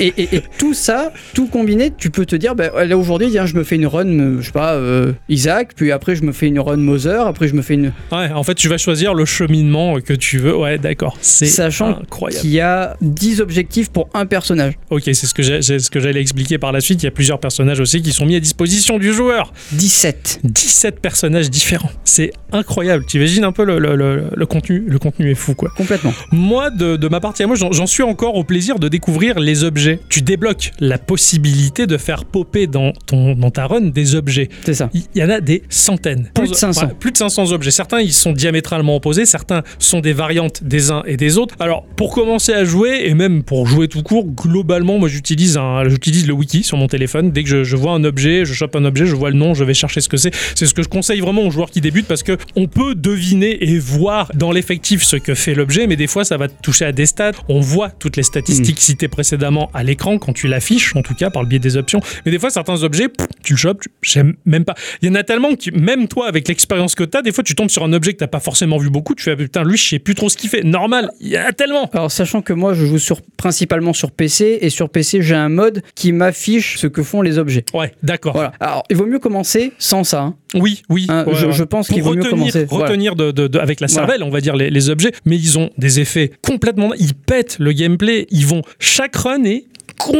Speaker 2: Et, et- et tout ça, tout combiné, tu peux te dire bah, là aujourd'hui, tiens, je me fais une run, euh, je sais pas, euh, Isaac, puis après, je me fais une run Moser, après, je me fais une.
Speaker 1: Ouais, en fait, tu vas choisir le cheminement que tu veux. Ouais, d'accord. C'est
Speaker 2: Sachant
Speaker 1: incroyable.
Speaker 2: qu'il y a 10 objectifs pour un personnage.
Speaker 1: Ok, c'est ce que j'ai- c'est ce que j'allais expliquer par la suite. Il y a plusieurs personnages aussi qui sont mis à disposition du joueur.
Speaker 2: 17.
Speaker 1: 17 personnages différents. C'est incroyable. T'imagines un peu le, le- le- le contenu Le contenu est fou, quoi.
Speaker 2: Complètement.
Speaker 1: Moi, de, de ma partie à moi, j'en j'en suis encore au plaisir de découvrir les objets. Tu débloques la possibilité de faire popper dans, ton, dans ta run des objets.
Speaker 2: C'est ça.
Speaker 1: Il y en a des centaines.
Speaker 2: Plus de 500.
Speaker 1: Ouais, plus de 500 objets. Certains, ils sont diamétralement opposés, certains sont des variantes des uns et des autres. Alors, pour commencer à jouer, et même pour jouer tout court, globalement, moi j'utilise un- j'utilise le wiki sur mon téléphone. Dès que je, je vois un objet, je chope un objet, je vois le nom, je vais chercher ce que c'est. C'est ce que je conseille vraiment aux joueurs qui débutent parce que on peut deviner et voir dans l'effectif ce que fait l'objet, mais des fois, ça va te toucher à des stats. On voit toutes les
Speaker 2: Hmm.
Speaker 1: statistiques citées précédemment à l'écran quand tu l'affiches, en tout cas par le biais des options. Mais des fois, certains objets, pff, tu le chopes, tu- j'aime même pas. Il y en a tellement que, même toi, avec l'expérience que t'as, des fois, tu tombes sur un objet que t'as pas forcément vu beaucoup, tu fais, ah, putain, lui, je sais plus trop ce qu'il fait. Normal, il y en a tellement.
Speaker 2: Alors, sachant que moi, je joue sur, principalement sur PC, et sur PC, j'ai un mode qui m'affiche ce que font les objets.
Speaker 1: Ouais, d'accord.
Speaker 2: Voilà. Alors, il vaut mieux commencer sans ça. hein.
Speaker 1: Oui, oui.
Speaker 2: Hein,
Speaker 1: ouais,
Speaker 2: je,
Speaker 1: ouais.
Speaker 2: je pense qu'il
Speaker 1: Pour
Speaker 2: vaut mieux
Speaker 1: retenir,
Speaker 2: commencer. Voilà.
Speaker 1: retenir de- de- de- avec la
Speaker 2: Voilà.
Speaker 1: cervelle, on va dire, les, les objets, mais ils ont des effets complètement. Ils pètent le gameplay, ils vont. Chaque run est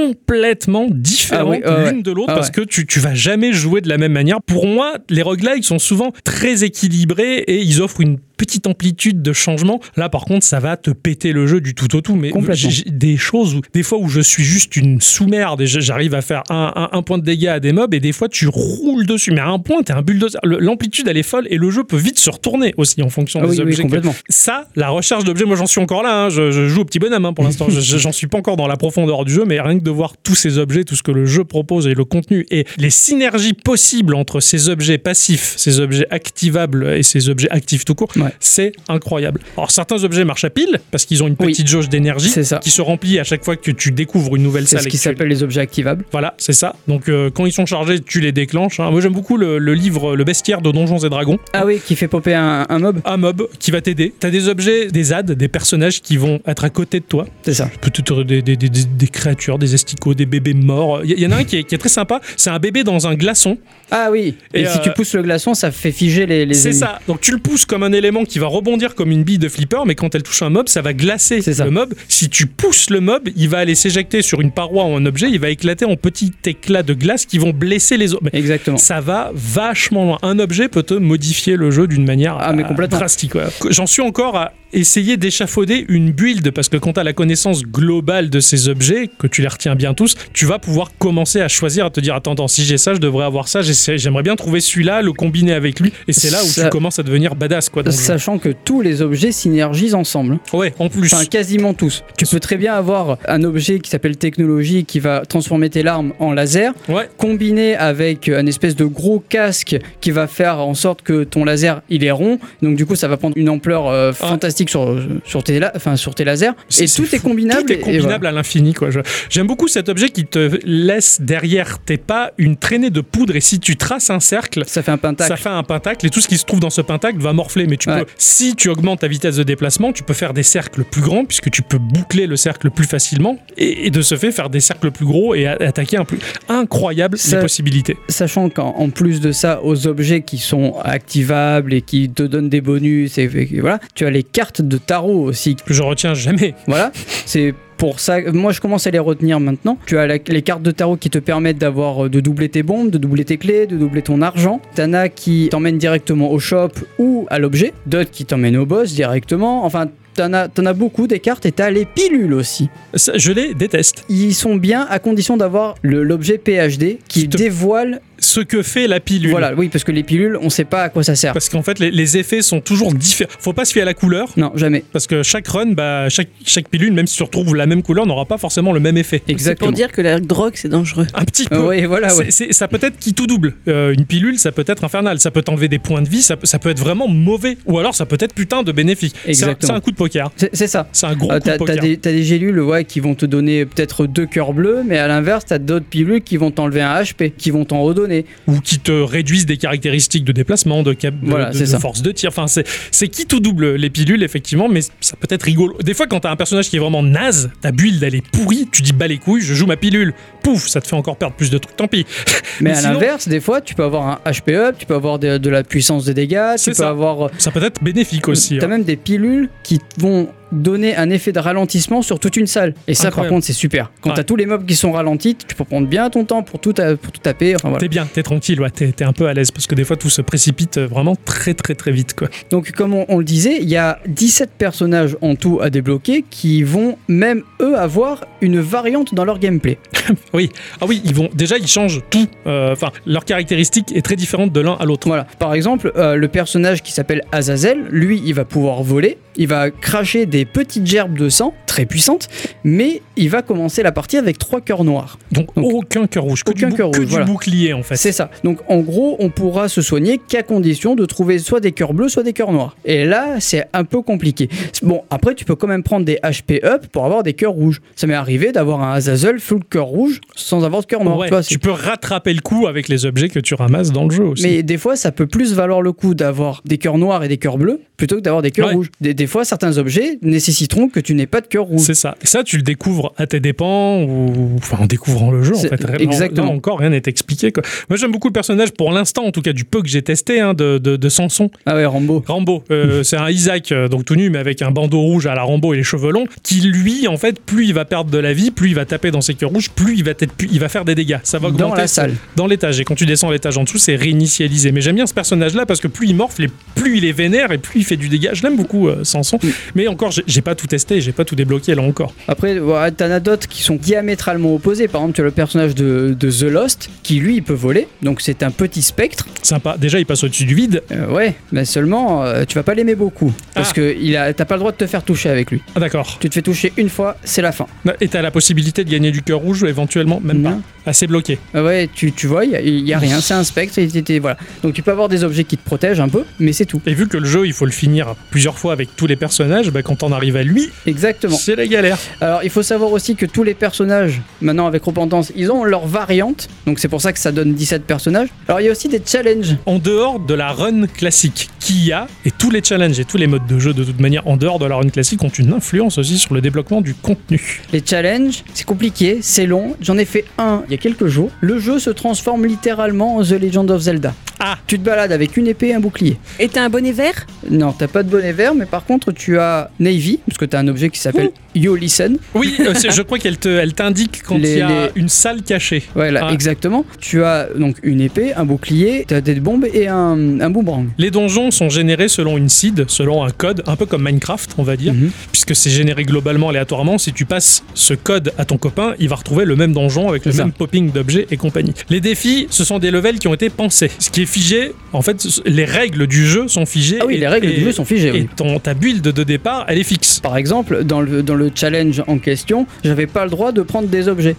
Speaker 1: complètement différent
Speaker 2: Ah oui, ouais,
Speaker 1: l'une de l'autre
Speaker 2: Ah
Speaker 1: parce
Speaker 2: ouais.
Speaker 1: que tu, tu vas jamais jouer de la même manière. Pour moi, les roguelikes sont souvent très équilibrés et ils offrent une petite amplitude de changement. Là, par contre, ça va te péter le jeu du tout au tout. Mais
Speaker 2: Complètement.
Speaker 1: j'ai- j'ai des choses où, des fois où je suis juste une sous-merde et je- j'arrive à faire un, un- un point de dégâts à des mobs et des fois tu roules dessus. Mais à un point, t'es un bulldozer. Le- L'amplitude, elle est folle et le jeu peut vite se retourner aussi en fonction
Speaker 2: Ah oui,
Speaker 1: des
Speaker 2: oui,
Speaker 1: objets. que-
Speaker 2: complètement.
Speaker 1: ça, la recherche d'objets, moi j'en suis encore là, hein, je, je joue au petit bonhomme hein, pour l'instant, Je- je- j'en suis pas encore dans la profondeur du jeu, mais rien que de voir tous ces objets, tout ce que le jeu propose et le contenu et les synergies possibles entre ces objets passifs, ces objets activables et ces objets actifs tout court,
Speaker 2: Ouais.
Speaker 1: c'est incroyable. Alors certains objets marchent à pile parce qu'ils ont une
Speaker 2: Oui.
Speaker 1: petite jauge d'énergie
Speaker 2: C'est ça.
Speaker 1: qui se remplit à chaque fois que tu découvres une nouvelle
Speaker 2: C'est
Speaker 1: salle.
Speaker 2: ce
Speaker 1: et
Speaker 2: qui
Speaker 1: que tu-
Speaker 2: s'appelle les objets activables.
Speaker 1: voilà, c'est ça. Donc euh, quand ils sont chargés, tu les déclenches. hein. Moi j'aime beaucoup le, le livre Le bestiaire de Donjons et Dragons
Speaker 2: Ah oui, qui fait popper un, un mob.
Speaker 1: un mob qui va t'aider. T'as des objets, des ads, des personnages qui vont être à côté de toi.
Speaker 2: C'est ça.
Speaker 1: Peut-être des, des, des- des- des créatures, des esticots, des bébés morts. Il y, y en a un qui est, qui est très sympa. C'est un bébé dans un glaçon.
Speaker 2: Ah oui. Et,
Speaker 1: Et,
Speaker 2: si
Speaker 1: euh,
Speaker 2: tu pousses le glaçon, ça fait figer les. les
Speaker 1: C'est
Speaker 2: ennemis.
Speaker 1: ça. Donc tu le pousses comme un élément qui va rebondir comme une bille de flipper, mais quand elle touche un mob, ça va glacer
Speaker 2: C'est ça.
Speaker 1: le mob. Si tu pousses le mob, il va aller s'éjecter sur une paroi ou un objet. Il va éclater en petits éclats de glace qui vont blesser les autres. Mais
Speaker 2: Exactement.
Speaker 1: Ça va vachement loin. Un objet peut te modifier le jeu d'une manière
Speaker 2: Ah, mais
Speaker 1: euh,
Speaker 2: complètement.
Speaker 1: drastique. ouais. J'en suis encore à essayer d'échafauder une build parce que quand tu as la connaissance globale de ces objets, que tu les retiens bien tous, tu vas pouvoir commencer à choisir, à te dire attends, attends si j'ai ça, je devrais avoir ça, j'essaie- j'aimerais bien trouver celui-là, le combiner avec lui, et c'est là où
Speaker 2: Ça-
Speaker 1: tu commences à devenir badass quoi. dans le jeu.
Speaker 2: Sachant que tous les objets synergisent ensemble. hein.
Speaker 1: Ouais, en plus.
Speaker 2: Enfin, quasiment tous. Tu peux très bien avoir un objet qui s'appelle technologie qui va transformer tes larmes en laser,
Speaker 1: Ouais.
Speaker 2: combiné avec un espèce de gros casque qui va faire en sorte que ton laser il est rond. Donc du coup, ça va prendre une ampleur euh, fantastique sur, sur, tes la- enfin, sur tes lasers.
Speaker 1: C'est-
Speaker 2: Et
Speaker 1: c'est
Speaker 2: tout est
Speaker 1: fou.
Speaker 2: combinable.
Speaker 1: Tout est
Speaker 2: et- et
Speaker 1: combinable à l'infini. quoi. Je- J'aime beaucoup cet objet qui te laisse derrière tes pas une traînée de poudre et si tu traces un cercle,
Speaker 2: Ça fait un pentacle.
Speaker 1: ça fait un pentacle et tout ce qui se trouve dans ce pentacle va morfler. Mais tu
Speaker 2: Ouais.
Speaker 1: peux, si tu augmentes ta vitesse de déplacement, tu peux faire des cercles plus grands puisque tu peux boucler le cercle plus facilement et, et de ce fait faire des cercles plus gros et a- attaquer un plus incroyable
Speaker 2: Ça-
Speaker 1: les possibilités.
Speaker 2: Sachant qu'en en plus de ça, aux objets qui sont activables et qui te donnent des bonus, et, et voilà, tu as les cartes de tarot aussi.
Speaker 1: Que je retiens jamais.
Speaker 2: Voilà, c'est pour ça. Moi, je commence à les retenir maintenant. Tu as la- les cartes de tarot qui te permettent d'avoir euh, de doubler tes bombes, de doubler tes clés, de doubler ton argent. T'en as qui t'emmènent directement au shop ou à l'objet. D'autres qui t'emmènent au boss directement. Enfin. T'en as, t'en as beaucoup des cartes et t'as les pilules aussi.
Speaker 1: Ça, je les déteste.
Speaker 2: Ils sont bien à condition d'avoir le- l'objet PhD qui
Speaker 1: Qui te-
Speaker 2: dévoile.
Speaker 1: Ce que fait la pilule.
Speaker 2: Voilà, oui, parce que les pilules, on sait pas à quoi ça sert.
Speaker 1: Parce qu'en fait, les, les effets sont toujours différents. Faut pas se fier à la couleur.
Speaker 2: Non, jamais.
Speaker 1: Parce que chaque run, bah, chaque, chaque pilule, même si tu retrouves la même couleur, n'aura pas forcément le même effet.
Speaker 2: Exactement.
Speaker 3: Pour dire que la drogue, c'est dangereux.
Speaker 1: Un petit peu.
Speaker 2: Euh, ouais, voilà, ouais.
Speaker 1: C'est- c'est- ça peut être qui tout double. Euh, une pilule, ça peut être infernal. Ça peut t'enlever des points de vie. Ça, peut- ça peut être vraiment mauvais. Ou alors, ça peut être putain de bénéfique. C'est un-
Speaker 2: Exactement.
Speaker 1: C'est un, coup de poker.
Speaker 2: C'est c'est ça.
Speaker 1: C'est un gros
Speaker 2: Euh,
Speaker 1: coup de
Speaker 2: T'as t'as
Speaker 1: poker.
Speaker 2: des, t'as des gélules ouais, qui vont te donner peut-être deux cœurs bleus, mais à l'inverse, t'as d'autres pilules qui vont t'enlever un HP, qui vont t'en redonner.
Speaker 1: Ou qui te réduisent des caractéristiques de déplacement, de, cap- de-
Speaker 2: Voilà,
Speaker 1: de-
Speaker 2: c'est
Speaker 1: de
Speaker 2: ça.
Speaker 1: force de tir. Enfin, c'est c'est qui tout double les pilules, effectivement, mais ça peut être rigolo. Des fois, quand t'as un personnage qui est vraiment naze, ta build, elle est pourrie. Tu dis, bah les couilles, je joue ma pilule. Pouf, ça te fait encore perdre plus de trucs. Tant pis. Mais
Speaker 2: Mais, à
Speaker 1: sinon-
Speaker 2: l'inverse, des fois, tu peux avoir un HP up, tu peux avoir de, de la puissance de dégâts, tu
Speaker 1: C'est
Speaker 2: peux
Speaker 1: ça.
Speaker 2: avoir. euh,
Speaker 1: Ça peut être bénéfique aussi.
Speaker 2: T'as
Speaker 1: hein.
Speaker 2: même des pilules qui vont donner un effet de ralentissement sur toute une salle. Et ça,
Speaker 1: Incroyable.
Speaker 2: par contre, c'est super. Quand
Speaker 1: Ouais.
Speaker 2: t'as tous les mobs qui sont ralentis, tu peux prendre bien ton temps pour tout, ta- pour tout taper. Enfin, voilà.
Speaker 1: T'es bien, t'es tranquille, ouais, t'es t'es un peu à l'aise parce que des fois tout se précipite euh, vraiment très très très vite quoi.
Speaker 2: Donc, comme on, on le disait, il y a 17 personnages en tout à débloquer qui vont même eux avoir une variante dans leur gameplay.
Speaker 1: Ah oui, ils vont déjà ils changent tout. Euh, Enfin, leur caractéristique est très différente de l'un à l'autre.
Speaker 2: Voilà. Par exemple, euh, le personnage qui s'appelle Azazel, lui, il va pouvoir voler, il va cracher des petites gerbes de sang très puissantes, mais il va commencer la partie avec trois cœurs noirs.
Speaker 1: Donc,
Speaker 2: Donc,
Speaker 1: aucun cœur rouge, que,
Speaker 2: aucun
Speaker 1: du, bou-
Speaker 2: cœur
Speaker 1: que
Speaker 2: rouge,
Speaker 1: du
Speaker 2: voilà.
Speaker 1: bouclier en fait.
Speaker 2: C'est ça. Donc en gros, on pourra se soigner qu'à condition de trouver soit des cœurs bleus, soit des cœurs noirs. Et là, c'est un peu compliqué. Bon, après, tu peux quand même prendre des HP up pour avoir des cœurs rouges. Ça m'est arrivé d'avoir un Azazel full cœur rouge sans avoir de cœur noir.
Speaker 1: Ouais,
Speaker 2: tu vois, c'est-
Speaker 1: tu peux rattraper le coup avec les objets que tu ramasses dans le jeu aussi.
Speaker 2: Mais des fois, ça peut plus valoir le coup d'avoir des cœurs noirs et des cœurs bleus plutôt que d'avoir des cœurs
Speaker 1: Ouais.
Speaker 2: rouges. Des, des fois, certains objets nécessiteront que tu n'aies pas de cœur rouge.
Speaker 1: C'est ça. Et ça, tu le découvres à tes dépens ou enfin en découvrant le jeu en
Speaker 2: C'est-
Speaker 1: fait. Vraiment,
Speaker 2: exactement.
Speaker 1: là encore, rien n'est expliqué. Quoi. Moi, j'aime beaucoup le personnage pour l'instant, en tout cas du peu que j'ai testé hein, de, de, de Samson.
Speaker 2: Ah ouais, Rambo.
Speaker 1: Rambo, euh, c'est un Isaac, euh, donc tout nu, mais avec un bandeau rouge à la Rambo et les cheveux longs, qui lui, en fait, plus il va perdre de la vie, plus il va taper dans ses cœurs rouges, plus il va, être- plus il va faire des dégâts. Ça va
Speaker 2: Dans
Speaker 1: augmenter
Speaker 2: la salle.
Speaker 1: dans l'étage. Et quand tu descends l'étage en dessous, c'est réinitialisé. Mais j'aime bien ce personnage-là parce que plus il morfle, et plus il est vénère et plus il fait du dégât. Je l'aime beaucoup, euh, Samson.
Speaker 2: Oui.
Speaker 1: Mais encore, j'ai- j'ai pas tout testé, j'ai pas tout débloqué là encore.
Speaker 2: Après, voilà, t'en as d'autres qui sont diamétralement opposés. Par exemple, tu as le personnage de, de The Lost qui, lui, il peut voler. Donc, c'est un petit spectre.
Speaker 1: Sympa. Déjà, il passe au-dessus du vide.
Speaker 2: Euh, ouais, mais seulement, euh, tu vas pas l'aimer beaucoup. Parce
Speaker 1: Ah.
Speaker 2: que il a- t'as pas le droit de te faire toucher avec lui.
Speaker 1: Ah, d'accord.
Speaker 2: Tu te fais toucher une fois, c'est la fin.
Speaker 1: Et t'as la possibilité de gagner du cœur rouge éventuellement, même
Speaker 2: Non.
Speaker 1: pas. Assez bloqué.
Speaker 2: Ah Ouais, tu, tu vois, il y a, il y a rien. C'est un spectre. et t'es- t'es- voilà. Donc, tu peux avoir des objets qui te protègent un peu, mais c'est tout.
Speaker 1: Et vu que le jeu, il faut le finir plusieurs fois avec tous les personnages, bah, quand on arrive à lui,
Speaker 2: Exactement.
Speaker 1: c'est la galère.
Speaker 2: Alors, il faut savoir aussi que tous les personnages, maintenant avec Repentance, ils ont leur variante. Donc, c'est pour ça que ça donne 17 personnages. Alors, il y a aussi des challenges.
Speaker 1: en dehors de la run classique qui a, et tous les challenges et tous les modes de jeu de toute manière en dehors de la run classique ont une influence aussi sur le développement du contenu.
Speaker 2: Les challenges, c'est compliqué, c'est long. J'en ai fait un il y a quelques jours. Le jeu se transforme littéralement en The Legend of Zelda.
Speaker 1: Ah.
Speaker 2: Tu te balades avec une épée et un bouclier.
Speaker 3: Et t'as un bonnet vert
Speaker 2: Non, t'as pas de bonnet vert, mais par contre, tu as Navy, parce que t'as un objet qui s'appelle Yo Listen.
Speaker 1: Oui, euh, c'est- je crois qu'elle te- elle t'indique quand
Speaker 2: Les-
Speaker 1: il y a
Speaker 2: les-
Speaker 1: une salle cachée.
Speaker 2: Voilà,
Speaker 1: Ah.
Speaker 2: exactement. Tu as donc une épée, un bouclier, t'as des bombes et un, un boomerang.
Speaker 1: Les donjons sont générés selon une seed, selon un code, un peu comme Minecraft, on va dire,
Speaker 2: Mhm.
Speaker 1: puisque c'est généré globalement aléatoirement. Si tu passes ce code à ton copain, il va retrouver le même donjon avec le
Speaker 2: C'est ça.
Speaker 1: même popping d'objets et compagnie. Les défis, ce sont des levels qui ont été pensés. Ce qui est figé, en fait, ce- les règles du jeu sont figées.
Speaker 2: Ah oui,
Speaker 1: et-
Speaker 2: les règles
Speaker 1: et-
Speaker 2: du jeu sont figées.
Speaker 1: Et
Speaker 2: oui.
Speaker 1: ton, ta build de départ, elle est fixe.
Speaker 2: Par exemple, dans le, dans le challenge en question, j'avais pas le droit de prendre des objets.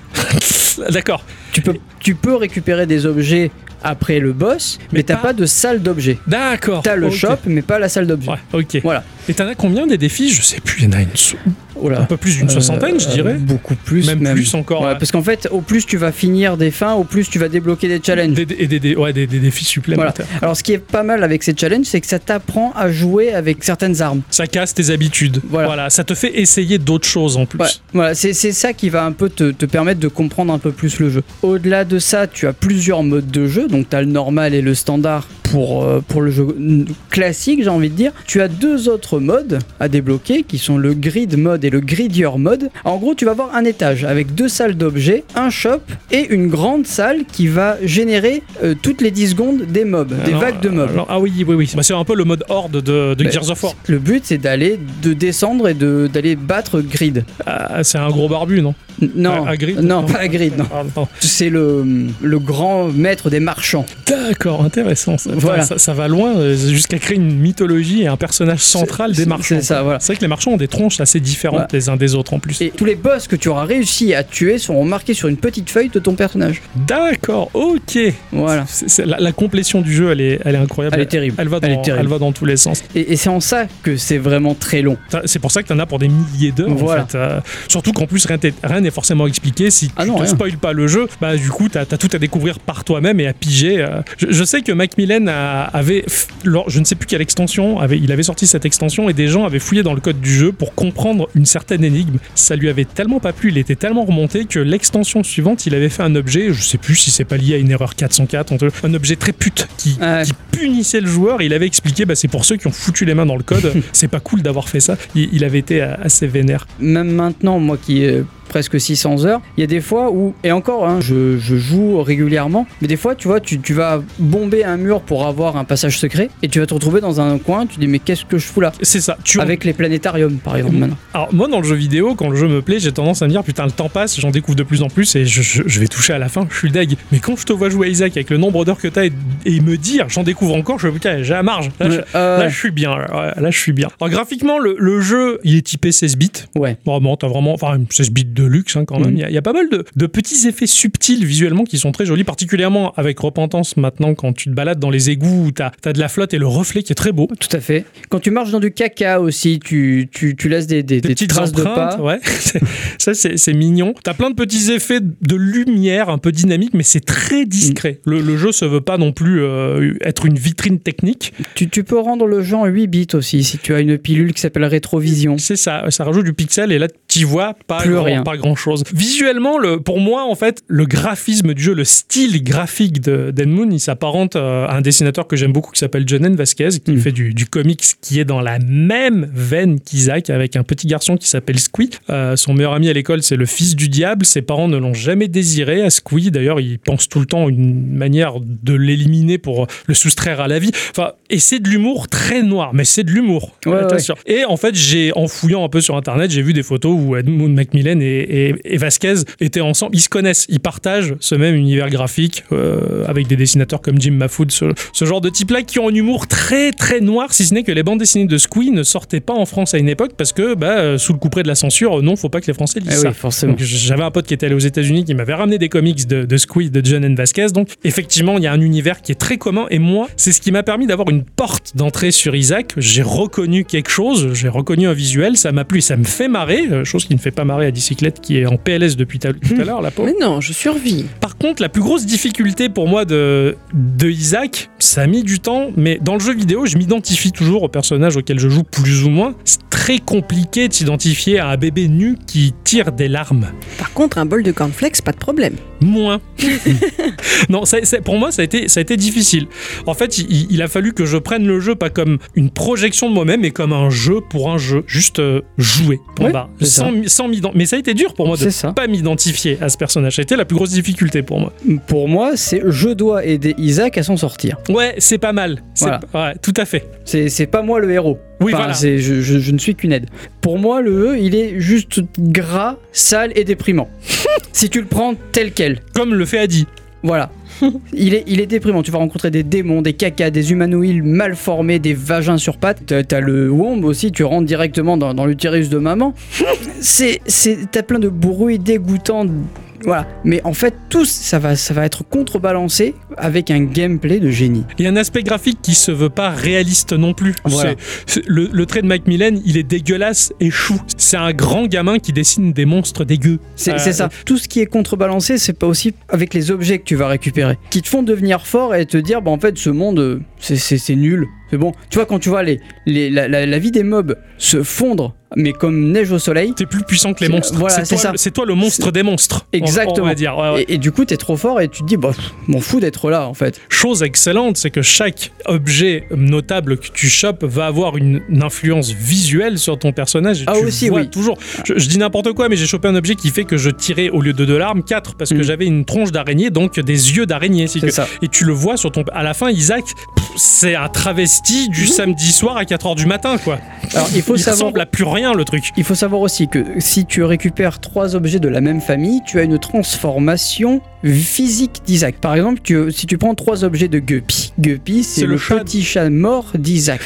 Speaker 1: D'accord.
Speaker 2: Tu peux, tu peux récupérer des objets après le boss, mais,
Speaker 1: Mais
Speaker 2: t'as
Speaker 1: pas-
Speaker 2: pas de salle d'objets.
Speaker 1: D'accord.
Speaker 2: T'as le
Speaker 1: Ok.
Speaker 2: shop, mais pas la salle d'objets.
Speaker 1: Ouais, ok.
Speaker 2: Voilà.
Speaker 1: Et t'en as combien des défis Je sais plus, il y en a une, sou-
Speaker 2: Oh là.
Speaker 1: un peu plus d'une
Speaker 2: Euh,
Speaker 1: soixantaine, je
Speaker 2: euh,
Speaker 1: dirais.
Speaker 2: beaucoup plus,
Speaker 1: Même plus encore, hein.
Speaker 2: Ouais,
Speaker 1: ouais.
Speaker 2: Parce qu'en fait, au plus tu vas finir des fins, au plus tu vas débloquer des challenges.
Speaker 1: Des, et des, des- ouais, des- des défis
Speaker 2: Voilà.
Speaker 1: supplémentaires.
Speaker 2: Alors, ce qui est pas mal avec ces challenges, c'est que ça t'apprend à jouer avec certaines armes.
Speaker 1: Ça casse tes habitudes.
Speaker 2: Voilà.
Speaker 1: Voilà. Ça te fait essayer d'autres choses en plus.
Speaker 2: Ouais, voilà, c'est c'est ça qui va un peu te, te permettre de comprendre un peu plus le jeu. Au-delà de ça, tu as plusieurs modes de jeu, donc tu as le normal et le standard pour, euh, pour le jeu classique, j'ai envie de dire. Tu as deux autres modes à débloquer qui sont le grid mode et le gridier mode. En gros, tu vas avoir un étage avec deux salles d'objets, un shop et une grande salle qui va générer euh, toutes les 10 secondes des mobs, des
Speaker 1: Alors,
Speaker 2: vagues de mobs.
Speaker 1: alors, ah oui, oui, oui. Bah, c'est un peu le mode horde de, de
Speaker 2: Mais-
Speaker 1: Gears of War.
Speaker 2: Le but c'est d'aller de descendre et de d'aller battre grid.
Speaker 1: Ah, c'est un gros barbu, non
Speaker 2: N- Non,
Speaker 1: Ah, à Grid,
Speaker 2: non,
Speaker 1: non.
Speaker 2: pas à grid, non.
Speaker 1: Ah, pardon.
Speaker 2: C'est le, le grand maître des marchands.
Speaker 1: D'accord, intéressant. Ça,
Speaker 2: Voilà.
Speaker 1: ça, ça va loin euh, jusqu'à créer une mythologie et un personnage central
Speaker 2: C'est-
Speaker 1: des marchands.
Speaker 2: C'est ça, voilà.
Speaker 1: C'est vrai que les marchands ont des tronches assez différentes
Speaker 2: Voilà.
Speaker 1: les uns des autres en plus.
Speaker 2: Bah. Et tous les boss que tu auras réussi à tuer seront marqués sur une petite feuille de ton personnage.
Speaker 1: D'accord, ok.
Speaker 2: Voilà.
Speaker 1: C'est- c'est- la, la complétion du jeu, elle est, elle est incroyable.
Speaker 2: Elle est terrible.
Speaker 1: Elle va, dans,
Speaker 2: Elle est terrible.
Speaker 1: elle va dans tous les sens.
Speaker 2: Et, et c'est en ça que c'est vraiment très long.
Speaker 1: T'as- C'est pour ça que t'en as pour des milliers d'heures. en
Speaker 2: Voilà.
Speaker 1: fait. Euh, surtout qu'en plus, rien t'est- rien n'est forcément expliqué. Si tu
Speaker 2: Ah non,
Speaker 1: te
Speaker 2: rien.
Speaker 1: spoiles pas le jeu, bah du coup, t'as as tout à découvrir par toi-même et à piger. euh. Je, je sais que Macmillan a- avait, f- lors- je ne sais plus quelle extension, avait, il avait sorti cette extension et des gens avaient fouillé dans le code du jeu pour comprendre une certaine énigme. Ça lui avait tellement pas plu, il était tellement remonté que l'extension suivante, il avait fait un objet, je sais plus si c'est pas lié à une erreur 404, entre- un objet très pute qui,
Speaker 2: Ouais.
Speaker 1: qui punissait le joueur. Il avait expliqué, bah, c'est pour ceux qui ont foutu les mains dans le code. c'est pas cool d'avoir fait ça. Il, il avait été euh, assez vénère.
Speaker 2: Même maintenant, moi qui ai presque 600 heures, il y a des fois où, et encore, hein, je, je joue régulièrement, mais des fois, tu vois, tu, tu vas bomber un mur pour avoir un passage secret, et tu vas te retrouver dans un coin, tu dis, mais qu'est-ce que je fous là
Speaker 1: C'est ça. Tu
Speaker 2: Avec les planétariums, par exemple, maintenant.
Speaker 1: Alors moi dans le jeu vidéo, quand le jeu me plaît, j'ai tendance à me dire putain le temps passe, j'en découvre de plus en plus et je, je- je vais toucher à la fin, je suis deg. Mais quand je te vois jouer à Isaac avec le nombre d'heures que t'as et, et me dire j'en découvre encore, je fais, putain j'ai la marge. Là, je,
Speaker 2: Euh,
Speaker 1: là, je suis bien, là, Ouais, là, je suis bien. Alors graphiquement le, le jeu il est typé 16 bits.
Speaker 2: ouais.
Speaker 1: Vraiment, t'as vraiment, enfin, une 16 bits de luxe hein, quand même.
Speaker 2: Mhm.
Speaker 1: Il y a- il y, a pas mal de, de petits effets subtils visuellement qui sont très jolis, particulièrement avec Repentance maintenant quand tu te balades dans les égouts où t'as as de la flotte et le reflet qui est très beau.
Speaker 2: Tout à fait. Quand tu marches dans du caca aussi, tu, tu, tu laisses des, des,
Speaker 1: des,
Speaker 2: des
Speaker 1: petites
Speaker 2: traces de
Speaker 1: empreintes,
Speaker 2: pas.
Speaker 1: ouais. C'est- ça c'est c'est mignon. T'as plein de petits effets de lumière un peu dynamique, mais c'est très discret.
Speaker 2: Mm.
Speaker 1: Le, le jeu se veut pas non plus euh, être une vitrine technique.
Speaker 2: Tu, tu peux rendre le jeu en 8 bits aussi si tu as une pilule qui s'appelle Rétrovision.
Speaker 1: C'est ça, ça rajoute du pixel et là t'y vois pas
Speaker 2: Plus
Speaker 1: grand,
Speaker 2: rien.
Speaker 1: pas grand chose. Visuellement, le, pour moi en fait, le graphisme du jeu, le style graphique de Moon, il s'apparente euh, à un dessinateur que j'aime beaucoup qui s'appelle John N. Vasquez, qui
Speaker 2: Mm.
Speaker 1: fait du, du comics qui est dans la même veine qu'Isaac avec un petit garçon qui s'appelle Squee. Euh, son meilleur ami à l'école, c'est le fils du diable. Ses parents ne l'ont jamais désiré. À Squee, d'ailleurs, il pense tout le temps une manière de l'éliminer pour le soustraire à la vie. Enfin, et c'est de l'humour très noir, mais c'est de l'humour.
Speaker 2: Ouais, ouais.
Speaker 1: Attention. Et en fait, j'ai en fouillant un peu sur internet, j'ai vu des photos où Edmund Macmillan et, et- et Vasquez étaient ensemble. Ils se connaissent, ils partagent ce même univers graphique euh, avec des dessinateurs comme Jim Mafood, ce, ce genre de type-là qui ont un humour très très noir, si ce n'est que les bandes dessinées de Squee ne sortaient pas en France à une époque parce que bah, euh, sous le couperet de la censure, euh, non, faut pas que les Français lisent
Speaker 2: Eh
Speaker 1: ça.
Speaker 2: oui, forcément.
Speaker 1: Donc, J'avais un pote qui était allé aux États-Unis qui m'avait ramené des comics de, de Squid, de John N. Vasquez. Donc, effectivement, il y a un univers qui est très commun. Et moi, c'est ce qui m'a permis d'avoir une porte d'entrée sur Isaac. J'ai reconnu quelque chose, j'ai reconnu un visuel, ça m'a plu et ça me fait marrer. euh, Chose qui ne fait pas marrer à Dicyclette qui est en PLS depuis ta- tout à
Speaker 3: Oh.
Speaker 1: l'heure, la pauvre.
Speaker 3: Mais non, je survis.
Speaker 1: Par contre, la plus grosse difficulté pour moi de, de Isaac, ça a mis du temps, mais dans le jeu vidéo, je m'identifie toujours au personnage auquel je joue plus ou moins. C'est très compliqué de s'identifier à un bébé nu qui tire des larmes.
Speaker 3: Par contre, un bol de cornflakes, pas de problème.
Speaker 1: Moins. non, ça- ça- pour moi, ça a, été, ça a été difficile. En fait, il, il a fallu que je prenne le jeu pas comme une projection de moi-même, mais comme un jeu pour un jeu. Juste euh, jouer. Point
Speaker 2: Ouais,
Speaker 1: barre.
Speaker 2: c'est ça.
Speaker 1: Sans, mi- sans m'ident- mais ça a été dur pour moi de
Speaker 2: C'est ça.
Speaker 1: pas m'identifier à ce personnage. Ça a été la plus grosse difficulté pour moi.
Speaker 2: Pour moi, c'est je dois aider Isaac à s'en sortir.
Speaker 1: Ouais, c'est pas mal. C'est- ouais, tout à fait.
Speaker 2: C'est c'est pas moi le héros.
Speaker 1: Oui,
Speaker 2: Enfin,
Speaker 1: voilà.
Speaker 2: c'est- je, je- je ne suis qu'une aide. Pour moi, le E, il est juste gras, sale et déprimant. si tu le prends tel quel,
Speaker 1: Comme le fait Adi.
Speaker 2: Voilà. Il est, il est déprimant. Tu vas rencontrer des démons, des cacas, des humanoïdes mal formés, des vagins sur pattes. T'as t'as le womb aussi, tu rentres directement dans, dans l'utérus de maman. C'est, c'est, t'as plein de bruits dégoûtants. Voilà. Mais en fait, tout ça va, ça va être contrebalancé avec un gameplay de génie.
Speaker 1: Il y a un aspect graphique qui se veut pas réaliste non plus.
Speaker 2: Voilà.
Speaker 1: C'est- c'est- le, le trait de Mike Millen, il est dégueulasse et chou. C'est un grand gamin qui dessine des monstres dégueux.
Speaker 2: C'est
Speaker 1: Euh,
Speaker 2: c'est ça. Tout ce qui est contrebalancé, c'est pas aussi avec les objets que tu vas récupérer, qui te font devenir fort et te dire, bah en fait, ce monde, euh, c'est- c'est c'est nul. C'est bon. Tu vois, quand tu vois les, les- la, la- la vie des mobs se fondre, mais comme neige au soleil,
Speaker 1: T'es plus puissant que les
Speaker 2: C'est-
Speaker 1: monstres.
Speaker 2: voilà,
Speaker 1: c'est
Speaker 2: c'est
Speaker 1: toi,
Speaker 2: ça.
Speaker 1: le- c'est toi le monstre des monstres. on- On,
Speaker 2: Exactement.
Speaker 1: va dire. Ah Ouais, ouais.
Speaker 2: et, et du coup, t'es trop fort et tu te dis, bah, pff, m'en fous d'être là, en fait.
Speaker 1: Chose excellente, c'est que chaque objet notable que tu chopes va avoir une, une influence visuelle sur ton personnage. Et
Speaker 2: Ah,
Speaker 1: tu
Speaker 2: aussi,
Speaker 1: vois
Speaker 2: oui.
Speaker 1: toujours. Je, je dis n'importe quoi, mais j'ai chopé un objet qui fait que je tirais au lieu de deux larmes quatre parce que
Speaker 2: Mm.
Speaker 1: j'avais une tronche d'araignée, donc des yeux d'araignée. si
Speaker 2: C'est
Speaker 1: que-
Speaker 2: ça.
Speaker 1: Et tu le vois sur ton. À la fin, Isaac, pff, c'est un travesti du samedi soir à 4h du matin, quoi.
Speaker 2: Alors, il Mm. faut
Speaker 1: Il
Speaker 2: savoir.
Speaker 1: ressemble à plus rien, le truc.
Speaker 2: Il faut savoir aussi que si tu récupères trois objets de la même famille, tu as une transformation physique d'Isaac. Par exemple, tu- si tu prends trois objets de Guppy, Guppy c'est
Speaker 1: C'est
Speaker 2: le,
Speaker 1: le chat.
Speaker 2: petit chat mort d'Isaac.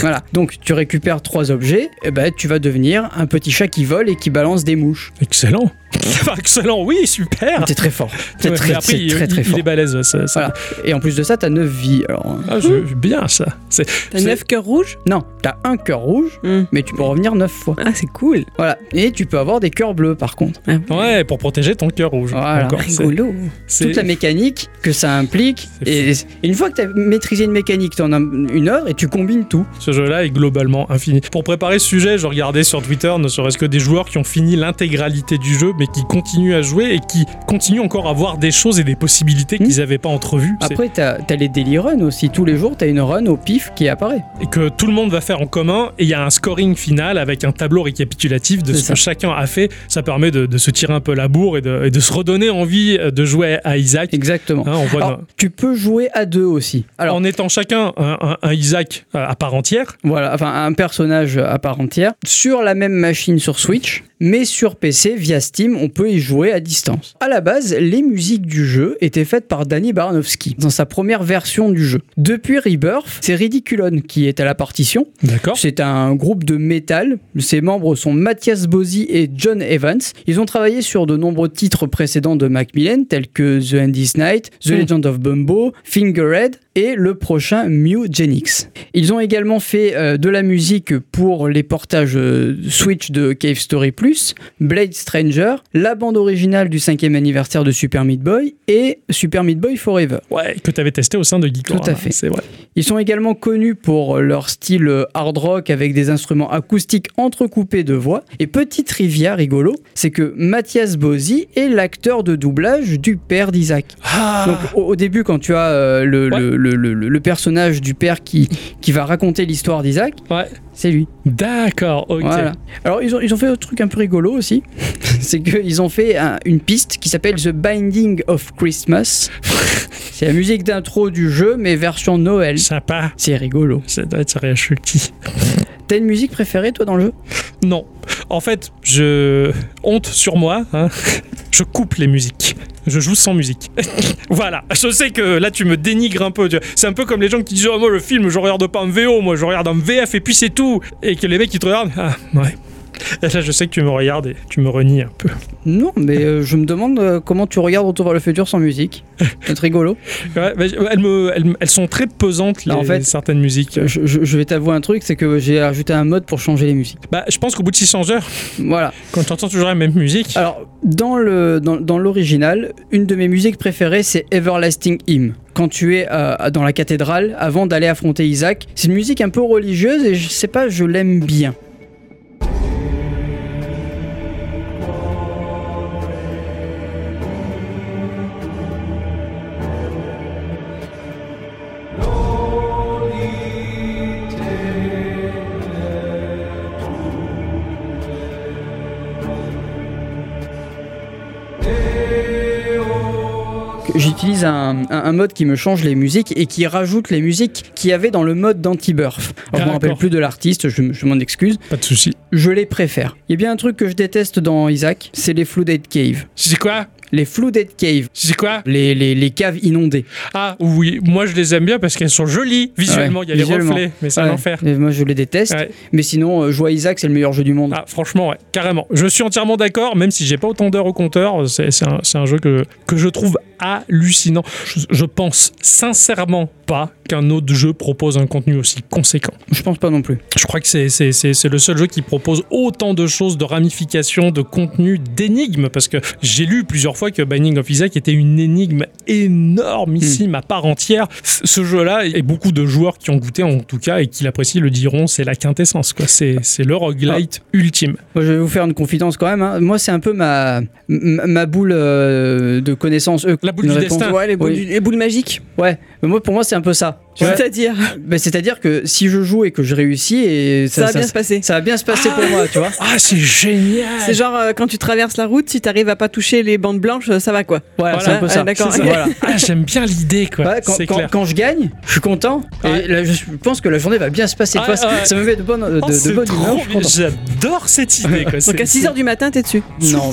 Speaker 2: voilà, donc tu récupères trois objets, et ben tu vas devenir un petit chat qui vole et qui balance des mouches.
Speaker 1: Excellent. Enfin, excellent, oui, super.
Speaker 2: T'es très fort, t'es
Speaker 1: Ouais,
Speaker 2: très,
Speaker 1: mais après,
Speaker 2: t'es
Speaker 1: il,
Speaker 2: très,
Speaker 1: il-
Speaker 2: très
Speaker 1: il
Speaker 2: fort.
Speaker 1: est balèze, ça. ça-
Speaker 2: Voilà. Et en plus de ça, t'as 9 vies. Alors, euh,
Speaker 1: Ah, je- bien ça. C'est-
Speaker 3: T'as
Speaker 1: C'est-
Speaker 3: neuf cœurs rouges
Speaker 2: non, t'as un cœur rouge,
Speaker 3: Hmm.
Speaker 2: mais tu peux revenir 9 fois.
Speaker 3: Ah, c'est cool.
Speaker 2: Voilà, et tu peux avoir des cœurs bleus par contre.
Speaker 3: Ah,
Speaker 1: Ouais, pour protéger ton cœur rouge.
Speaker 2: Voilà.
Speaker 1: Encore, c'est-
Speaker 3: Rigolo.
Speaker 1: c'est-
Speaker 2: toute la mécanique que ça implique.
Speaker 1: C'est
Speaker 2: Et, et une fois que tu as maîtrisé une mécanique, tu en as une heure et tu combines tout.
Speaker 1: Ce jeu-là est globalement infini. Pour préparer ce sujet, je regardais sur Twitter ne serait-ce que des joueurs qui ont fini l'intégralité du jeu, mais qui continuent à jouer et qui continuent encore à voir des choses et des possibilités
Speaker 2: Hmm.
Speaker 1: qu'ils n'avaient pas entrevues. C'est-
Speaker 2: Après, tu as, les daily runs aussi. Tous les jours, tu as une run au pif qui apparaît.
Speaker 1: et que tout le monde va faire en commun et il y a un scoring final avec un tableau récapitulatif de
Speaker 2: C'est
Speaker 1: ce
Speaker 2: ça.
Speaker 1: que chacun a fait. Ça permet de, de se tirer un peu la bourre et de, et de se redonner envie de jouer à Isaac.
Speaker 2: Exactement.
Speaker 1: Hein, on voit
Speaker 2: Alors, tu peux jouer à deux aussi.
Speaker 1: dans-
Speaker 2: Alors,
Speaker 1: en étant chacun un, un- un Isaac euh, à part entière,
Speaker 2: voilà, enfin, un personnage à part entière sur la même machine sur Switch, mais sur PC via Steam, on peut y jouer à distance. À la base, les musiques du jeu étaient faites par Danny Baranowski dans sa première version du jeu. Depuis Rebirth, c'est Ridiculon qui est à la partition.
Speaker 1: d'accord
Speaker 2: C'est un groupe de métal. Ses membres sont Mathias Bozzi et John Evans. Ils ont travaillé sur de nombreux titres précédents de Macmillan, tels que The Endless Night, The
Speaker 1: Hmm.
Speaker 2: Legend of Bumbo, Fingerhead et le prochain Mugenics. Ils ont également fait euh, de la musique pour les portages euh, Switch de Cave Story Plus, Blade Stranger, la bande originale du cinquième anniversaire de Super Meat Boy et Super Meat Boy Forever.
Speaker 1: Ouais, que tu avais testé au sein de Geekorama.
Speaker 2: Tout à fait.
Speaker 1: C'est vrai.
Speaker 2: Ils sont également connus pour leur style euh, hard rock avec des instruments acoustiques entrecoupés de voix. Et petite trivia rigolo, c'est que Mathias Bozzi est l'acteur de doublage du père d'Isaac. Donc au, au début, quand tu as euh, le,
Speaker 1: Ah. Ouais.
Speaker 2: le- le- le- le personnage du père qui, qui va raconter l'histoire d'Isaac,
Speaker 1: Ouais.
Speaker 2: c'est lui.
Speaker 1: D'accord, ok.
Speaker 2: Voilà. Alors ils ont, ils ont fait un truc un peu rigolo aussi, c'est qu'ils ont fait un- une piste qui s'appelle The Binding of Christmas. c'est la musique d'intro du jeu, mais version Noël.
Speaker 1: Sympa.
Speaker 2: C'est rigolo.
Speaker 1: Ça doit être rien chuti.
Speaker 2: T'as une musique préférée toi dans le jeu
Speaker 1: Non. En fait, je. Honte sur moi, hein. Je coupe les musiques. Je joue sans musique. voilà. Je sais que là, tu me dénigres un peu. tu vois. C'est un peu comme les gens qui disent Oh, moi, le film, je regarde pas en VO, moi, je regarde en VF et puis c'est tout. Et que les mecs, ils te regardent Ah, ouais. Là, je sais que tu me regardes et tu me renies un peu.
Speaker 2: Non, mais euh, je me demande euh, comment tu regardes Retour vers le futur sans musique. C'est rigolo.
Speaker 1: Ouais, bah, je- elles, me, elles, me- elles sont très pesantes, les,
Speaker 2: Là, Bah, en fait, euh,
Speaker 1: certaines musiques.
Speaker 2: Je, je- je vais t'avouer un truc, c'est que j'ai ajouté un mode pour changer les musiques.
Speaker 1: Bah, je pense qu'au bout de 600 heures,
Speaker 2: Voilà.
Speaker 1: quand tu entends toujours la même musique,
Speaker 2: Alors, dans le dans, dans l'original, une de mes musiques préférées, c'est Everlasting Hymn. Quand tu es euh, dans la cathédrale, avant d'aller affronter Isaac, c'est une musique un peu religieuse et je sais pas, je l'aime bien. J'utilise un, un- un mode qui me change les musiques et qui rajoute les musiques qu'il y avait dans le mode d'anti-burf. Alors, je
Speaker 1: Ah,
Speaker 2: me rappelle
Speaker 1: d'accord.
Speaker 2: plus de l'artiste, je, je m'en excuse.
Speaker 1: pas de souci.
Speaker 2: Je les préfère. Il y a bien un truc que je déteste dans Isaac, c'est les Flooded Cave.
Speaker 1: C'est quoi
Speaker 2: Les Flooded Cave,
Speaker 1: C'est quoi
Speaker 2: les, les, les caves inondées.
Speaker 1: Ah oui, moi je les aime bien parce qu'elles sont jolies visuellement.
Speaker 2: Ouais,
Speaker 1: Il y a les
Speaker 2: visuellement.
Speaker 1: reflets, mais c'est un
Speaker 2: Ouais.
Speaker 1: enfer.
Speaker 2: Et moi, je les déteste.
Speaker 1: Ouais.
Speaker 2: Mais sinon, euh, jouer à Isaac, c'est le meilleur jeu du monde.
Speaker 1: Ah, franchement, ouais, carrément. Je suis entièrement d'accord, même si j'ai pas autant d'heures au compteur. C'est c'est un, c'est un jeu que, que je trouve hallucinant. Je, je pense sincèrement pas qu'un autre jeu propose un contenu aussi conséquent.
Speaker 2: Je pense pas non plus.
Speaker 1: Je crois que c'est- c'est c'est- c'est le seul jeu qui propose autant de choses, de ramifications, de contenu, d'énigmes, parce que j'ai lu plusieurs fois que Binding of Isaac était une énigme
Speaker 2: Hmm.
Speaker 1: énormissime à part entière. C- Ce jeu-là, et beaucoup de joueurs qui ont goûté en tout cas et qui l'apprécient le diront, c'est la quintessence, quoi. C'est c'est le roguelite
Speaker 2: Ah.
Speaker 1: ultime.
Speaker 2: Moi, je vais vous faire une confidence quand même. hein. Moi, c'est un peu ma, ma, ma boule euh, de connaissance. euh,
Speaker 1: La boule
Speaker 2: une
Speaker 1: du
Speaker 2: réponse.
Speaker 1: destin.
Speaker 3: Ouais, les boules,
Speaker 2: Oui.
Speaker 3: du- les boules magiques.
Speaker 2: Ouais, mais moi, pour moi, c'est un peu ça. Ouais.
Speaker 3: C'est-à-dire,
Speaker 2: Ben, C'est-à-dire que si je joue et que je réussis, et
Speaker 3: ça,
Speaker 2: ça,
Speaker 3: va bien se passer.
Speaker 2: ça va bien se passer pour moi, tu vois.
Speaker 1: Ah, c'est génial!
Speaker 3: C'est genre euh, quand tu traverses la route, si t'arrives à pas toucher les bandes blanches, euh, ça va quoi.
Speaker 2: Voilà,
Speaker 1: Voilà.
Speaker 2: c'est un peu
Speaker 3: Ah,
Speaker 2: ça.
Speaker 3: d'accord.
Speaker 2: C'est ça. Voilà.
Speaker 1: Ah, j'aime bien l'idée, quoi.
Speaker 2: Ouais, Bah, quand,
Speaker 1: c'est
Speaker 2: quand-
Speaker 1: clair.
Speaker 2: quand je gagne, je suis content.
Speaker 1: Ouais.
Speaker 2: Et là, je pense que la journée va bien se passer.
Speaker 1: Ah,
Speaker 2: Tu vois, ça-
Speaker 1: ouais.
Speaker 2: Ça me met de bonne, de,
Speaker 1: Oh,
Speaker 2: de
Speaker 1: c'est
Speaker 2: bonne
Speaker 1: trop
Speaker 2: humeur, je suis
Speaker 1: bien.
Speaker 2: content.
Speaker 1: J'adore cette idée, quoi.
Speaker 3: Donc à 6h du matin, t'es dessus.
Speaker 2: Non,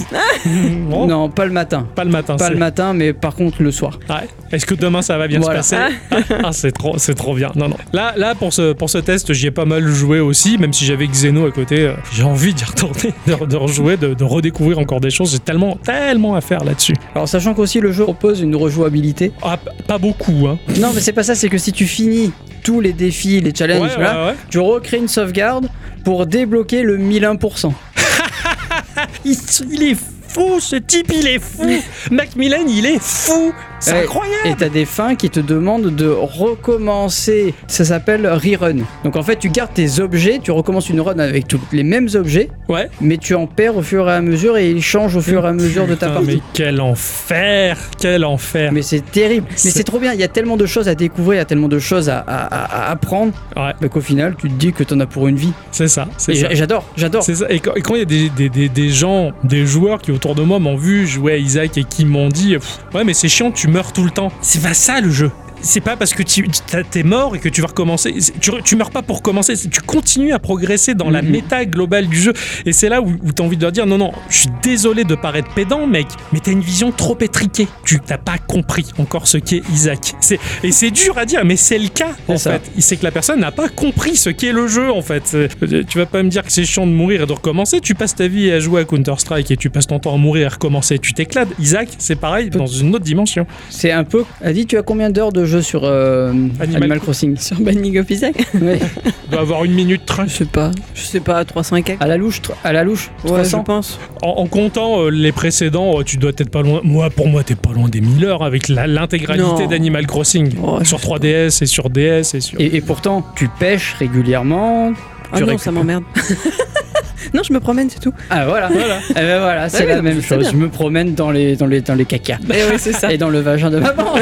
Speaker 1: Non,
Speaker 2: non, pas le matin.
Speaker 1: pas le matin.
Speaker 2: Pas
Speaker 1: Ah, c'est-
Speaker 2: le matin, mais par contre le soir.
Speaker 1: Ouais. Est-ce que demain ça va bien
Speaker 2: Voilà.
Speaker 1: se passer Ah, ah, c'est trop, c'est trop bien. Non, non. Là, là pour ce pour ce test, j'y ai pas mal joué aussi, même si j'avais Xeno à côté. euh, J'ai envie d'y retourner, de, de rejouer, de, de redécouvrir encore des choses. J'ai tellement, tellement à faire là-dessus.
Speaker 2: Alors sachant qu'aussi le jeu propose une rejouabilité.
Speaker 1: Ah, p- pas beaucoup, hein.
Speaker 2: Non mais c'est pas ça, c'est que si tu finis tous les défis, les
Speaker 1: Ouais,
Speaker 2: challenges,
Speaker 1: ouais,
Speaker 2: là,
Speaker 1: ouais.
Speaker 2: tu recrées une sauvegarde pour débloquer le 1001%.
Speaker 1: Il, il est fou, ce type, il est fou. Macmillan, il est fou. C'est
Speaker 2: Ouais.
Speaker 1: incroyable.
Speaker 2: Et t'as des fins qui te demandent de recommencer. Ça s'appelle rerun. Donc en fait tu gardes tes objets, tu recommences une run avec tous les mêmes objets,
Speaker 1: Ouais.
Speaker 2: mais tu en perds au fur et à mesure et ils changent au fur et à mesure de ta
Speaker 1: Oh, Putain,
Speaker 2: partie.
Speaker 1: mais quel enfer, quel enfer.
Speaker 2: Mais c'est terrible, mais
Speaker 1: C'est-
Speaker 2: c'est trop bien, il y a tellement de choses à découvrir, il y a tellement de choses à, à- à- à apprendre,
Speaker 1: Ouais.
Speaker 2: bah, qu'au final tu te dis que t'en as pour une vie.
Speaker 1: C'est ça, c'est
Speaker 2: Et
Speaker 1: ça.
Speaker 2: j'a- j'adore, j'adore.
Speaker 1: C'est ça. Et quand et quand il y a des, des- des- des gens, des joueurs qui autour de moi m'ont vu jouer à Isaac et qui m'ont dit Pff, Ouais, mais c'est chiant, tu meurs tout le temps. C'est pas ça le jeu. C'est pas parce que tu t'as- t'es mort et que tu vas recommencer. C'est- Tu, re- tu meurs pas pour commencer. c'est- Tu continues à progresser dans la
Speaker 2: Mhm.
Speaker 1: méta globale du jeu. Et c'est là où, où t'as envie de leur dire Non, non, je suis désolé de paraître pédant, mec, mais t'as une vision trop étriquée. Tu t'as pas compris encore ce qu'est Isaac. C'est- Et c'est dur à dire, mais c'est le cas
Speaker 2: C'est
Speaker 1: en
Speaker 2: ça.
Speaker 1: fait. Il sait que la personne n'a pas compris ce qu'est le jeu en fait. C'est- Tu vas pas me dire que c'est chiant de mourir et de recommencer. Tu passes ta vie à jouer à Counter Strike et tu passes ton temps à mourir et à recommencer. Tu t'éclates. Isaac, c'est pareil dans une autre dimension.
Speaker 2: C'est un peu. A dit, tu as combien d'heures de jeu sur euh, Animal,
Speaker 1: Animal
Speaker 2: Crossing
Speaker 3: Sur Banning of Isaac
Speaker 2: Ouais.
Speaker 1: Il doit avoir une minute trente.
Speaker 3: Je sais pas. Ah, Je sais pas, 300 et quelques.
Speaker 2: À la louche, tr- à la louche,
Speaker 3: Ouais, je
Speaker 2: 300.
Speaker 3: pense.
Speaker 1: En, en comptant euh, les précédents, euh, tu dois être pas loin. Moi, pour moi, t'es pas loin des 1000 heures avec la- l'intégralité
Speaker 3: Non.
Speaker 1: d'Animal Crossing.
Speaker 3: Oh, je-
Speaker 1: Sur 3DS et sur DS et sur.
Speaker 2: Et, et pourtant, tu pêches régulièrement.
Speaker 3: Ah
Speaker 2: tu
Speaker 3: non,
Speaker 2: récupères.
Speaker 3: ça m'emmerde. non, je me promène, c'est tout.
Speaker 2: Ah voilà.
Speaker 1: Voilà. Ah
Speaker 2: Eh ben voilà, c'est
Speaker 3: Ouais,
Speaker 2: la
Speaker 3: non,
Speaker 2: même
Speaker 3: c'est
Speaker 2: chose.
Speaker 3: bien.
Speaker 2: Je me promène dans les dans les dans les cacas
Speaker 3: Et
Speaker 1: Eh
Speaker 3: oui, c'est ça.
Speaker 2: et dans le vagin de maman.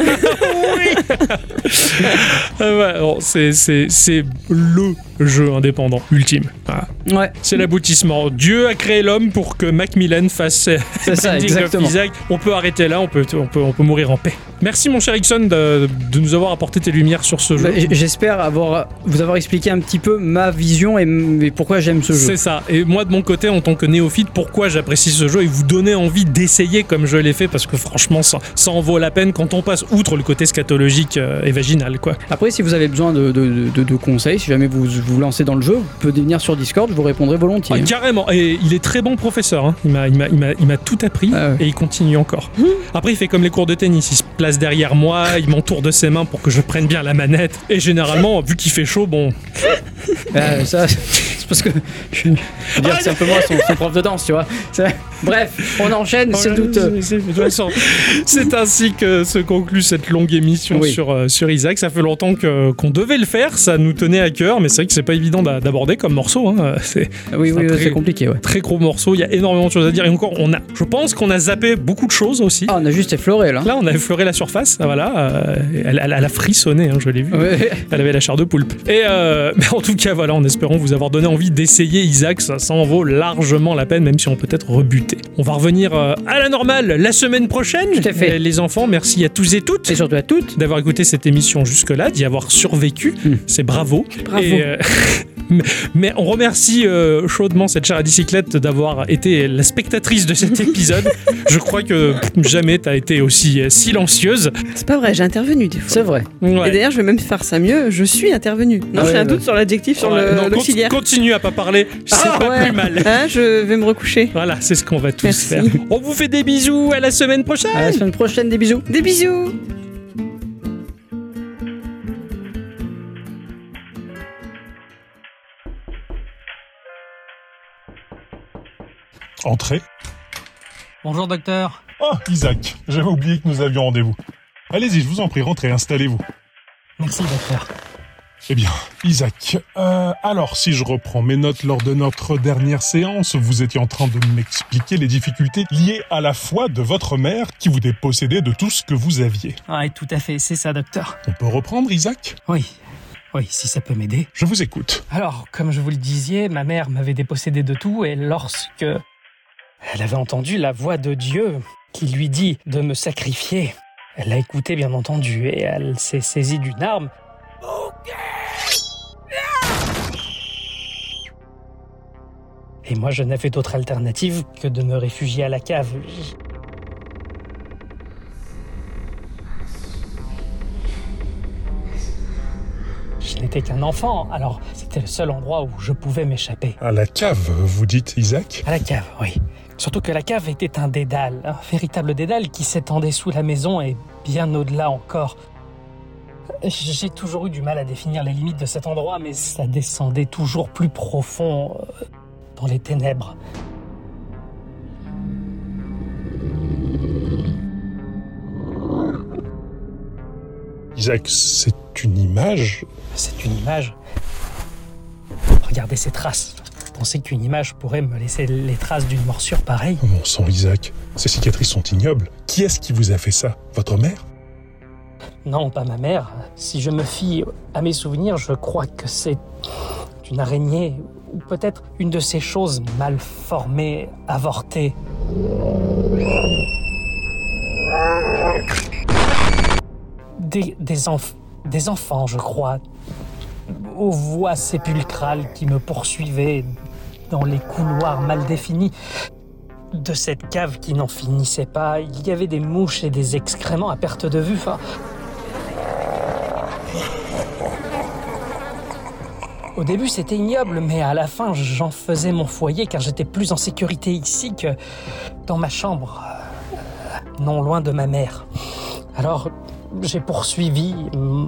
Speaker 1: Ah ouais, alors, c'est c'est- c'est le jeu indépendant ultime. Ah. Voilà.
Speaker 2: ouais,
Speaker 1: C'est l'aboutissement. Dieu a créé l'homme pour que Macmillan fasse
Speaker 2: c'est ça
Speaker 1: Binding of
Speaker 2: exactement.
Speaker 1: Isaac. On peut arrêter là, on peut, on peut, on peut mourir en paix. Merci mon cher Ixon de, de nous avoir apporté tes lumières sur ce jeu.
Speaker 2: Bah, j- J'espère avoir vous avoir expliqué un petit peu ma vision et, m- et pourquoi j'aime ce jeu.
Speaker 1: C'est ça. Et moi, de mon côté, en tant que néophyte, pourquoi j'apprécie ce jeu et vous donner envie d'essayer comme je l'ai fait parce que franchement, ça, ça en vaut la peine quand on passe outre le côté scatologique euh, et vaginal, quoi.
Speaker 2: Après, si vous avez besoin de, de- de- de conseils, si jamais vous, vous vous lancez dans le jeu, vous pouvez venir sur Discord, je vous répondrai volontiers.
Speaker 1: Ah, carrément. Et il est très bon professeur. hein. Il m'a- il m'a- il m'a il m'a tout appris
Speaker 2: Ah ouais.
Speaker 1: et il continue encore. Après, il fait comme les cours de tennis. Il se place derrière moi, il m'entoure de ses mains pour que je prenne bien la manette. Et généralement, vu qu'il fait chaud, bon, Ah,
Speaker 2: Euh, ça, c'est parce que je veux dire c'est un peu moi son, son prof de danse, tu vois. C'est- Bref, on enchaîne, Oh
Speaker 1: Oh,
Speaker 2: c'est douteux.
Speaker 1: C'est ainsi que se conclut cette longue émission
Speaker 2: Oui.
Speaker 1: sur, euh, sur Isaac. Ça fait longtemps que- qu'on devait le faire, ça nous tenait à cœur, mais c'est vrai que c'est pas évident d'a- d'aborder comme morceau. hein. C'est
Speaker 2: Oui, oui,
Speaker 1: Après-
Speaker 2: c'est compliqué, ouais.
Speaker 1: un très gros morceau, il y a énormément de choses à dire. Et encore, on a, je pense qu'on a zappé beaucoup de choses aussi.
Speaker 2: Ah, on a juste effleuré là.
Speaker 1: Là, on a effleuré la surface, ah, voilà. euh, elle, elle- elle a frissonné, hein, je l'ai vu.
Speaker 2: Ouais.
Speaker 1: Elle avait la chair de poulpe. Et euh, bah, en tout cas, voilà, en espérant vous avoir donné envie d'essayer Isaac, ça, ça en vaut largement la peine, même si on peut être rebuté. On va revenir euh, à la normale la semaine prochaine.
Speaker 2: Tout à fait.
Speaker 1: Euh, les enfants, merci à tous et toutes
Speaker 2: Et surtout à toutes.
Speaker 1: d'avoir écouté cette émission jusque-là, d'y avoir survécu.
Speaker 2: Mm.
Speaker 1: C'est bravo.
Speaker 3: Bravo.
Speaker 1: Et, euh, mais- Mais on remercie euh, chaudement cette chère à bicyclette d'avoir été la spectatrice de cet épisode. Je crois que pff, jamais t'as été aussi euh, silencieuse.
Speaker 3: C'est pas vrai, j'ai intervenu des
Speaker 2: C'est
Speaker 3: fois.
Speaker 2: vrai.
Speaker 1: Ouais.
Speaker 3: Et d'ailleurs, je vais même faire ça mieux, je suis intervenu. Non,
Speaker 2: Ah
Speaker 3: j'ai
Speaker 2: ouais,
Speaker 3: un
Speaker 2: ouais.
Speaker 3: doute sur l'adjectif, sur
Speaker 1: Ouais,
Speaker 3: le-
Speaker 1: non,
Speaker 3: l'auxiliaire.
Speaker 1: con- Continue à pas parler, c'est
Speaker 3: Ah,
Speaker 1: pas
Speaker 3: ouais.
Speaker 1: plus mal.
Speaker 3: Hein, je vais me recoucher.
Speaker 1: Voilà, c'est ce qu'on va tous
Speaker 3: Merci.
Speaker 1: faire. On vous fait des bisous, à la semaine prochaine
Speaker 2: À la semaine prochaine, des bisous.
Speaker 3: Des bisous
Speaker 7: Entrez.
Speaker 8: Bonjour docteur.
Speaker 7: Oh, Isaac, j'avais oublié que nous avions rendez-vous. Allez-y, je vous en prie, rentrez, installez-vous.
Speaker 8: Merci docteur.
Speaker 7: Eh bien, Isaac, euh, alors si je reprends mes notes lors de notre dernière séance, vous étiez en train de m'expliquer les difficultés liées à la foi de votre mère qui vous dépossédait de tout ce que vous aviez.
Speaker 8: Ouais, tout à fait, c'est ça docteur.
Speaker 7: On peut reprendre, Isaac
Speaker 8: Oui. Oui, si ça peut m'aider.
Speaker 7: Je vous écoute.
Speaker 8: Alors, comme je vous le disiez, ma mère m'avait dépossédé de tout et lorsque elle avait entendu la voix de Dieu qui lui dit de me sacrifier, elle l'a écouté bien entendu et elle s'est saisie d'une arme. Et moi, je n'avais d'autre alternative que de me réfugier à la cave. Je n'étais qu'un enfant, alors c'était le seul endroit où je pouvais m'échapper.
Speaker 7: À la cave, vous dites, Isaac
Speaker 8: À la cave, oui. Surtout que la cave était un dédale, un véritable dédale qui s'étendait sous la maison et bien au-delà encore. J'ai toujours eu du mal à définir les limites de cet endroit, mais ça descendait toujours plus profond euh, dans les ténèbres.
Speaker 7: Isaac, c'est une image
Speaker 8: C'est une image. Regardez ces traces. Pensez qu'une image pourrait me laisser les traces d'une morsure pareille.
Speaker 7: Oh mon sang, Isaac, ces cicatrices sont ignobles. Qui est-ce qui vous a fait ça Votre mère
Speaker 8: Non, pas ma mère. Si je me fie à mes souvenirs, je crois que c'est une araignée ou peut-être une de ces choses mal formées, avortées. Des, des, enf- des enfants, je crois, aux voix sépulcrales qui me poursuivaient dans les couloirs mal définis de cette cave qui n'en finissait pas. Il y avait des mouches et des excréments à perte de vue. Enfin, Au début, c'était ignoble, mais à la fin, j'en faisais mon foyer car j'étais plus en sécurité ici que dans ma chambre, euh, non loin de ma mère. Alors, j'ai poursuivi mm,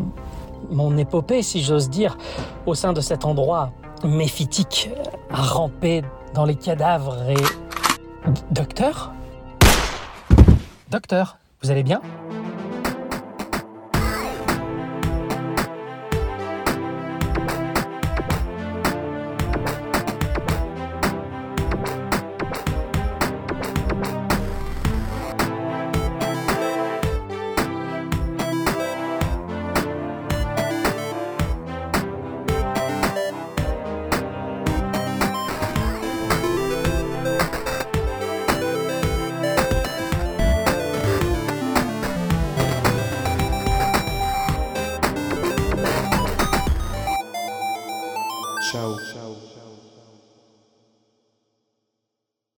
Speaker 8: mon épopée, si j'ose dire, au sein de cet endroit méphitique, à ramper dans les cadavres et. D- Docteur Docteur, vous allez bien
Speaker 9: Ciao. Ciao.